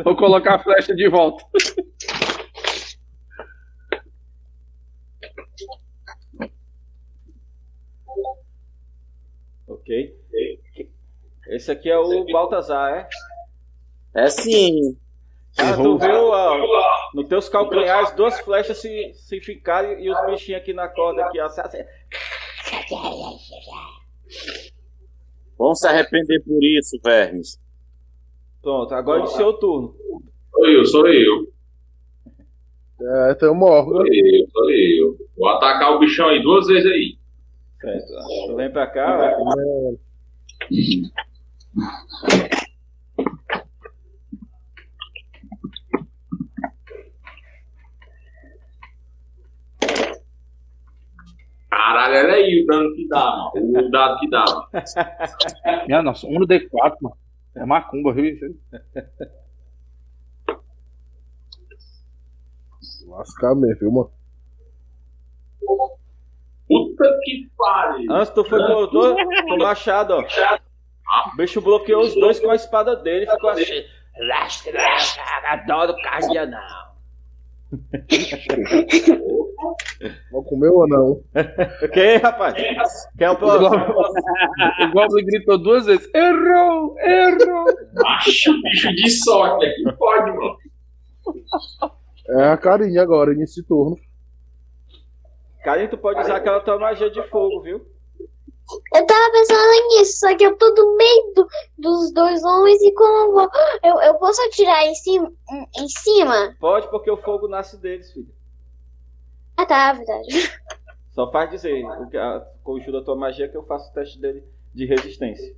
Speaker 5: Vou colocar a flecha de volta.
Speaker 2: Ok. Esse aqui é o Baltazar, é?
Speaker 7: É sim.
Speaker 2: Ah, tu viu ó, nos teus calcanhares duas flechas se, se ficarem e os bichinhos aqui na corda aqui, ó. se- se-
Speaker 7: Vão se arrepender por isso, vermes.
Speaker 2: Pronto, agora é o seu turno.
Speaker 4: Sou eu, sou eu,
Speaker 3: É, tem uma órgão.
Speaker 4: sou eu, sou eu. Vou atacar o bichão aí duas vezes aí.
Speaker 2: Certo. Tu vem pra cá, ó.
Speaker 4: Caralho, olha aí o dano que dá, mano. O dado que dá. mano.
Speaker 5: Minha nossa, 1 no D4, mano. É macumba, viu? isso aí?
Speaker 3: Lascar mesmo, viu, mano?
Speaker 4: Puta que pariu.
Speaker 2: Antes tu foi com, tu- com o machado, ó. O bicho bloqueou os dois com a espada dele e ficou assim.
Speaker 9: Lasca, lasca, adoro carne de anão.
Speaker 3: Vou comer ou não?
Speaker 2: Ok, rapaz? Quem é o
Speaker 5: O
Speaker 2: próximo?
Speaker 5: (laughs) Goblin- o Goblin gritou duas vezes: Errou! Errou!
Speaker 4: Acho bicho de sorte aqui. Pode, mano.
Speaker 3: É a carinha agora, início de
Speaker 8: (laughs)
Speaker 3: turno.
Speaker 2: Carinho, tu pode usar aquela tua magia de fogo, viu?
Speaker 8: Eu tava pensando nisso, só que eu tô do meio do- dos dois homens e como eu vou. Eu, eu posso atirar em cima? Em cima?
Speaker 2: Pode, porque o fogo nasce deles, filho.
Speaker 8: Ah, tá, verdade.
Speaker 2: Só faz dizer o que a, conjura a tua magia que eu faço o teste dele de resistência.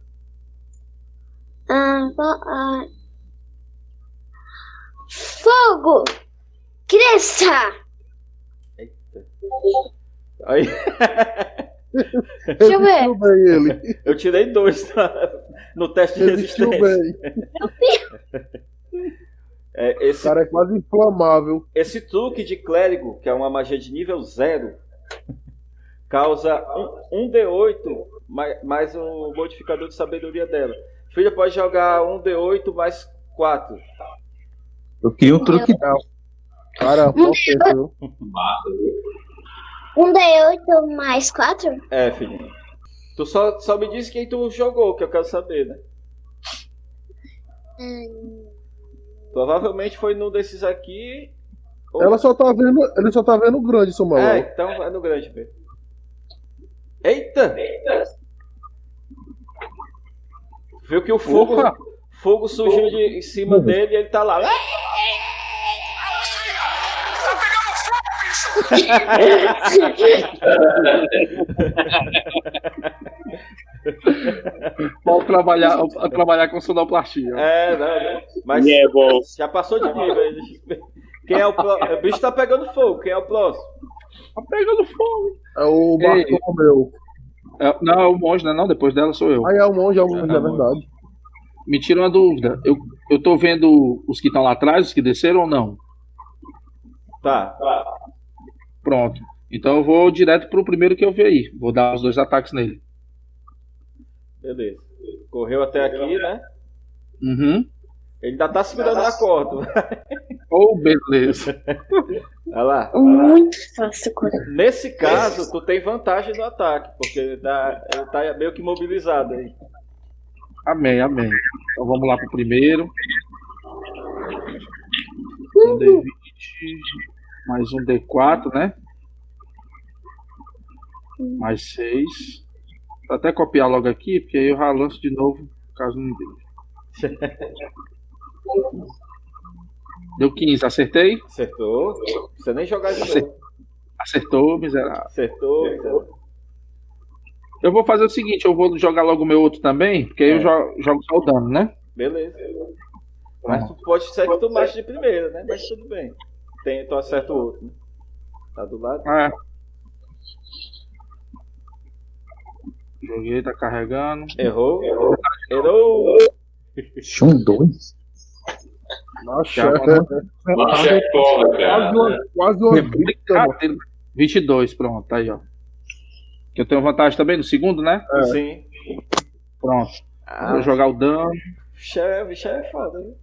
Speaker 8: Ah, bom, ah. Fogo! Cresça!
Speaker 2: Aí.
Speaker 8: eu ver.
Speaker 3: Resistiu bem ele.
Speaker 2: Eu tirei dois na- no teste de
Speaker 3: Resistiu
Speaker 2: resistência.
Speaker 3: bem.
Speaker 2: É,
Speaker 3: O
Speaker 2: esse,
Speaker 3: cara é quase inflamável.
Speaker 2: esse truque de clérigo, que é uma magia de nível zero, causa um, um D8 mais, mais o modificador de sabedoria dela. Filha pode jogar um D8 mais 4.
Speaker 6: Eu queria um truque down.
Speaker 3: Cara,
Speaker 8: Não
Speaker 3: posso ter, viu?
Speaker 4: Massa, viu?
Speaker 8: Um D8 mais 4?
Speaker 2: É, filhinho. Tu só, só me diz quem tu jogou, que eu quero saber, né? Provavelmente foi num desses aqui. ou-
Speaker 3: Ela só tá vendo. Ele só tá vendo o grande, Samuel.
Speaker 2: É, então vai no grande mesmo. Eita! Viu que o fogo,
Speaker 5: (laughs) Opa!
Speaker 2: fogo surgiu de, em cima dele e ele tá lá.
Speaker 5: Pode trabalhar, pode trabalhar com sonoplastia.
Speaker 2: É, não, né? Mas
Speaker 7: É bom.
Speaker 2: já passou de nível. aí. Quem é o próximo? O bicho tá pegando fogo, quem é o próximo?
Speaker 5: Tá pegando fogo.
Speaker 3: É o Bartolomeu.
Speaker 5: É, não, é o monge, né? Não, depois dela sou eu.
Speaker 3: Aí é o monge, é o monge, é
Speaker 2: Tá bom.
Speaker 3: verdade.
Speaker 5: Me tira uma dúvida. Eu, eu tô vendo os que estão lá atrás, os que desceram ou não?
Speaker 2: Tá,
Speaker 5: Pronto. Então eu vou direto pro primeiro que eu vi aí. Vou dar os dois ataques nele.
Speaker 2: beleza. Correu até aqui, né?
Speaker 5: Uhum.
Speaker 2: Ele ainda tá segurando na corda.
Speaker 5: Oh, beleza.
Speaker 2: Olha lá.
Speaker 8: (laughs) Muito fácil, cara.
Speaker 2: Nesse caso, tu tem vantagem no ataque, porque ele tá, ele tá meio que mobilizado aí.
Speaker 5: Amém, amém. Então vamos lá pro primeiro. Um D20. Mais um D4, né? Mais seis. Vou até copiar logo aqui, porque aí eu já lanço de novo, caso não dê. Deu 15, acertei?
Speaker 2: Acertou. Não precisa nem jogar de novo.
Speaker 5: Acertou, miserável.
Speaker 2: Acertou. acertou.
Speaker 5: Eu vou fazer o seguinte, eu vou jogar logo o meu outro também, porque aí eu jo- jogo só o dano, né?
Speaker 2: Beleza. Mas tu pode ser que tu mate de primeira, né? Mas tudo bem. Tem, tu acerta o outro, né? Tá do lado.
Speaker 5: É. Joguei, tá carregando.
Speaker 2: Errou. Errou.
Speaker 6: Um, dois.
Speaker 3: Nossa,
Speaker 5: Já,
Speaker 3: é.
Speaker 4: Nossa, é foda, cara.
Speaker 3: quase uma, quase uma brita, mano.
Speaker 5: Brincadeira. 22, pronto, tá aí, ó. Que eu tenho vantagem também no segundo, né?
Speaker 2: Sim.
Speaker 5: Pronto.
Speaker 2: Ah,
Speaker 5: Vou jogar o dano.
Speaker 2: bicho é, bicho é foda, né?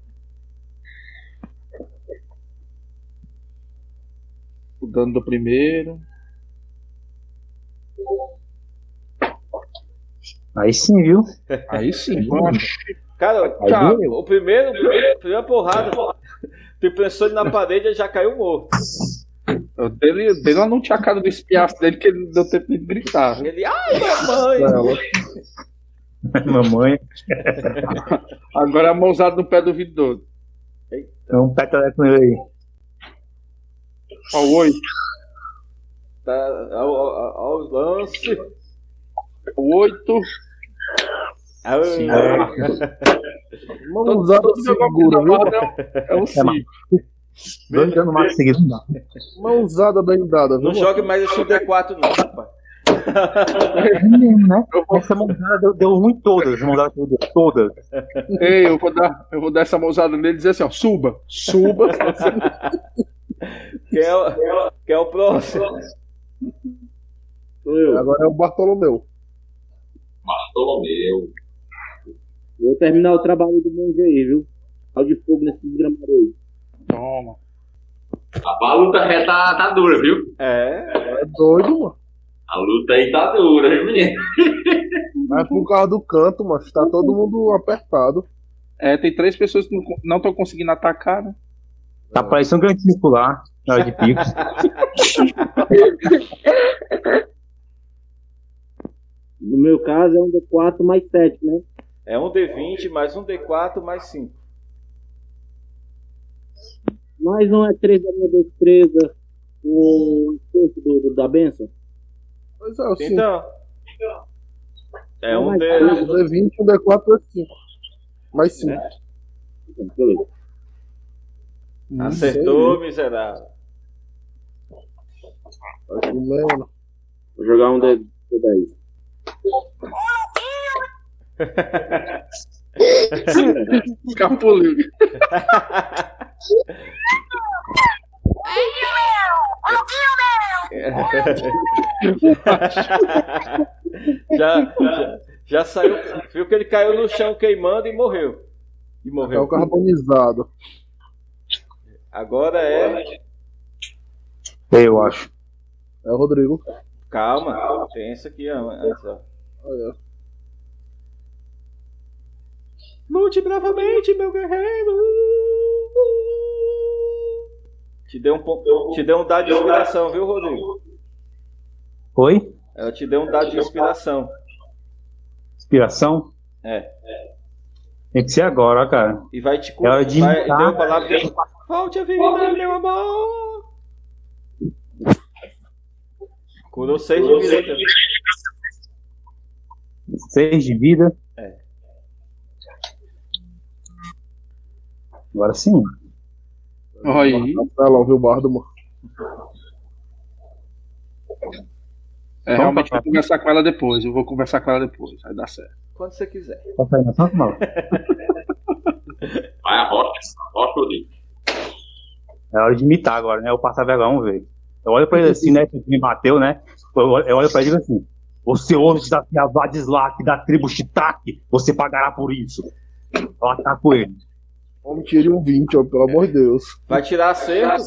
Speaker 5: O dano do primeiro.
Speaker 6: Aí sim, viu? (laughs)
Speaker 5: Aí sim, foi uma
Speaker 2: Cara,
Speaker 6: Aí
Speaker 2: tá,
Speaker 6: doeu.
Speaker 2: o primeiro, a primeira porrada, tu pensou ele na parede e já caiu um morto.
Speaker 5: Eu dei, dei lá no tchacado do espiaço dele que ele não deu tempo de gritar.
Speaker 2: Ele, ai, mamãe!
Speaker 3: Ela.
Speaker 6: Mamãe.
Speaker 5: Agora a mãozada no pé do vidro.
Speaker 6: É um peteleco nele aí.
Speaker 5: Ó, o 8.
Speaker 2: Tá, ao, ao, ao lance.
Speaker 5: O 8.
Speaker 2: Ao-
Speaker 6: É,
Speaker 3: Vamos usar
Speaker 5: Todo
Speaker 3: segura, viu?
Speaker 5: jogo é um 5.
Speaker 6: Dois anos mais seguidos não dá.
Speaker 3: Mão usada bem dada, viu?
Speaker 2: Não jogue mais esse D4 não, rapaz.
Speaker 6: É mesmo, né? Essa mãozada deu, deu ruim todas. Essa mãozada que eu dei, todas.
Speaker 5: Ei, eu vou dar, eu vou dar essa mãozada nele e dizer assim, ó, suba, suba.
Speaker 2: Quem é, o- quem é o próximo?
Speaker 3: Agora é o Bartolomeu.
Speaker 4: Bartolomeu.
Speaker 7: Vou terminar o trabalho do monge aí, viu? Ao de fogo nesse desgramado aí.
Speaker 5: Toma.
Speaker 4: A, a luta é, tá, tá dura, viu?
Speaker 2: É,
Speaker 3: É doido, mano.
Speaker 4: A luta aí tá dura, viu, menino?
Speaker 3: Mas por causa do canto, mano.
Speaker 8: Uhum.
Speaker 3: Tá todo mundo apertado.
Speaker 5: É, tem três pessoas que não co- não estão conseguindo atacar, né?
Speaker 6: Tá parecendo um grandinho lá. Na hora de pico.
Speaker 7: No meu caso é um D4 mais 7, né?
Speaker 2: é um D20 mais um D4 mais 5.
Speaker 7: Mais um é 3 da minha destreza. O tempo do, do- da benção.
Speaker 3: Pois é, o 5.
Speaker 2: Então. É um D.
Speaker 3: Um D20, um D4 e outro 5. Mais 5.
Speaker 5: É.
Speaker 7: Beleza.
Speaker 2: Acertou, miserável.
Speaker 3: Tá comendo.
Speaker 7: Vou jogar um D- foi 10.
Speaker 5: Escapuliu.
Speaker 2: já, já, já saiu. Viu que ele caiu no chão queimando e morreu. E
Speaker 3: É o
Speaker 2: morreu.
Speaker 3: carbonizado.
Speaker 2: Agora é.
Speaker 6: Eu acho.
Speaker 3: É o Rodrigo.
Speaker 2: Calma, pensa aqui ó, antes, ó.
Speaker 3: Aí, ó.
Speaker 2: Lute bravamente, meu guerreiro. Te deu um, pon- te deu um dado de inspiração, viu, Rodrigo?
Speaker 6: Oi?
Speaker 2: Ela te deu um dado de inspiração.
Speaker 6: Inspiração?
Speaker 2: É.
Speaker 6: Tem que ser agora, ó, cara.
Speaker 2: E vai te
Speaker 6: Ela
Speaker 2: vai,
Speaker 6: de
Speaker 2: e deu a
Speaker 6: imitar.
Speaker 2: palavra de... Volte a vida, meu amor. Curou seis de vida. então.
Speaker 6: Seis de vida.
Speaker 2: É.
Speaker 6: Agora sim.
Speaker 5: Olha aí.
Speaker 3: Marcelão, viu, Bardo, mano?
Speaker 5: É, realmente vou conversar com ela depois. Eu vou conversar com ela depois. Vai dar certo.
Speaker 2: Quando você quiser.
Speaker 6: Tá saindo tanto mal.
Speaker 4: Vai, arrocha, arrocha, Rodrigo.
Speaker 6: É hora de imitar agora, né? Eu passar vergonha, vamos ver. Eu olho pra ele assim, né? Que me bateu, né? Eu olho, eu olho pra ele e digo assim: Você ouve desafiar Vladislav da tribo Chitaque, você pagará por isso. Eu ataco ele.
Speaker 3: Homem, tire um 20, ó, pelo amor de Deus.
Speaker 2: Vai tirar acerto?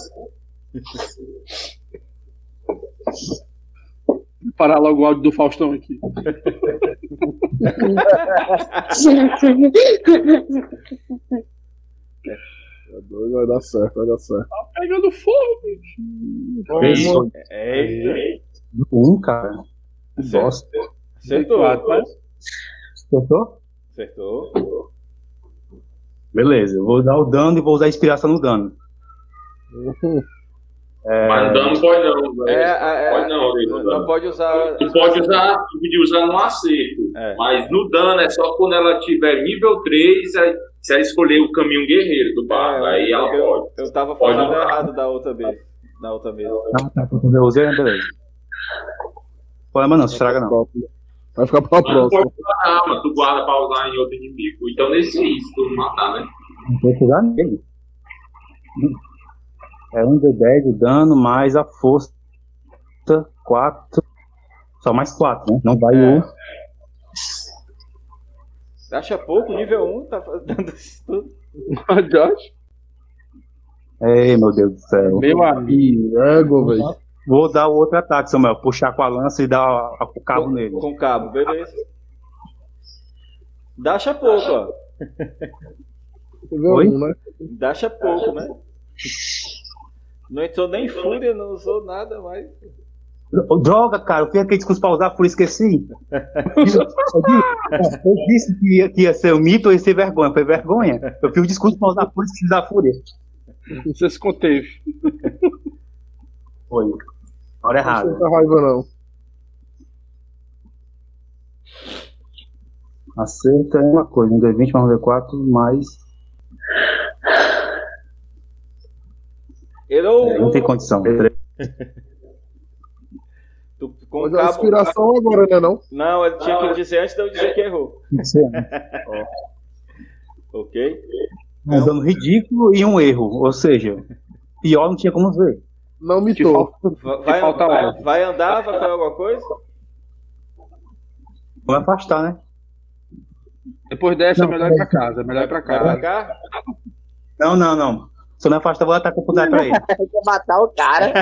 Speaker 5: Vou parar logo o áudio do Faustão aqui.
Speaker 3: É doido, vai dar certo, vai dar certo.
Speaker 5: Pegando fogo.
Speaker 6: Isso.
Speaker 2: Eita.
Speaker 6: Um, cara. Bosta.
Speaker 2: Acertou.
Speaker 6: Acertou?
Speaker 2: Acertou.
Speaker 6: Beleza, eu vou dar o dano e vou usar a inspiração no dano. É,
Speaker 4: Mas dano pode não,
Speaker 2: É,
Speaker 4: velho.
Speaker 2: é, é,
Speaker 4: Pode não, Rodrigo.
Speaker 2: não
Speaker 4: dano.
Speaker 2: pode usar.
Speaker 4: Tu pode usar, tu podia usar no acerto.
Speaker 2: É.
Speaker 4: Mas no dano é só quando ela tiver nível 3, aí, se ela escolher o caminho guerreiro do
Speaker 2: É,
Speaker 4: barco, aí ela
Speaker 2: eu,
Speaker 4: pode.
Speaker 2: Eu tava
Speaker 4: Pode
Speaker 2: falando
Speaker 4: usar.
Speaker 2: errado da outra vez. Da outra vez.
Speaker 6: Ah, tá. Quando eu usei, né? Beleza. Problema não, se estraga não.
Speaker 3: Vai ficar pra
Speaker 4: Tu
Speaker 3: próxima.
Speaker 4: pode usar a arma, tu guarda pra usar em outro inimigo. Então nesse aí, se tu não matar, né?
Speaker 6: Não tem que usar nele. É 1 de 10 o dano mais a força. 4. Só mais 4, né? Não vai
Speaker 2: É.
Speaker 6: o.
Speaker 2: Acha pouco, nível 1 tá (laughs) dando isso tudo.
Speaker 5: Josh?
Speaker 6: Ei, meu Deus do céu.
Speaker 5: Meu amigo.
Speaker 3: Ih, ego, velho.
Speaker 6: Vou dar o outro ataque, Samuel. Puxar com a lança e dar a- a- o cabo
Speaker 2: com,
Speaker 6: nele.
Speaker 2: Com cabo, beleza. Dacha pouco, ó.
Speaker 3: Nível
Speaker 6: Oi?
Speaker 3: um, né?
Speaker 2: Dacha pouco, né? Não entrou nem fúria, não usou nada mais.
Speaker 6: Ô, Droga, cara, eu fiz aquele discurso pra usar, por isso (laughs) esqueci. Eu disse- Eu disse que ia, que ia ser um mito ou ia ser vergonha. Foi vergonha. Eu fiz o discurso pra usar, por isso que dá fúria.
Speaker 5: Você se conteve.
Speaker 6: Foi. Na hora
Speaker 3: Não
Speaker 6: errada.
Speaker 3: sinta tá raiva, não.
Speaker 6: Acerta é uma coisa, um D20 mais um D4, mais.
Speaker 2: Errou! um,
Speaker 6: É, não tem condição.
Speaker 2: Tu- com
Speaker 3: Mas
Speaker 2: o
Speaker 3: é a
Speaker 2: cabo.
Speaker 3: inspiração agora, né, não?
Speaker 2: Não, ele tinha
Speaker 4: é.
Speaker 2: que dizer antes de eu dizer que errou.
Speaker 6: né?
Speaker 2: Ok?
Speaker 6: Um dano ridículo e um erro. Ou seja, pior não tinha como ver.
Speaker 3: Não
Speaker 5: Te
Speaker 3: mitou.
Speaker 5: falta,
Speaker 2: Va-
Speaker 5: te
Speaker 2: Vai,
Speaker 5: falta
Speaker 2: vai,
Speaker 6: um.
Speaker 5: algo.
Speaker 2: vai andar, vai fazer alguma coisa?
Speaker 6: Vamos afastar, né?
Speaker 5: Depois dessa
Speaker 6: Não,
Speaker 5: é melhor ir pra casa. É melhor ir pra
Speaker 2: Vai pra
Speaker 5: casa.
Speaker 2: cá?
Speaker 6: Não, não, não. Se eu não afastar, eu vou atacar com o dado pra (laughs) ele.
Speaker 7: Tem que matar o (laughs) cara.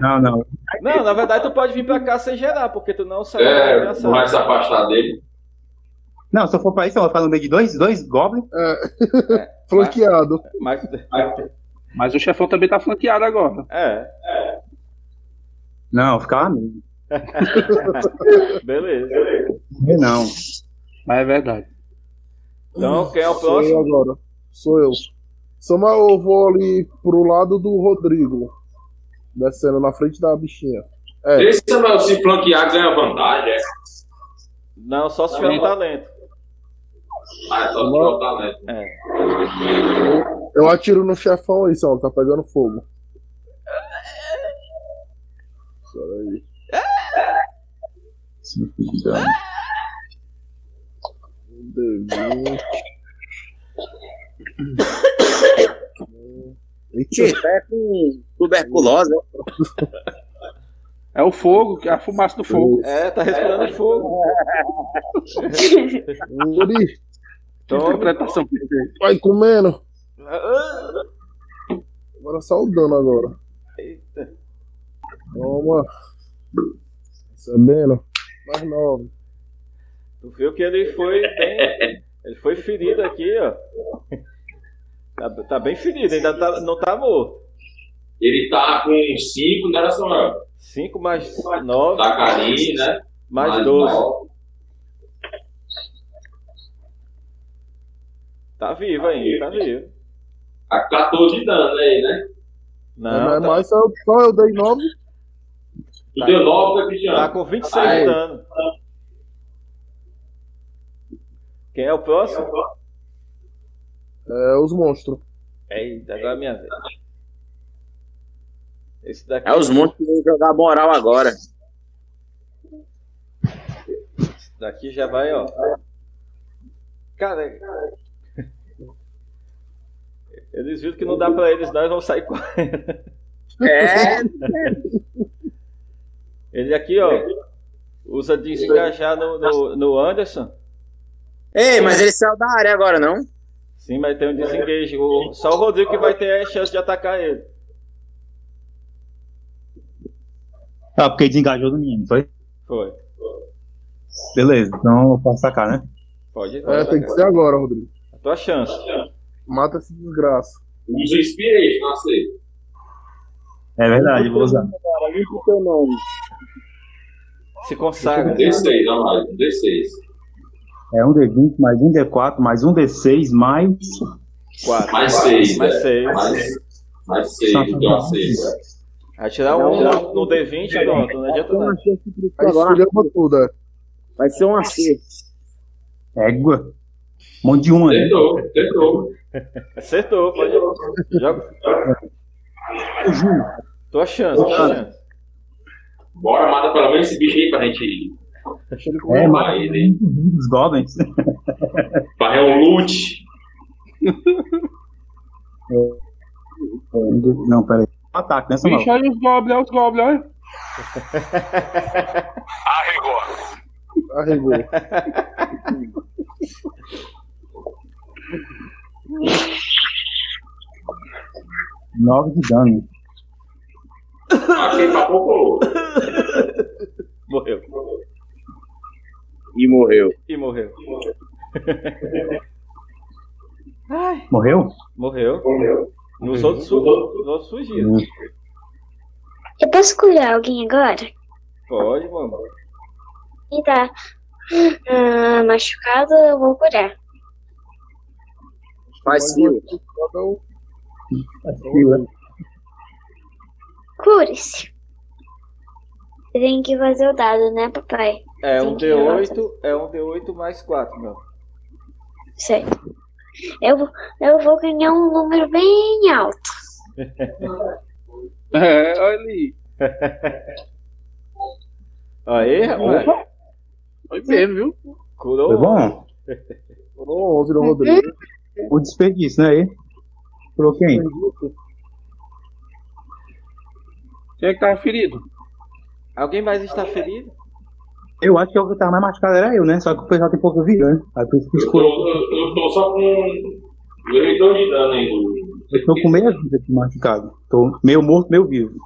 Speaker 6: Não, não.
Speaker 2: Não, na verdade tu pode vir pra cá sem gerar, porque tu não saiu da
Speaker 4: É,
Speaker 2: criação.
Speaker 4: não vai se afastar dele.
Speaker 6: Não, se eu for pra isso, eu vou ficar no meio de dois, dois goblins.
Speaker 3: Flanqueado.
Speaker 2: Mas,
Speaker 5: Mas o chefão também tá flanqueado agora.
Speaker 2: é,
Speaker 6: Não, ficar lá mesmo.
Speaker 2: beleza.
Speaker 6: Morrer Não.
Speaker 5: Mas é verdade.
Speaker 2: Então, quem é o
Speaker 3: Sou eu
Speaker 2: próximo?
Speaker 3: agora. Sou eu. Samuel, eu vou ali pro lado do Rodrigo. Descendo na frente da bichinha. É.
Speaker 4: Esse Samuel se flanquear ganha vantagem, é.
Speaker 2: Não, só se tiver um talento.
Speaker 4: Ah, é só se botar, né?
Speaker 3: Eu atiro no chefão aí, Samuel, tá pegando fogo. Espera aí. Um D20. Eita,
Speaker 7: Tito, é com tuberculose. né?
Speaker 5: É o fogo, que é a fumaça do fogo.
Speaker 2: É, tá respirando fogo.
Speaker 3: guri,
Speaker 5: Que
Speaker 2: Tome.
Speaker 5: é interpretação que ele fez.
Speaker 3: vai comendo.
Speaker 2: Ah,
Speaker 3: Agora só o dano agora.
Speaker 2: Eita.
Speaker 3: Toma. Recebendo. Mais nove.
Speaker 2: Tu viu que ele foi bem. Ele foi ferido aqui, ó. Tá, tá bem ferido, ainda tá- não tá morto.
Speaker 4: Ele tá com 5, né, Samuel?
Speaker 2: 5 mais 9,
Speaker 4: Da Karine, né?
Speaker 2: mais 12.
Speaker 4: nove.
Speaker 2: Tá vivo ainda, tá vivo.
Speaker 4: Tá 14 de dano aí, né?
Speaker 5: Ah,
Speaker 3: Não,
Speaker 2: Não,
Speaker 3: é
Speaker 2: tá,
Speaker 3: mais só eu, só eu dei nove.
Speaker 4: Tu deu 9, né, Cristiano?
Speaker 2: tá com 26
Speaker 4: Aí.
Speaker 2: de dano. Quem é o próximo?
Speaker 3: É, os monstros.
Speaker 2: Eita, agora é minha vez. Esse daqui,
Speaker 7: É os montes que vão jogar moral agora.
Speaker 2: esse daqui já vai, ó. Cara, (laughs) eles viram que não dá pra eles, não, eles vão sair com.
Speaker 7: É,
Speaker 2: Ele aqui, ó, usa desengajar no, no, no Anderson.
Speaker 7: Ei, mas ele saiu da área agora, não?
Speaker 2: Sim, mas tem um desengage. O- Só o Rodrigo que vai ter a chance de atacar ele.
Speaker 6: Ah, porque desengajou do menino, foi?
Speaker 2: Foi.
Speaker 6: Beleza, então eu posso sacar, né?
Speaker 2: Pode
Speaker 5: Ah,
Speaker 3: É, tem
Speaker 5: tá.
Speaker 3: que ser agora, Rodrigo.
Speaker 2: A tua chance.
Speaker 3: Mata esse desgraça.
Speaker 4: Usa o Inspiration, nasceu.
Speaker 6: É verdade, vou usar.
Speaker 2: Se consagra.
Speaker 4: 16, olha lá, 16.
Speaker 6: É um D20, mais um D4, mais um D6, mais.
Speaker 2: Quatro.
Speaker 4: Mais né? 6,
Speaker 2: Mais seis.
Speaker 4: Mais, mais 6, então 6.
Speaker 2: Atirar um no, no D20 pronto. Não
Speaker 5: Tá.
Speaker 2: adianta nada.
Speaker 3: Aí escolhemos tudo, é.
Speaker 7: Vai ser um acerto.
Speaker 6: Égua. Um monte de um aí.
Speaker 4: Tentou, tentou.
Speaker 2: Acertou. Pode Joga. Tua chance. Tua chance.
Speaker 4: Bora, mata pelo menos esse bicho aí pra gente ir.
Speaker 3: Deixa ele comer.
Speaker 6: É, mas
Speaker 4: Pra ele.
Speaker 6: os goblins.
Speaker 4: Barrer um loot.
Speaker 6: Não, peraí. Ataque, né, Samuel?
Speaker 5: Vixe, olha os goblins, olha os goblins, olha. (laughs)
Speaker 3: Arregou.
Speaker 6: Nove de dano.
Speaker 4: Achei pra pouco.
Speaker 2: Morreu.
Speaker 7: E morreu.
Speaker 2: E morreu.
Speaker 6: Morreu?
Speaker 2: Morreu.
Speaker 4: Morreu.
Speaker 2: Nos outros, su- nos outros fugiram.
Speaker 8: Eu posso escolher alguém agora?
Speaker 2: Pode, mano.
Speaker 8: Quem tá ah, machucado, eu vou curar.
Speaker 7: Faz sim.
Speaker 8: Cure-se. Tem que fazer o dado, né, papai?
Speaker 2: É um D8. É um D8 mais 4, meu.
Speaker 8: Certo. Eu, vou- eu vou ganhar um número bem alto.
Speaker 5: É, olha ali.
Speaker 2: Aí, rapaz.
Speaker 5: Opa. Foi mesmo, viu?
Speaker 2: Curou.
Speaker 6: Foi bom?
Speaker 3: Rolou 11 no Rodrigo.
Speaker 6: O desperdício, né? Aí. Falou quem?
Speaker 5: Quem é que tava ferido?
Speaker 2: Alguém mais está ferido?
Speaker 6: Eu acho que é o que tava mais machucado era eu, né? Só que o pessoal tem pouca vida, né? Aí por isso que
Speaker 4: Eu
Speaker 6: escuro.
Speaker 4: tô, eu, eu tô só com. Eu dei dois de dano aí. do-
Speaker 6: Eu tô com meia vida aqui machucado. Tô meio morto, meio vivo.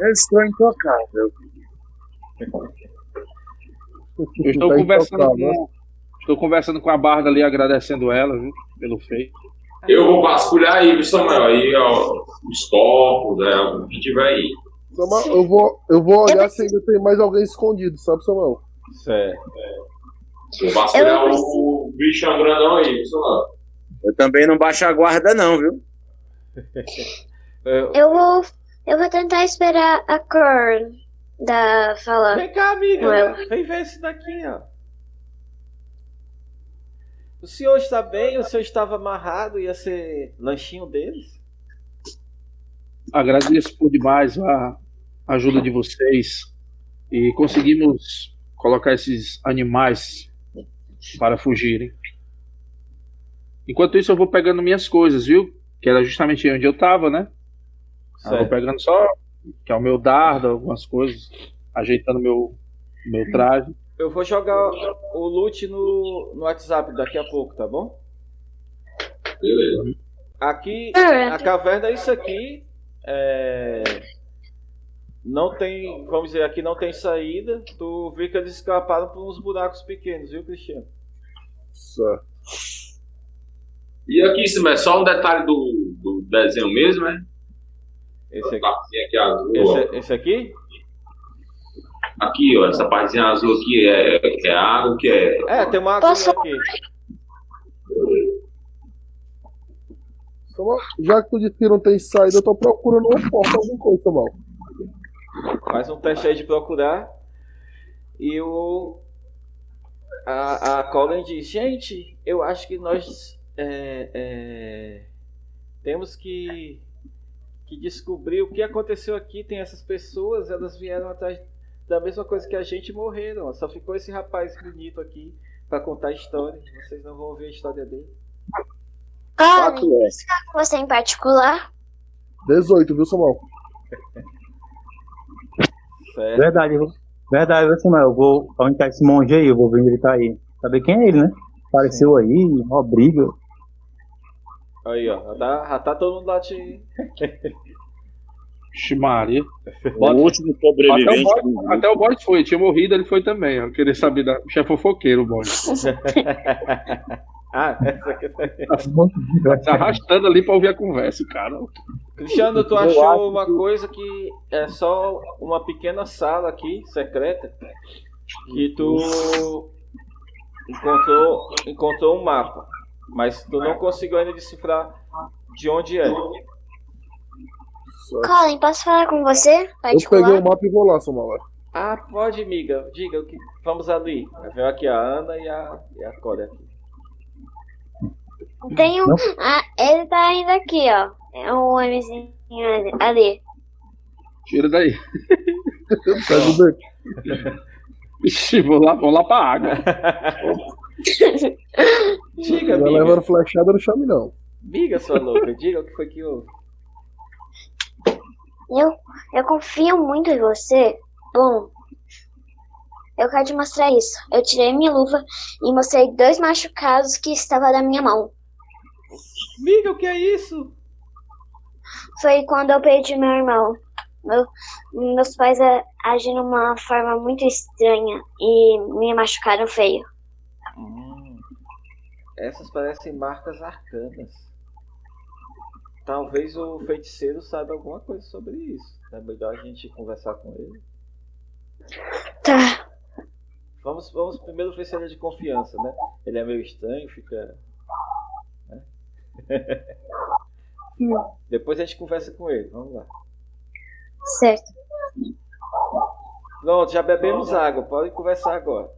Speaker 7: Eu estou intocável.
Speaker 5: Eu estou
Speaker 3: Tá
Speaker 5: conversando
Speaker 3: intocável, né?
Speaker 5: com. Estou conversando com a Barda ali, agradecendo ela, viu? Pelo feito.
Speaker 4: Eu vou vasculhar aí, viu, Samuel? Aí, ó, os corpos, né? O que tiver aí.
Speaker 3: Samuel, Eu vou, eu vou
Speaker 5: É,
Speaker 3: olhar se ainda tem mais alguém escondido, sabe, Samuel?
Speaker 2: Certo.
Speaker 4: Vou vasculhar
Speaker 8: Eu não
Speaker 4: o bichão grandão aí, viu, Samuel?
Speaker 7: Eu também não baixo a guarda, não, viu?
Speaker 2: É,
Speaker 8: Eu vou, eu vou tentar esperar a cor da falar.
Speaker 2: Vem cá, amiga.
Speaker 8: Ué.
Speaker 2: Vem ver esse daqui, ó. O senhor está bem? O senhor estava amarrado? Ia ser lanchinho deles?
Speaker 5: Agradeço por demais a ajuda de vocês. E conseguimos colocar esses animais para fugirem. Enquanto isso, eu vou pegando minhas coisas, viu? Que era justamente onde eu tava, né? Aí Eu vou
Speaker 2: Certo.
Speaker 5: pegando só, que é o meu dardo, algumas coisas, ajeitando meu, meu traje.
Speaker 2: Eu vou jogar o loot no, no WhatsApp daqui a pouco, tá bom?
Speaker 4: Beleza.
Speaker 2: Aqui,
Speaker 8: Certo.
Speaker 2: a caverna é isso aqui. é, Não tem, vamos dizer, aqui não tem saída. Tu vê que eles escaparam por uns buracos pequenos, viu, Cristiano?
Speaker 3: Certo.
Speaker 4: E aqui, sim, é só um detalhe do, do desenho mesmo, né?
Speaker 2: Esse
Speaker 4: Essa
Speaker 2: aqui.
Speaker 4: partezinha aqui é azul, ó.
Speaker 2: Esse, é- esse aqui?
Speaker 4: Aqui, ó, essa partezinha azul aqui é, é água, que é.
Speaker 2: É, tem uma
Speaker 8: Posso-
Speaker 2: aguinha aqui.
Speaker 3: Samuel, já que tu disse que não tem saída, eu tô procurando uma porta, alguma coisa, Samuel.
Speaker 2: Faz um teste aí de procurar. E o. A, a Colin diz: Gente, eu acho que nós é, é, temos que, que descobrir o que aconteceu aqui. Tem essas pessoas, elas vieram atrás da mesma coisa que a gente e morreram. Só ficou esse rapaz bonito aqui pra contar a história. Vocês não vão ouvir a história dele.
Speaker 8: Colin,
Speaker 7: Fato é.
Speaker 8: você em particular?
Speaker 3: 18, viu, Samuel?
Speaker 2: Certo?
Speaker 6: É. Verdade, viu? verdade, viu, Samuel? Eu vou. Onde tá esse monge aí? Eu vou ver onde ele tá aí. Saber quem é ele, né? Apareceu aí, ó, briga.
Speaker 2: Aí, ó. Já tá, já tá todo mundo lá te.
Speaker 5: Vixe, Maria.
Speaker 7: O último sobrevivente.
Speaker 5: Até o Boris- Até o Boris foi, tinha morrido, ele foi também. Eu queria saber da. Chefe fofoqueiro, o Boris.
Speaker 2: Ah, essa aqui.
Speaker 5: Se Tá arrastando ali pra ouvir a conversa, cara.
Speaker 2: Cristiano, tu
Speaker 6: Eu
Speaker 2: achou
Speaker 6: acho
Speaker 2: uma
Speaker 6: que-
Speaker 2: coisa que é só uma pequena sala aqui, secreta, que tu encontrou, encontrou um mapa, mas tu não conseguiu ainda descifrar de onde é.
Speaker 8: Colin, posso falar com você? em
Speaker 3: Eu peguei
Speaker 8: Particular?
Speaker 3: o mapa e vou lá, Samuel.
Speaker 2: Ah, pode, miga, diga o que. Vamos ali. Veio aqui a Ana e a, e a Cora aqui.
Speaker 8: Tem um.
Speaker 6: Não.
Speaker 8: Ah, ele tá indo aqui, ó. É um homenzinho ali- ali. (laughs)
Speaker 5: Tira daí.
Speaker 3: Pega o beco.
Speaker 5: Ixi, vou lá, vou lá pra água.
Speaker 3: Vai
Speaker 2: Diga, miga.
Speaker 3: né? levando flechada no chame, não.
Speaker 2: Miga, sua louca, diga o que foi que houve.
Speaker 8: Eu, eu confio muito em você. Bom, eu quero te mostrar isso. Eu tirei minha luva e mostrei dois machucados que estavam na minha mão.
Speaker 2: Miga, o que é isso?
Speaker 8: Foi quando eu perdi meu irmão. Meu- meus pais a- agiram de uma forma muito estranha e me machucaram feio.
Speaker 2: Hum, essas parecem marcas arcanas. Talvez o feiticeiro saiba alguma coisa sobre isso. É melhor a gente conversar com ele.
Speaker 8: Tá,
Speaker 2: Vamos, vamos primeiro ver se ele é de confiança, né? Ele é meio estranho, fica. né? Depois a gente conversa com ele. Vamos lá.
Speaker 8: certo.
Speaker 2: Pronto, já bebemos água. Pode conversar agora.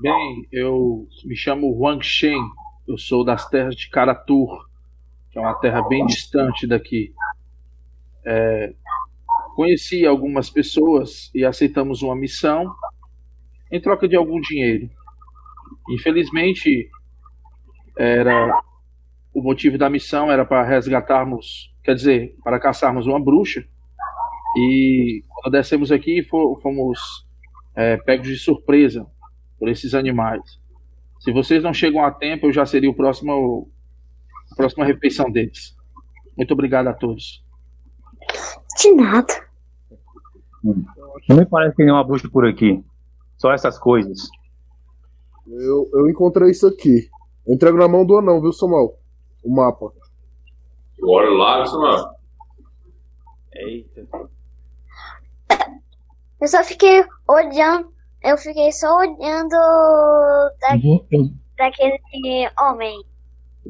Speaker 5: Bem, eu me chamo Wang Shen. Eu sou das terras de Karatur, que é uma terra bem distante daqui. É, conheci algumas pessoas e aceitamos uma missão em troca de algum dinheiro. Infelizmente, era o motivo da missão era para resgatarmos, quer dizer, para caçarmos uma bruxa. E quando descemos aqui, fo- fomos é, pegos de surpresa por esses animais. Se vocês não chegam a tempo, eu já seria o próximo, a próxima refeição deles. Muito obrigado a todos.
Speaker 8: De nada.
Speaker 6: Não me parece que tem nenhuma bruxa por aqui. Só essas coisas.
Speaker 3: Eu, eu encontrei isso aqui. Eu entrego na mão do anão, viu, Samuel? O mapa.
Speaker 4: Eu olho lá, isso, mano.
Speaker 2: Eita.
Speaker 8: Eu só fiquei olhando. Eu fiquei só olhando da- daquele homem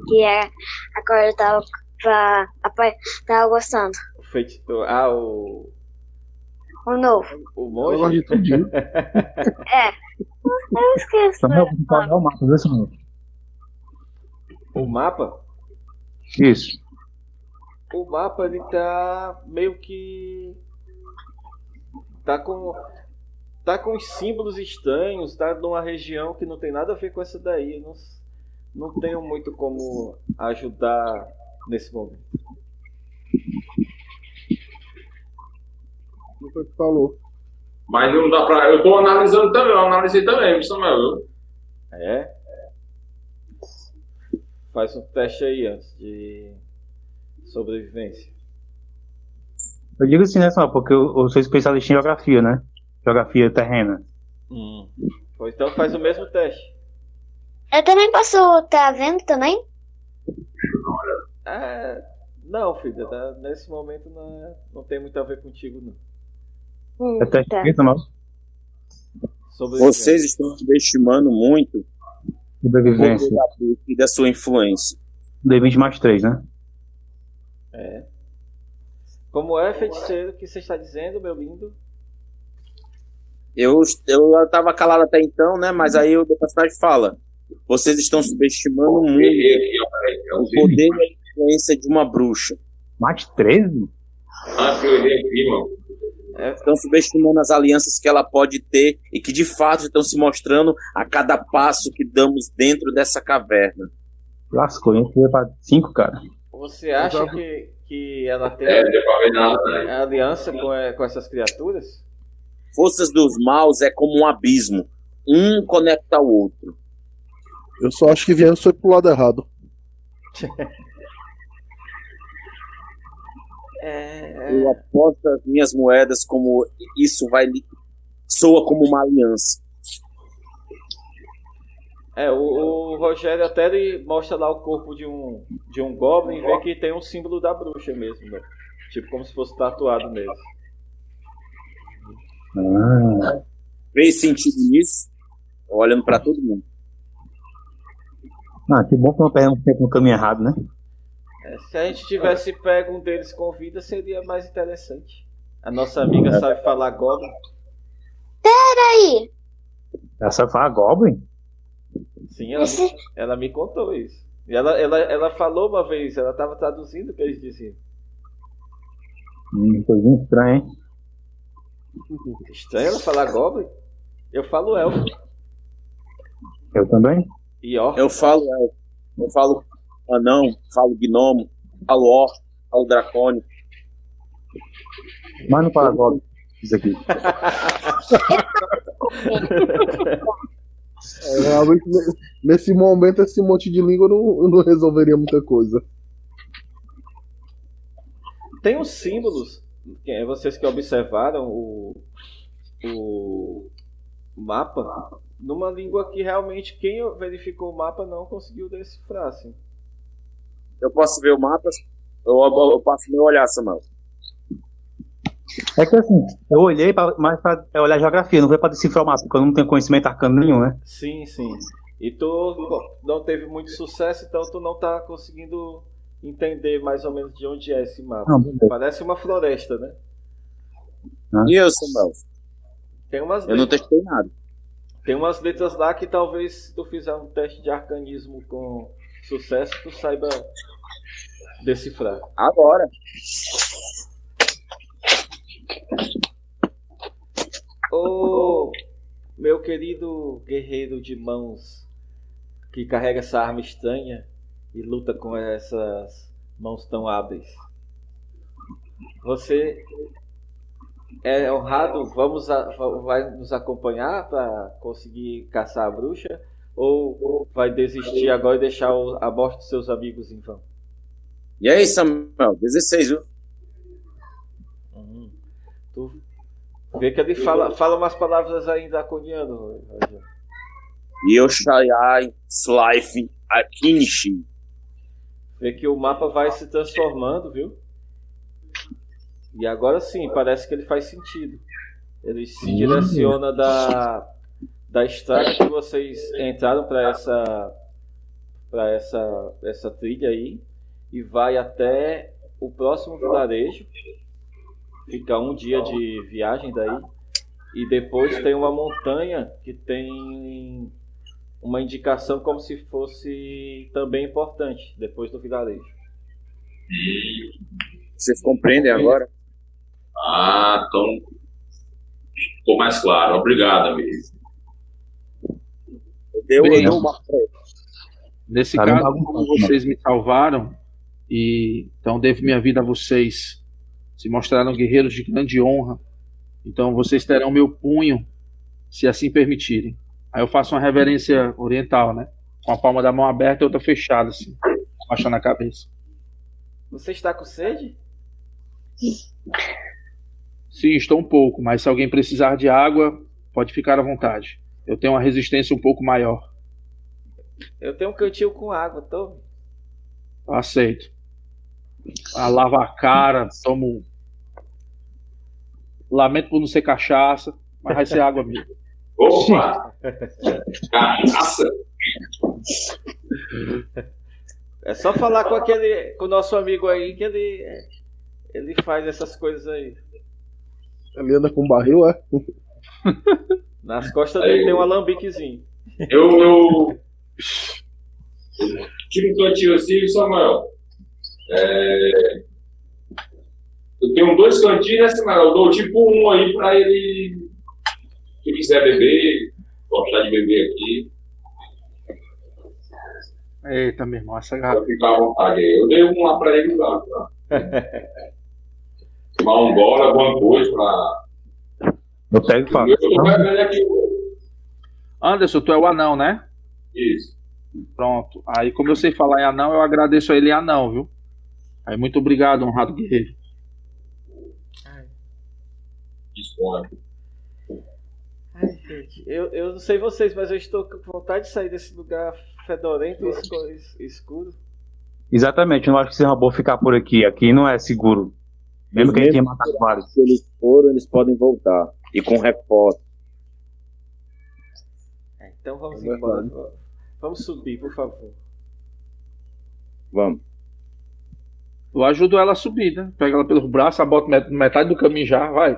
Speaker 8: que é, agora eu tava, pra- apa- tava gostando.
Speaker 2: O feiticeiro. Ah, o.
Speaker 8: O novo.
Speaker 2: O
Speaker 3: Eu gosto
Speaker 2: monge?
Speaker 3: de tudinho.
Speaker 8: Eu esqueci.
Speaker 6: Samuel, você pode dar o mapa, viu, Samuel?
Speaker 2: O mapa?
Speaker 6: Isso.
Speaker 2: O mapa ele tá meio que Tá com. Tá com os símbolos estranhos, tá numa região que não tem nada a ver com essa daí. Não, não tenho muito como ajudar nesse momento.
Speaker 3: Não foi o que falou.
Speaker 4: Mas não dá pra. Eu tô analisando também, eu analisei também, Samuel. viu?
Speaker 2: É? Faz um teste aí antes de sobrevivência.
Speaker 6: Eu digo assim, né, só porque eu, eu sou especialista em geografia, né? Geografia terrena.
Speaker 2: Hum. Ou então faz o mesmo teste.
Speaker 8: Eu também posso estar vendo também?
Speaker 2: Ah, não, filha, tá- nesse momento não, é- não tem muito a ver contigo, não.
Speaker 8: Hum,
Speaker 6: É teste
Speaker 8: tá.
Speaker 6: escrito, não?
Speaker 2: Sobrevivência.
Speaker 7: Vocês estão subestimando muito o poder
Speaker 6: Sobrevivência.
Speaker 7: da Duke e da sua influência.
Speaker 6: D20 mais 3, né?
Speaker 2: É. Como é feiticeiro que você está dizendo, meu lindo?
Speaker 7: Eu, eu tava calado até então, né? Mas aí o meu personagem fala: vocês estão subestimando muito
Speaker 4: Errei aqui, ó, peraí. É um
Speaker 7: o
Speaker 4: zero.
Speaker 7: poder e a influência de uma bruxa.
Speaker 6: Mais 13?
Speaker 4: Ah, que eu errei aqui, mano.
Speaker 7: Estão Então, subestimando as alianças que ela pode ter e que de fato estão se mostrando a cada passo que damos dentro dessa caverna.
Speaker 6: Lascou, hein? Fui pra 5, cara.
Speaker 2: Você acha
Speaker 3: já-
Speaker 2: que, que ela tem
Speaker 4: É, não deu pra ver nada, né?
Speaker 2: aliança com, eh, com essas criaturas?
Speaker 7: Forças dos maus é como um abismo. Um conecta o outro.
Speaker 3: Eu só acho que viemos foi pro lado errado.
Speaker 5: É.
Speaker 7: Eu aposto as minhas moedas como isso vai li- soa como uma aliança.
Speaker 2: É, o, o Rogério até ele mostra lá o corpo de um, de um Goblin e vê que tem um símbolo da bruxa mesmo, né? Tipo como se fosse tatuado mesmo.
Speaker 6: Ah,
Speaker 7: Fez sentido nisso? Olhando pra todo mundo.
Speaker 6: ah que bom que eu não perdemos tempo no caminho errado, né?
Speaker 2: É, se a gente tivesse pego um deles com vida, seria mais interessante. A nossa amiga sabe falar Goblin.
Speaker 8: Peraí,
Speaker 6: Essa foi a Goblin?
Speaker 2: Sim, ela,
Speaker 8: Esse-
Speaker 2: ela me contou isso. E ela, ela, ela falou uma vez, ela estava traduzindo o que eles diziam.
Speaker 6: Hum, coisinha estranha, hein?
Speaker 2: Estranho ela falar Goblin? Eu falo elfo.
Speaker 6: Eu também?
Speaker 2: E ó,
Speaker 7: Eu falo, elfo, eu falo anão, falo gnomo, falo orc, falo dracônico.
Speaker 6: Mas não fala Goblin. Isso aqui.
Speaker 3: É, realmente, ne- nesse momento, esse monte de língua não, não resolveria muita coisa.
Speaker 2: tem uns símbolos. que- é Vocês que observaram o, o mapa, numa língua que realmente quem verificou o mapa não conseguiu decifrar. Assim.
Speaker 7: Eu posso ver o mapa? Eu, eu, eu passo meu olhar, Samuel.
Speaker 6: É que assim, eu olhei pra, mais pra é, olhar a geografia, não foi pra decifrar o mapa, porque eu não tenho conhecimento arcano nenhum, né?
Speaker 2: Sim, sim. E tu pô, não teve muito sucesso, então tu não tá conseguindo entender mais ou menos de onde é esse mapa.
Speaker 6: Não, beleza.
Speaker 2: Parece uma floresta, né?
Speaker 7: E eu, Samuel?
Speaker 2: Tem umas,
Speaker 7: Eu não testei nada.
Speaker 2: tem umas letras lá que talvez se tu fizer um teste de arcanismo com sucesso, tu saiba decifrar.
Speaker 7: Agora.
Speaker 2: Ô, meu querido guerreiro de mãos que carrega essa arma estranha e luta com essas mãos tão hábeis. Você é honrado? Vamos a- va- vai nos acompanhar para conseguir caçar a bruxa? Ou vai desistir agora e deixar o- a morte dos seus amigos em vão?
Speaker 7: E aí, Samuel? 16, viu?
Speaker 2: Uhum. Tu vê que ele fala, fala umas palavras ainda aconiano, Rogério.
Speaker 7: Yoshayai Slife Akinshi.
Speaker 2: Vê que o mapa vai se transformando, viu? E agora sim, parece que ele faz sentido. Ele se direciona da, da estrada que vocês entraram para essa para essa essa trilha aí e vai até o próximo vilarejo. Fica um dia de viagem daí e depois tem uma montanha que tem uma indicação como se fosse também importante depois do vilarejo.
Speaker 7: Vocês compreendem agora?
Speaker 4: Ah, então. Ficou mais claro. Obrigado, amigo.
Speaker 7: Eu dei, eu
Speaker 5: Bem,
Speaker 7: dei um mapa pra ele.
Speaker 5: Nesse
Speaker 6: Tá
Speaker 5: caso,
Speaker 6: bagunçado,
Speaker 5: como vocês me salvaram, e então devo minha vida a vocês. Se mostraram guerreiros de grande honra. Então vocês terão meu punho, se assim permitirem. Aí eu faço uma reverência oriental, né? Com a palma da mão aberta e outra fechada, assim. Abaixando a cabeça.
Speaker 2: Você está com sede?
Speaker 5: Sim, estou um pouco, mas se alguém precisar de água, pode ficar à vontade. Eu tenho uma resistência um pouco maior.
Speaker 2: Eu tenho um cantil com água, tome.
Speaker 5: Eu aceito. Ah, lavo a cara, tomo. um- Lamento por não ser cachaça, mas vai ser água mesmo.
Speaker 4: Opa! Cachaça!
Speaker 2: É só falar com aquele, com o nosso amigo aí que ele, ele faz essas coisas aí.
Speaker 3: Ele anda com barril, é?
Speaker 2: Nas costas dele tem um alambiquezinho.
Speaker 4: Eu, eu... Tira um cantinho assim, Samuel. É, Eu tenho dois cantinhos, né, Samuel? Eu dou tipo um aí pra ele... Se quiser beber, gostar de beber aqui,
Speaker 5: (laughs) Eita, meu irmão, essa garrafa.
Speaker 4: pra ficar à vontade aí. Eu dei um lá pra ele, lá, pra... Tomar um bola, alguma coisa pra...
Speaker 6: Eu pego e
Speaker 4: O
Speaker 6: falo.
Speaker 4: meu não vai ganhar aqui.
Speaker 5: Anderson, tu é o anão, né?
Speaker 4: Isso.
Speaker 5: Pronto. Aí, como eu sei falar em anão, eu agradeço a ele em anão, viu? Aí, muito obrigado, honrado guerreiro.
Speaker 4: Dispõe.
Speaker 2: Ai, gente, eu, eu não sei vocês, mas eu estou com vontade de sair desse lugar fedorento e esco- es- escuro.
Speaker 6: Exatamente, eu não acho que seja uma boa ficar por aqui. Aqui não é seguro. Mesmo que a gente tenha matado vários.
Speaker 7: Se eles foram, eles podem voltar. E com reforço.
Speaker 2: É, Então vamos
Speaker 3: É verdade.
Speaker 2: embora. Vamos subir, por favor.
Speaker 7: Vamos.
Speaker 5: Eu ajudo ela a subir, né? Pega ela pelo braço, a bota met- metade do caminho já, vai.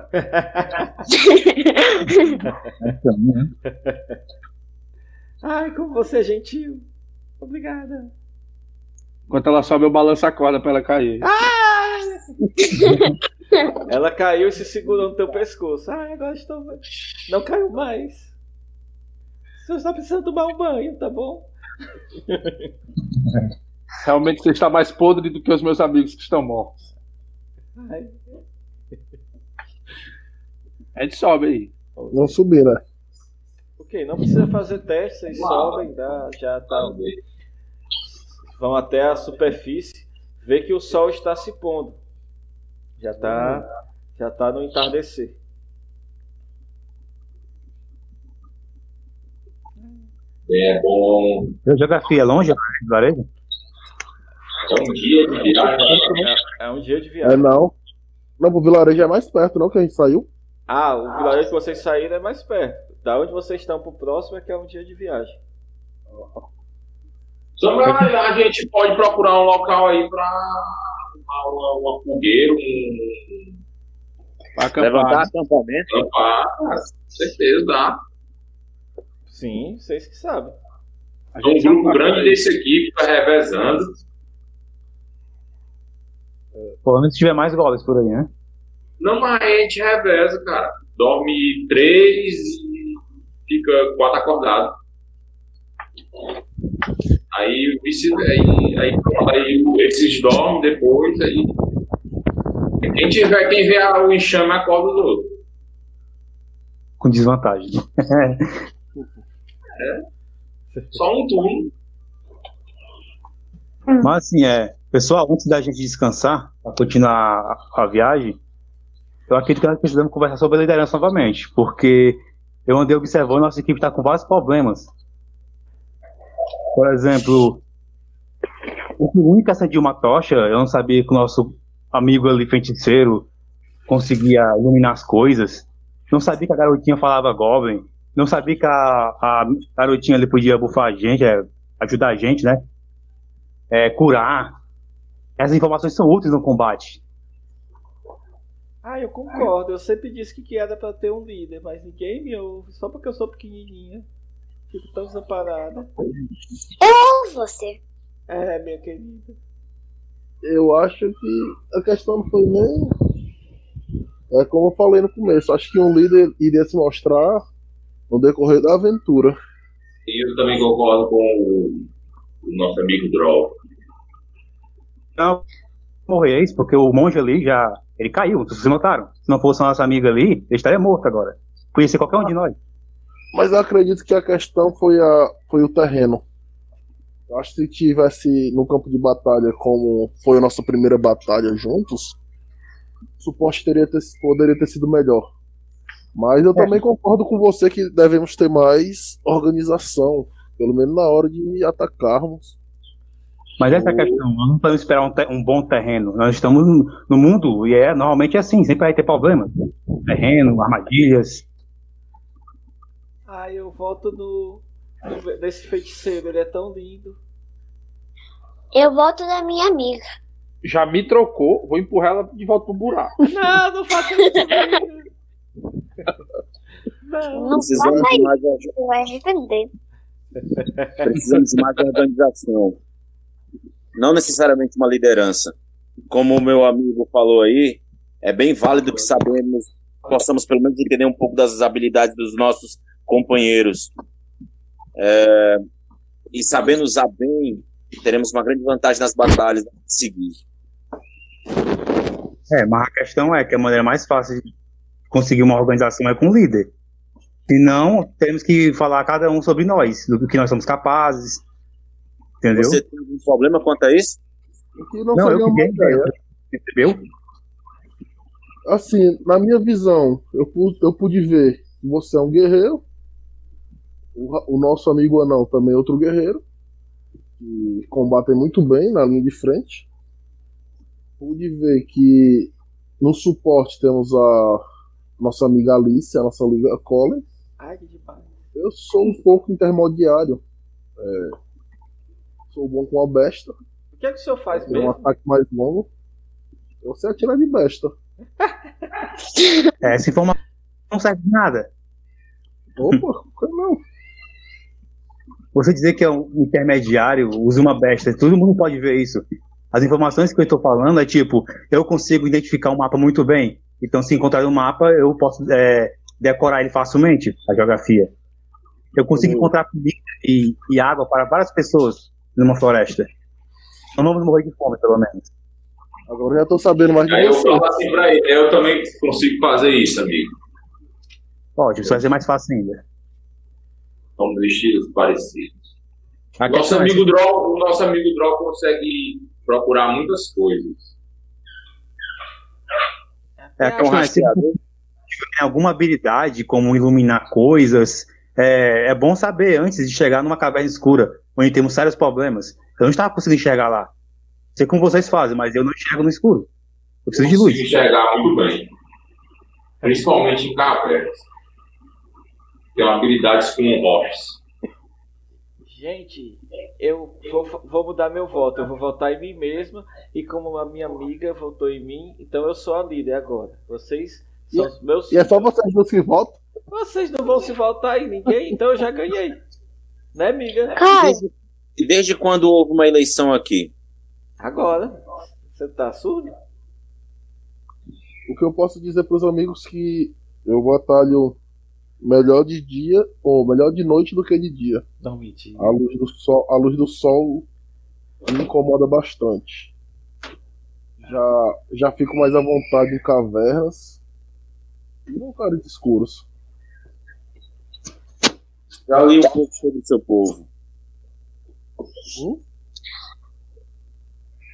Speaker 2: Ai, como você é gentil. Obrigada.
Speaker 5: Enquanto ela sobe, eu balanço a corda pra ela cair.
Speaker 2: Ela caiu e se segurou no teu pescoço. Ai, agora estou. Não caiu mais. Você está precisando tomar um banho, tá bom?
Speaker 5: Realmente você está mais podre do que os meus amigos que estão mortos.
Speaker 2: Ai,
Speaker 5: A gente sobe aí.
Speaker 3: Não subir, né?
Speaker 2: ok, não precisa fazer teste, vocês sobem, dá, já tá. Vão até a superfície, vê que o sol está se pondo. Já tá, já tá no entardecer.
Speaker 4: É bom.
Speaker 6: Eu geografia é longe do varejo?
Speaker 4: É um dia de viagem.
Speaker 2: É um dia de viagem.
Speaker 3: É não. Não, pro vilarejo é mais perto, não, que a gente saiu.
Speaker 2: Ah, o vilarejo que vocês saíram é mais perto. Da onde vocês estão pro próximo é que é um dia de viagem.
Speaker 4: Samuel, a gente pode procurar um local aí pra arrumar uma, uma fogueira, um
Speaker 5: Pra acampar.
Speaker 7: Levantar acampamento.
Speaker 4: acampar. Com certeza dá.
Speaker 2: Sim, vocês que sabem.
Speaker 5: A
Speaker 4: Tem um
Speaker 5: gente
Speaker 4: grupo
Speaker 5: acampa.
Speaker 4: grande desse aqui que tá revezando.
Speaker 6: Pelo menos se tiver mais goles por aí, né?
Speaker 4: Não, mas a gente reveza, cara. Dorme três e fica quatro acordado. Aí, o vice- aí, aí, pronto, aí o- esses dormem depois. Aí. Quem, tiver, quem vê a- o enxame acorda os outros.
Speaker 6: Com desvantagem.
Speaker 4: Só um turno.
Speaker 6: Mas assim, é, pessoal, antes da gente descansar, pra continuar a, a viagem, eu acredito que nós precisamos conversar sobre a liderança novamente, porque eu andei observando, nossa equipe está com vários problemas. Por exemplo, o que único que acendia uma tocha, eu não sabia que o nosso amigo ali feiticeiro conseguia iluminar as coisas, não sabia que a garotinha falava Goblin, não sabia que a, a garotinha ali podia bufar a gente, é, ajudar a gente, né? é, curar. Essas informações são úteis no combate.
Speaker 2: Ah, eu concordo. Eu sempre disse que que era pra ter um líder, mas ninguém me ouve. Só porque eu sou pequenininha. Fico tão desamparada.
Speaker 8: Ou você.
Speaker 2: É, minha querida.
Speaker 3: Eu acho que a questão não foi nem É como eu falei no começo, acho que um líder iria se mostrar no decorrer da aventura.
Speaker 4: E eu também concordo com o, o nosso amigo Droll.
Speaker 6: Não, morrer é isso, porque o monge ali já. Ele caiu, vocês notaram? Se não fosse a nossa amiga ali, ele estaria morto agora. Conhecer qualquer um de nós.
Speaker 3: Mas eu acredito que a questão foi, a, foi o terreno. Eu acho que se tivesse no campo de batalha, como foi a nossa primeira batalha juntos, o suporte teria ter- poderia ter sido melhor. Mas eu também concordo com você que devemos ter mais organização, pelo menos na hora de atacarmos.
Speaker 6: Mas essa é a questão, nós não podemos esperar um, te- um bom terreno. Nós estamos no- no mundo e é normalmente é assim, sempre vai ter problemas. Terreno, armadilhas.
Speaker 2: Ah, eu volto no, no- nesse feiticeiro, ele é tão lindo.
Speaker 8: Eu volto da minha amiga.
Speaker 5: Já me trocou, vou empurrar ela de volta pro buraco.
Speaker 2: Não, não faça isso comigo.
Speaker 7: Hum.
Speaker 2: Não.
Speaker 8: Não
Speaker 7: Precisamos
Speaker 8: faça
Speaker 7: de mais,
Speaker 8: isso, vai arrepender.
Speaker 7: precisamos de mais organização. Não necessariamente uma liderança. Como o meu amigo falou aí, é bem válido que sabemos, possamos pelo menos entender um pouco das habilidades dos nossos companheiros. É, e sabendo usar bem, teremos uma grande vantagem nas batalhas a seguir.
Speaker 6: É, mas a questão é que a maneira mais fácil de conseguir uma organização é com o líder. Se não, temos que falar cada um sobre nós, do que nós somos capazes. Entendeu?
Speaker 7: Você tem algum problema quanto a isso?
Speaker 3: O que não,
Speaker 6: não,
Speaker 3: seria
Speaker 6: eu
Speaker 3: uma
Speaker 6: fiquei.
Speaker 3: ideia.
Speaker 6: Entendeu?
Speaker 3: assim, na minha visão, eu pude, eu pude ver que você é um guerreiro, o, ra- o nosso amigo anão também é outro guerreiro, que combatem muito bem na linha de frente. Pude ver que no suporte temos a nossa amiga Alice, a nossa amiga Colin.
Speaker 2: Ai, que demais.
Speaker 3: Eu sou um pouco intermediário. é, sou bom com a besta,
Speaker 2: O que é que o senhor faz
Speaker 3: tem um
Speaker 2: mesmo?
Speaker 3: ataque mais longo. Eu sei atirar de besta.
Speaker 6: É, essa informação não serve de nada.
Speaker 3: Opa, (laughs) por que não?
Speaker 6: Você dizer que é um intermediário, usa uma besta, todo mundo pode ver isso. As informações que eu estou falando é tipo, eu consigo identificar um mapa muito bem. Então, se encontrar um mapa, eu posso é, decorar ele facilmente, a geografia. Eu consigo
Speaker 4: Uhum.
Speaker 3: Hum.
Speaker 6: encontrar comida e, e água para várias pessoas numa floresta. Não vamos morrer de fome, pelo menos.
Speaker 3: Agora eu já tô sabendo mais
Speaker 4: Aí
Speaker 3: de
Speaker 4: eu
Speaker 3: você.
Speaker 4: falo assim pra ele, eu também consigo fazer isso, amigo.
Speaker 6: Ótimo, isso vai ser é mais fácil ainda.
Speaker 4: Somos estilos parecidos.
Speaker 6: A
Speaker 4: Nosso
Speaker 6: questão é-
Speaker 4: amigo Droll, o nosso amigo Droll consegue procurar muitas coisas.
Speaker 6: É, a
Speaker 7: É um
Speaker 6: questão é, se
Speaker 7: rastreador.
Speaker 6: você tem alguma habilidade como iluminar coisas, é, é bom saber antes de chegar numa caverna escura, onde temos sérios problemas. Eu não estava conseguindo enxergar lá. Não sei como vocês fazem, mas eu não enxergo no escuro. Eu preciso de luz.
Speaker 4: Consigo enxergar muito bem. Principalmente em cavernas. Tenho habilidades com rocks.
Speaker 2: Gente, eu vou, vou mudar meu voto. Eu vou votar em mim mesma. E como a minha amiga votou em mim, então eu sou a líder agora. Vocês são os meus.
Speaker 3: E é só vocês dois que votam?
Speaker 2: Vocês não vão se voltar em ninguém, então eu já ganhei. Né, amiga?
Speaker 8: Cara,
Speaker 7: E desde quando houve uma eleição aqui?
Speaker 2: Agora. Você tá surdo?
Speaker 3: O que eu posso dizer pros amigos que eu batalho melhor de dia, ou melhor de noite do que de dia.
Speaker 2: Não me diga.
Speaker 3: A luz do sol, a luz do sol me incomoda bastante. Já, já fico mais à vontade em cavernas e lugares escuros.
Speaker 7: Já li um pouco sobre o seu povo.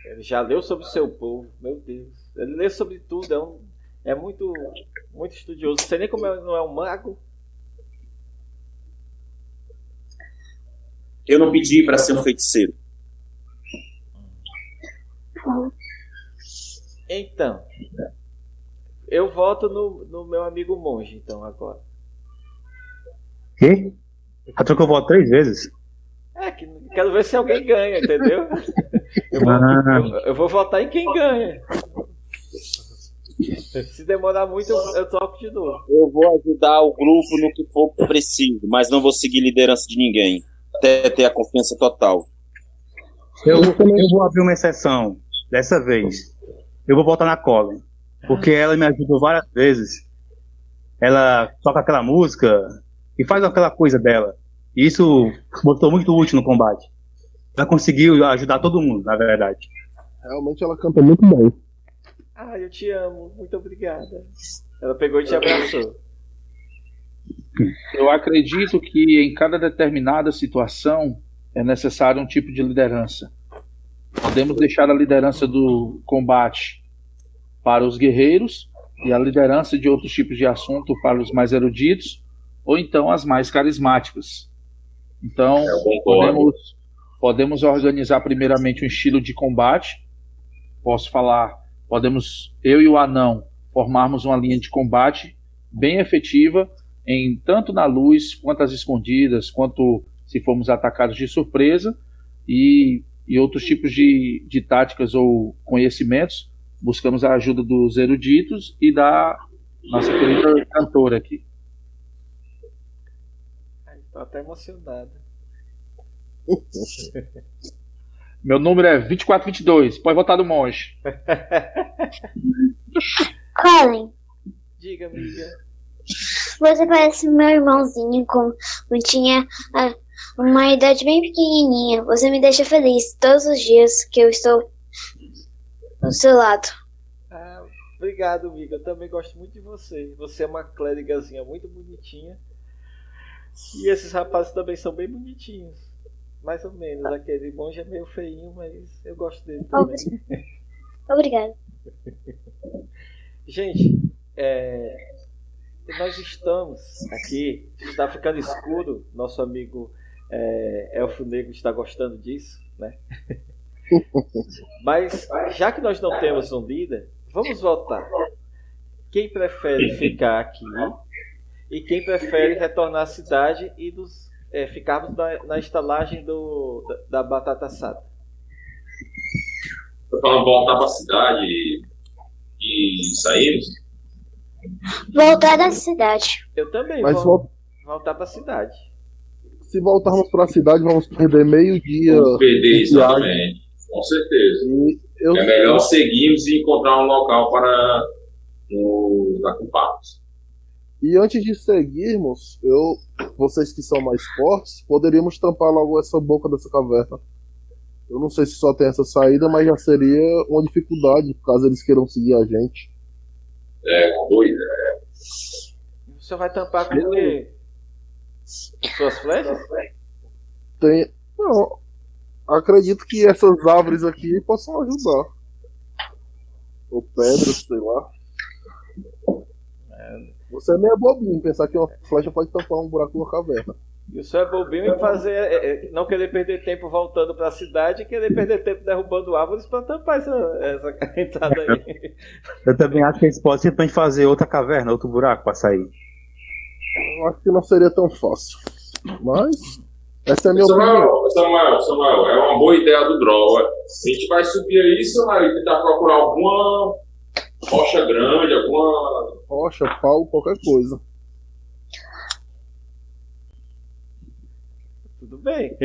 Speaker 2: Ele já leu sobre o seu povo, meu Deus. Ele lê sobre tudo, é, um, é muito, muito estudioso. Não sei nem como ele não é um mago.
Speaker 7: Eu não pedi para ser um feiticeiro.
Speaker 2: Então, eu voto no, no meu amigo monge, então, agora.
Speaker 6: Quê? Já trocou voto três vezes?
Speaker 2: É, que quero ver se alguém ganha, entendeu?
Speaker 6: Ah,
Speaker 2: Eu, eu vou votar em quem ganha. Se demorar muito, eu, eu toco de novo.
Speaker 7: Eu vou ajudar o grupo no que for preciso, mas não vou seguir liderança de ninguém. Até ter a confiança total.
Speaker 6: eu, eu vou abrir uma exceção dessa vez. Eu vou votar na Colin. Porque ela me ajudou várias vezes. Ela toca aquela música e faz aquela coisa dela. E isso botou muito útil no combate. Ela conseguiu ajudar todo mundo, na verdade.
Speaker 3: Realmente ela canta muito bem.
Speaker 2: Ah, eu te amo, muito obrigada. Ela pegou e te abraçou.
Speaker 5: Eu acredito que em cada determinada situação é necessário um tipo de liderança. Podemos deixar a liderança do combate para os guerreiros e a liderança de outros tipos de assunto para os mais eruditos ou então as mais carismáticas. Então,
Speaker 4: Eu concordo.
Speaker 5: podemos, podemos organizar primeiramente um estilo de combate. Posso falar, podemos, eu e o anão, formarmos uma linha de combate bem efetiva em tanto na luz quanto as escondidas, quanto se formos atacados de surpresa e, e outros tipos de, de táticas ou conhecimentos. Buscamos a ajuda dos eruditos e da nossa querida cantora aqui.
Speaker 2: Ai, Tô até emocionado.
Speaker 5: Meu número é 2422. Pode votar do monge.
Speaker 8: Colin,
Speaker 2: Diga, amiga.
Speaker 8: você parece meu irmãozinho, como eu tinha ah, uma idade bem pequenininha. Você me deixa feliz todos os dias que eu estou do seu lado.
Speaker 2: Ah, obrigado, amiga. Eu também gosto muito de você. Você é uma clérigazinha muito bonitinha. E esses rapazes também são bem bonitinhos. Mais ou menos. Aquele monge é meio feinho, mas eu gosto dele também.
Speaker 8: Obrigada.
Speaker 2: Gente, é, nós estamos aqui, está ficando escuro, nosso amigo é, Elfo Negro está gostando disso, né? Mas já que nós não temos um líder, vamos voltar. Quem prefere ficar aqui e quem prefere retornar à cidade e nos, é, ficarmos na, na estalagem do, da, da batata assada?
Speaker 4: Tô falando voltar pra cidade e- e sairmos.
Speaker 8: Voltar à cidade.
Speaker 2: Eu também
Speaker 3: Mas
Speaker 2: vou voltar para a cidade.
Speaker 3: Se voltarmos pra cidade, vamos perder meio-dia.
Speaker 4: Vamos perder isso
Speaker 3: viagem.
Speaker 4: também. Com certeza.
Speaker 3: E eu,
Speaker 4: É melhor seguirmos e encontrar um local para nos acamparmos.
Speaker 3: E antes de seguirmos, eu, vocês que são mais fortes, poderíamos tampar logo essa boca dessa caverna. Eu não sei se só tem essa saída, mas já seria uma dificuldade, caso eles queiram seguir a gente.
Speaker 4: É, uma boa ideia.
Speaker 2: O senhor vai tampar com o quê? Suas flechas?
Speaker 3: Tem. Não. Acredito que essas árvores aqui possam ajudar. Ou pedras, sei lá. Você é meio bobinho pensar que uma flecha pode tampar um buraco de uma caverna.
Speaker 2: E o senhor é bobinho em fazer, é, é, não querer perder tempo voltando pra cidade e querer perder tempo derrubando árvores pra tampar essa, essa (laughs) entrada aí.
Speaker 6: Eu também acho que eles podem simplesmente fazer outra caverna, outro buraco pra sair.
Speaker 3: Eu acho que não seria tão fácil. Mas. Essa é a minha opinião.
Speaker 4: Samuel, Samuel, Samuel, é uma boa ideia do Draw. é. A gente vai subir aí, Samuel, e tentar procurar alguma rocha grande, alguma.
Speaker 3: rocha, pau, qualquer coisa.
Speaker 2: Tudo bem.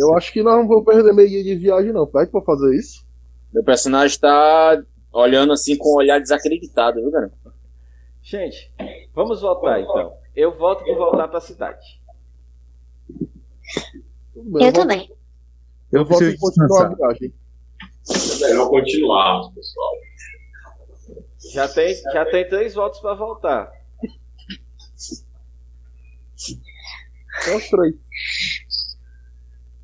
Speaker 3: Eu acho que nós não vamos perder meio dia de viagem, não. Pede pra fazer isso.
Speaker 7: Meu personagem tá olhando assim com um olhar desacreditado, viu, cara?
Speaker 2: Gente, vamos voltar então. Eu volto por voltar pra cidade.
Speaker 3: Tudo
Speaker 8: Eu
Speaker 3: eu vou-
Speaker 8: também.
Speaker 3: Eu
Speaker 6: Eu
Speaker 3: volto
Speaker 6: preciso
Speaker 3: e continuo a
Speaker 6: descansar.
Speaker 3: viagem.
Speaker 4: É melhor continuarmos, pessoal.
Speaker 2: Já tem, já tem três votos pra voltar.
Speaker 3: Mostra aí.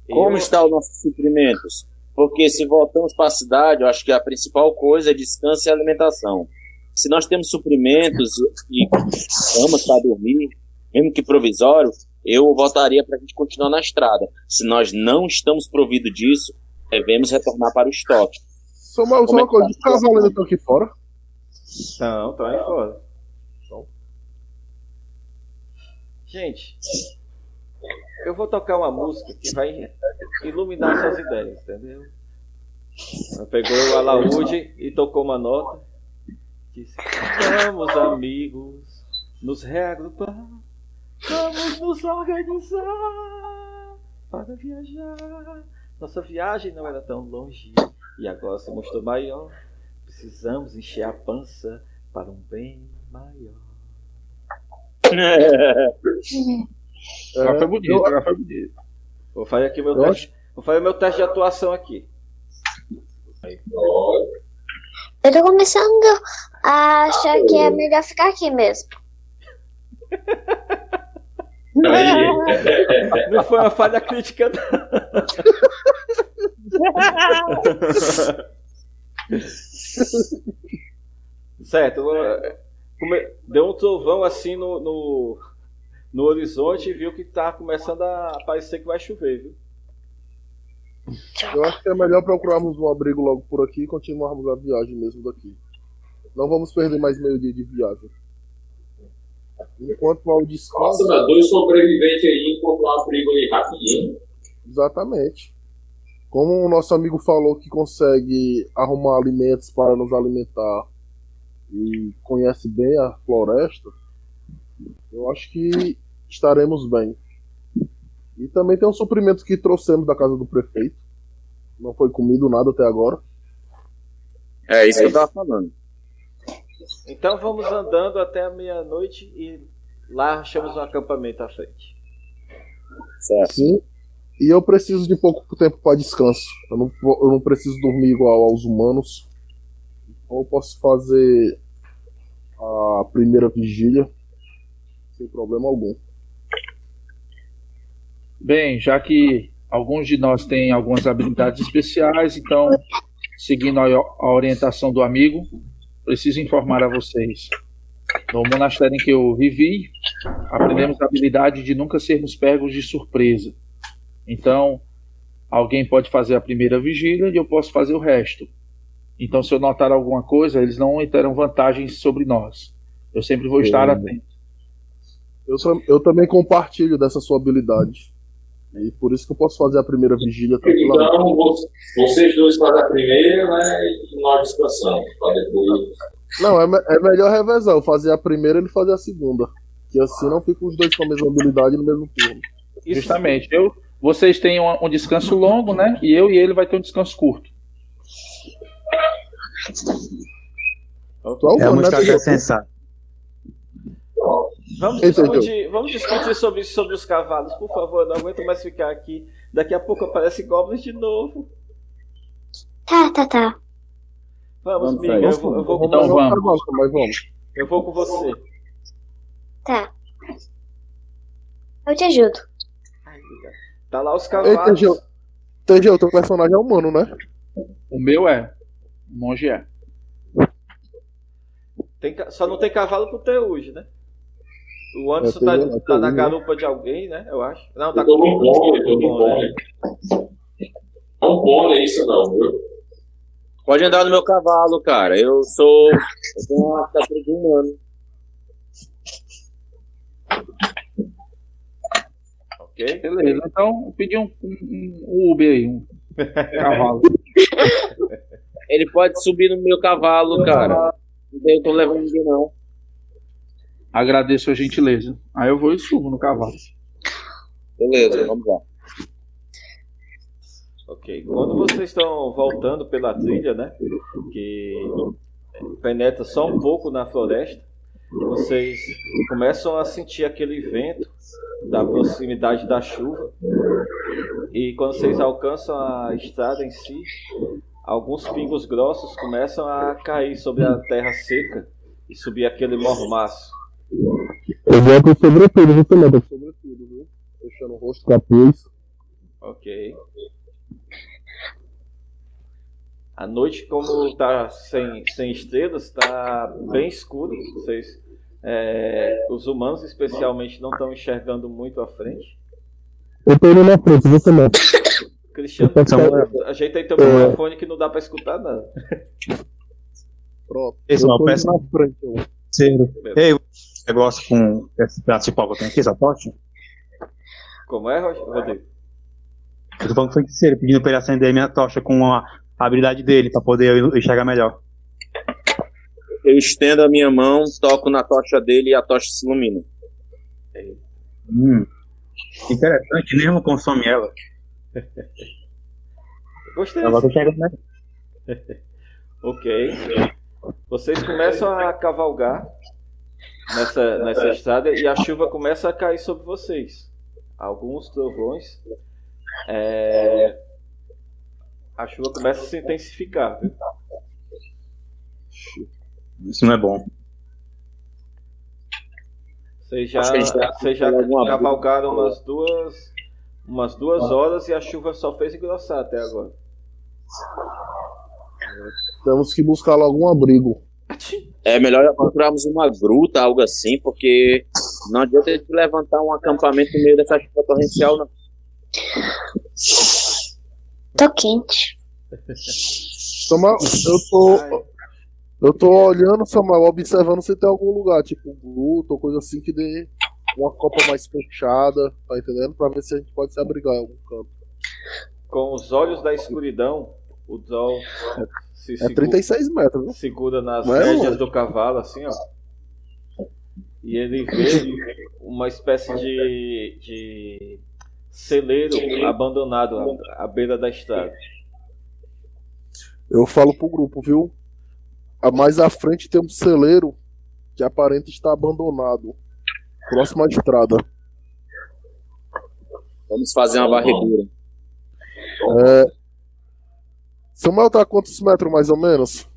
Speaker 7: Como
Speaker 2: Eu-
Speaker 7: está os nossos suprimentos? Porque se voltamos para a cidade, eu acho que a principal coisa é descanso e alimentação. Se nós temos suprimentos e camas para dormir, mesmo que provisório, eu votaria para a gente continuar na estrada. Se nós não estamos providos disso, devemos retornar para o estoque.
Speaker 3: Só uma, só
Speaker 7: Como é
Speaker 3: uma
Speaker 7: que
Speaker 3: coisa.
Speaker 7: tá?
Speaker 3: Os cavalos ainda estão aqui fora.
Speaker 2: Não, tá aí fora. Gente, eu vou tocar uma música que vai iluminar suas ideias, entendeu? Ela pegou o alaúde e tocou uma nota. Disse: Vamos, amigos, nos reagrupar. Vamos nos organizar para viajar. Nossa viagem não era tão longe e agora se mostrou maior. Precisamos encher a pança para um bem maior.
Speaker 5: Agora foi bonito,
Speaker 3: eu-
Speaker 5: agora foi bonito.
Speaker 2: Vou fazer aqui meu
Speaker 3: Eu
Speaker 2: teste. Vou fazer meu teste de atuação aqui.
Speaker 8: Eu tô começando a achar que é melhor ficar aqui mesmo.
Speaker 4: Peraí.
Speaker 2: Não foi uma falha crítica, não. (laughs) Certo. eu vou- é, come- Deu um trovão assim no, no, no horizonte e viu que tá começando a parecer que vai chover, viu?
Speaker 3: Eu acho que é melhor procurarmos um abrigo logo por aqui e continuarmos a viagem mesmo daqui. Não vamos perder mais meio dia de viagem. Enquanto mal
Speaker 4: Nossa,
Speaker 3: descanso,
Speaker 4: mano, dois sobreviventes aí encontrou um abrigo ali rapidinho.
Speaker 3: exatamente. Como o nosso amigo falou que consegue arrumar alimentos para nos alimentar e conhece bem a floresta, eu acho que estaremos bem. E também tem um suprimento que trouxemos da casa do prefeito. Não foi comido nada até agora.
Speaker 7: É isso que eu tava falando.
Speaker 2: Então vamos andando até a meia-noite e lá achamos um acampamento à frente.
Speaker 7: Certo.
Speaker 3: Sim. E eu preciso de pouco tempo para descanso. Eu não, vou- eu não preciso dormir igual aos humanos. Então eu posso fazer a primeira vigília sem problema algum.
Speaker 5: Bem, já que alguns de nós têm algumas habilidades especiais, então, seguindo a, a orientação do amigo, preciso informar a vocês. No monastério em que eu vivi, aprendemos a habilidade de nunca sermos pegos de surpresa. Então, alguém pode fazer a primeira vigília e eu posso fazer o resto. Então, se eu notar alguma coisa, eles não terão vantagens sobre nós. Eu sempre vou estar
Speaker 3: Hum.
Speaker 5: atento.
Speaker 3: Eu, tam- eu também compartilho dessa sua habilidade. E por isso que eu posso fazer a primeira vigília tranquilamente.
Speaker 4: Então, vo- vocês dois fazem a primeira, né? E nós descansamos. Pra depois.
Speaker 3: Não, é, me- é melhor revezar. Eu fazer a primeira e ele fazer a segunda. Que assim não ficam os dois com a mesma habilidade no mesmo turno.
Speaker 2: Isso-
Speaker 5: Justamente. Eu, vocês têm um, um descanso longo, né? E eu e ele vai ter um descanso curto.
Speaker 3: Só o
Speaker 6: É
Speaker 3: Vano, né,
Speaker 6: muito
Speaker 3: Pedro?
Speaker 6: sensata.
Speaker 2: Vamos
Speaker 3: Entendeu?
Speaker 2: discutir, vamos discutir sobre, sobre os cavalos, por favor. Não aguento mais ficar aqui. Daqui a pouco aparece goblins de novo.
Speaker 8: Tá, tá, tá.
Speaker 2: Vamos,
Speaker 7: Vamos,
Speaker 2: Miga,
Speaker 7: vai.
Speaker 2: eu vou, eu vou com
Speaker 5: Então
Speaker 2: você.
Speaker 5: vamos.
Speaker 3: Nossa, tá mas vamos.
Speaker 2: Eu vou com você.
Speaker 8: Tá. Eu te ajudo.
Speaker 2: Tá lá os
Speaker 3: Eita,
Speaker 2: cavalos.
Speaker 3: Gil. Entendeu? Teu personagem é humano, né?
Speaker 5: O meu é. O monge é.
Speaker 2: Tem ca- só não tem cavalo pro Teuge, né? O Anderson
Speaker 3: É,
Speaker 2: tá,
Speaker 3: tem-
Speaker 2: tá na
Speaker 3: tem, né?
Speaker 2: garupa de alguém, né? Eu acho. Não, tá
Speaker 4: Eu tô
Speaker 2: com
Speaker 4: no pônei, eu tô no
Speaker 2: Bom, né?
Speaker 4: pônei. Não pônei um né? isso não, viu?
Speaker 7: Pode andar no meu cavalo, cara. Eu sou. Eu tenho uma estatura de humano.
Speaker 2: Ok.
Speaker 5: Beleza. Então, pedi um, um- um Uber aí, um cavalo.
Speaker 7: Ele pode subir no meu cavalo, cara. Não tem como levar ninguém, não.
Speaker 5: Agradeço a gentileza. Aí eu vou e subo no cavalo.
Speaker 7: Beleza, vamos lá.
Speaker 2: Ok. Quando vocês estão voltando pela trilha, né? Que penetra só um pouco na floresta, vocês começam a sentir aquele vento da proximidade da chuva. E quando vocês alcançam a estrada em si, alguns pingos grossos começam a cair sobre a terra seca e subir aquele mormaço.
Speaker 3: Eu vou com sobretudo, viu, Fernando? Sobretudo, viu? Fechando o rosto, capuz.
Speaker 2: Ok. A noite, como tá sem, sem estrelas, tá bem escuro. Vocês, é, os humanos, especialmente, não estão enxergando muito à frente.
Speaker 3: Eu tô indo na frente, viu, Fernando?
Speaker 2: Cristiano,
Speaker 3: Então,
Speaker 2: ajeita aí teu microfone que não dá pra escutar nada.
Speaker 3: Pronto.
Speaker 6: Esse é
Speaker 3: eu
Speaker 6: não,
Speaker 3: tô
Speaker 6: peço
Speaker 3: indo na frente. Eu.
Speaker 6: parceiro. Ei, você gosta com esse pedaço de pau que eu tenho aqui, essa tocha?
Speaker 2: Como é, Roger- Rodrigo?
Speaker 6: Eu tô falando que foi que ele pedindo pra ele acender minha tocha com a habilidade dele, pra poder eu enxergar melhor.
Speaker 7: Eu estendo a minha mão, toco na tocha dele e a tocha se ilumina.
Speaker 6: Hum. Interessante, nem irmão consome ela.
Speaker 2: Gostei.
Speaker 6: Agora eu enxergo, né?
Speaker 2: Ok. Vocês começam a cavalgar nessa, nessa estrada e a chuva começa a cair sobre vocês. Alguns trovões. É, A chuva começa a se intensificar. viu?
Speaker 6: Isso não é bom.
Speaker 2: Vocês já,
Speaker 7: Acho que a gente tá
Speaker 2: vocês já
Speaker 7: com alguma-
Speaker 2: cavalgaram umas duas, umas duas horas e a chuva só fez engrossar até agora.
Speaker 3: Temos que buscar logo um abrigo.
Speaker 7: É melhor procurarmos uma gruta, algo assim, porque não adianta de levantar um acampamento no meio dessa chuva torrencial, não.
Speaker 8: Tô quente.
Speaker 3: Samuel, eu tô. Eu tô olhando, Samuel, observando se tem algum lugar, tipo gruta ou coisa assim, que dê uma copa mais fechada, tá entendendo? Pra ver se a gente pode se abrigar em algum canto.
Speaker 2: Com os olhos da escuridão, o Zol se
Speaker 3: É
Speaker 2: segura-
Speaker 3: 36 metros, viu?
Speaker 2: segura nas
Speaker 3: Vai,
Speaker 2: rédeas
Speaker 3: mano.
Speaker 2: do cavalo, assim, ó. E ele vê uma espécie de, de celeiro abandonado à- à beira da estrada.
Speaker 3: Eu falo pro grupo, viu? A mais à frente tem um celeiro que aparenta estar abandonado. Próximo à estrada.
Speaker 7: Vamos fazer uma varredura.
Speaker 3: Samuel tá a quantos metros mais ou menos?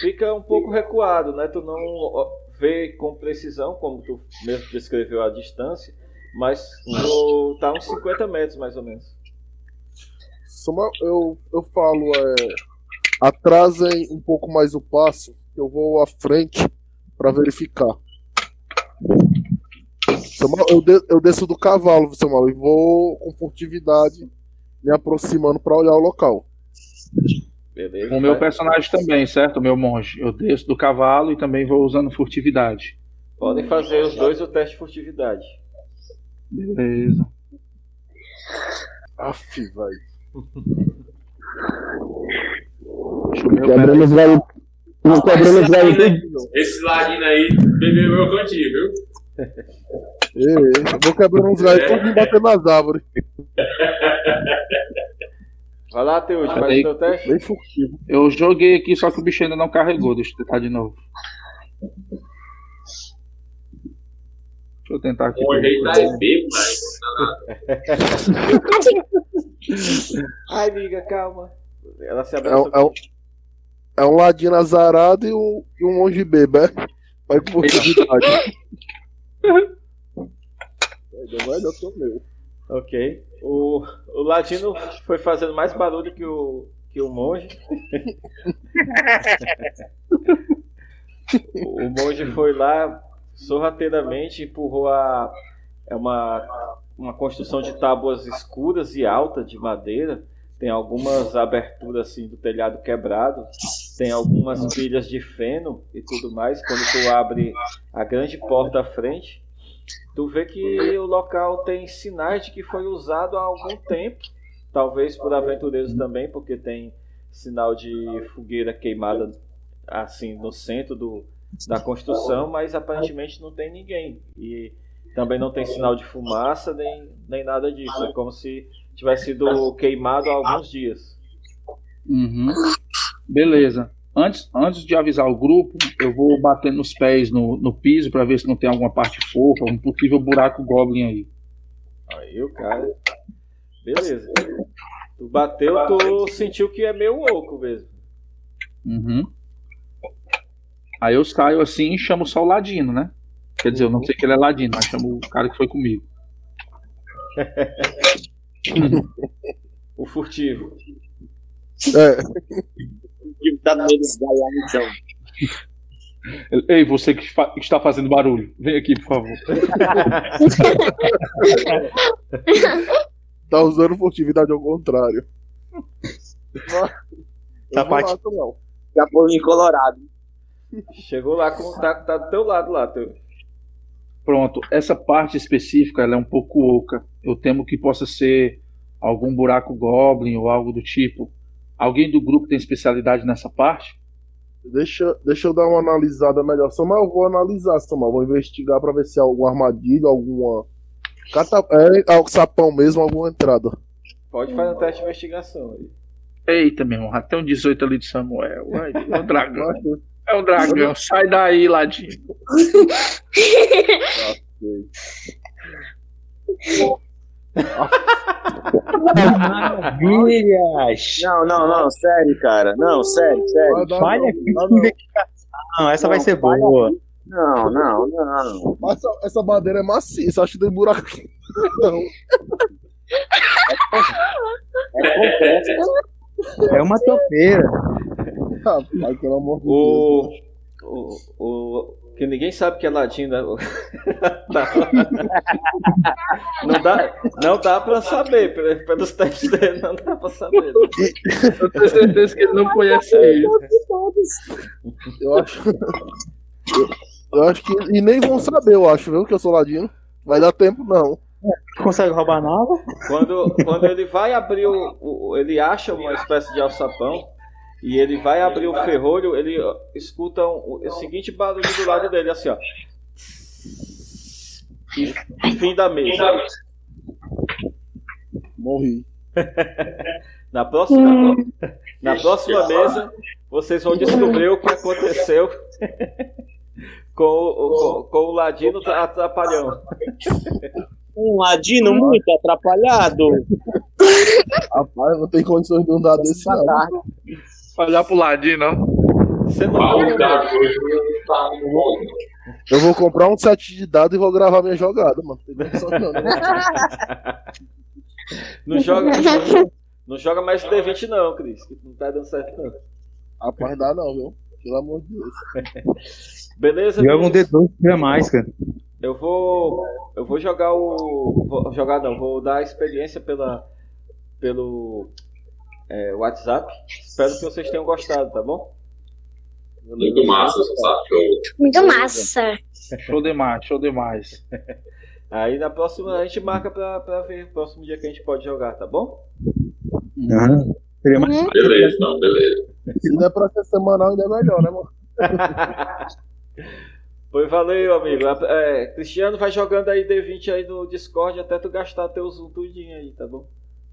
Speaker 2: Fica um pouco recuado, né? Tu não ó, vê com precisão, como tu mesmo descreveu a distância, mas tu tá uns 50 metros, mais ou menos.
Speaker 3: Samuel, eu, eu falo, é. Atrasem um pouco mais o passo, que eu vou à frente pra verificar. Samuel, eu, de- eu desço do cavalo, Samuel, e vou com furtividade me aproximando pra olhar o local.
Speaker 2: Beleza? né?
Speaker 5: O meu
Speaker 2: Vai-
Speaker 5: personagem também, certo? O meu monge. Eu desço do cavalo e também vou usando furtividade.
Speaker 2: Podem fazer os dois o teste de furtividade.
Speaker 5: Beleza.
Speaker 3: Aff, velho.
Speaker 5: Deixa eu ver, peraí.
Speaker 10: Quebramos galho. Não quebramos galho tudo.
Speaker 4: Esse ladinho aí bebeu meu cantinho, viu?
Speaker 3: Ei, Eu É, vou quebrando uns galhos tudo e bater nas árvores.
Speaker 2: Vai lá, Teúde, faz
Speaker 5: Aí-
Speaker 2: o teu teste.
Speaker 3: Bem furtivo.
Speaker 5: Eu joguei aqui, só que o bicho ainda não carregou. Deixa eu tentar de novo. Deixa eu tentar aqui.
Speaker 4: O jeito tá é bebo, mas
Speaker 2: Ai, amiga, calma. Ela se
Speaker 3: É, um- é
Speaker 2: abraça.
Speaker 3: um, é um ladino azarado e um, e um monge bebê. Vai com furtividade. (laughs) Ainda melhor que o meu.
Speaker 2: Ok. O, o ladino foi fazendo mais barulho que o, que o monge. (laughs) o monge foi lá sorrateiramente, empurrou a. É uma, uma construção de tábuas escuras e altas de madeira. Tem algumas aberturas assim do telhado quebrado. Tem algumas pilhas de feno e tudo mais. Quando tu abre a grande porta à frente, Tu vê que o local tem sinais de que foi usado há algum tempo, talvez por aventureiros também, porque tem sinal de fogueira queimada assim no centro do, da construção, mas aparentemente não tem ninguém. E também não tem sinal de fumaça nem, nem nada disso. É como se tivesse sido queimado há alguns dias.
Speaker 5: Uhum. Beleza. Antes, antes de avisar o grupo, eu vou batendo os pés no, no piso pra ver se não tem alguma parte fofa, um possível buraco goblin aí.
Speaker 2: Aí o cara. Beleza. Tu bateu, tu sentiu que é meio oco mesmo.
Speaker 5: Uhum. Aí eu saio assim e chamo só o Ladino, né? Quer dizer, eu não sei que ele é Ladino, mas chamo o cara que foi comigo.
Speaker 2: O furtivo.
Speaker 3: É,
Speaker 7: Tá no meio dos galhos lá no chão.
Speaker 5: Ele, Ei, você que, fa- que está fazendo barulho, vem aqui, por favor.
Speaker 3: tá usando furtividade ao contrário. Eu
Speaker 6: Tá
Speaker 3: vou
Speaker 6: parte-
Speaker 3: lá, Samuel.
Speaker 7: Chapolin colorado.
Speaker 2: Chegou lá com tá, tá do teu lado lá, teu.
Speaker 5: Pronto, essa parte específica ela é um pouco oca. Eu temo que possa ser algum buraco goblin ou algo do tipo. Alguém do grupo tem especialidade nessa parte?
Speaker 3: Deixa, deixa eu dar uma analisada melhor. Samuel, eu vou analisar, Samuel. Vou investigar pra ver se há alguma armadilha, alguma. Cata... É, é, o sapão mesmo, alguma entrada.
Speaker 2: Hum. Pode fazer um teste de investigação aí.
Speaker 5: Eita, meu irmão, até um 18 ali de Samuel. Ai, é um dragão. É um dragão. Sai daí, ladinho.
Speaker 11: Maravilhas!
Speaker 7: Não, não, não, sério, cara. Não, sério, sério.
Speaker 11: Falha
Speaker 7: não,
Speaker 11: crítica de investigação, essa vai ser boa.
Speaker 7: Não, não, não.
Speaker 3: Mas essa, essa madeira é maciça, acho que tem buraco (laughs) aqui. Não.
Speaker 11: É uma topeira.
Speaker 3: Rapaz, pelo amor de
Speaker 2: O, o, o- que ninguém sabe que é ladinho, né? (laughs) Tá. não, dá, não dá pra saber, pe- pelos testes dele, não dá pra saber.
Speaker 5: Eu tenho certeza que ele não conhece ele.
Speaker 3: Deus. Eu acho. Eu acho que. E nem vão saber, eu acho, viu? Que eu sou ladino. Vai dar tempo, não.
Speaker 11: Consegue roubar nada?
Speaker 2: Quando, quando ele vai abrir o, o- Ele acha uma espécie de alçapão e ele vai abrir o ferrolho, ele ó, escuta um- o seguinte barulho do lado dele, assim, ó. E fim da mesa.
Speaker 3: Morri.
Speaker 2: Na próxima, (laughs) na próxima mesa, vocês vão descobrir o que aconteceu (laughs) com, o- com, com o Ladino atrapalhão.
Speaker 11: Um ladino muito atrapalhado.
Speaker 3: Rapaz, não tem condições de andar desse, não.
Speaker 5: Olhar pro ladinho, não.
Speaker 2: Você não
Speaker 4: Baú da coisa tá no mundo.
Speaker 3: Eu vou comprar um set de dados e vou gravar minha jogada, mano. Tem condição, não, né?
Speaker 2: não joga, não joga- não joga mais D20 não, Cris, que não tá dando certo não.
Speaker 3: Rapaz, dá não, viu? Pelo amor de Deus.
Speaker 2: Beleza?
Speaker 11: Joga um
Speaker 2: Cris?
Speaker 11: D2 que é mais, cara.
Speaker 2: Eu vou. Eu vou jogar o. Vou jogar não, vou dar a experiência pela, pelo é, WhatsApp. Espero que vocês tenham gostado, tá bom?
Speaker 4: Muito massa essa show.
Speaker 8: Muito massa.
Speaker 5: Show demais, show demais.
Speaker 2: Aí na próxima a gente marca pra, pra ver o próximo dia que a gente pode jogar, tá bom?
Speaker 11: Aham. Seria mais-
Speaker 4: Beleza, não, beleza.
Speaker 3: Se der pra ser semanal, ainda é melhor, né, mano?
Speaker 2: Pois valeu, amigo. É, Cristiano, vai jogando aí D20 aí no Discord até tu gastar teus tudinho aí, tá bom?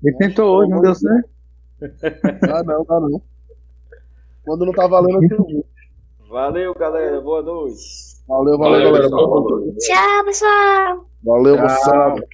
Speaker 11: Ele tentou hoje, não deu certo.
Speaker 3: Dá não, dá não. Quando não tá valendo, eu te digo.
Speaker 2: Valeu, galera. Boa noite.
Speaker 3: Valeu, valeu, galera.
Speaker 4: pessoal.
Speaker 8: Tchau, pessoal.
Speaker 3: Valeu, moçada.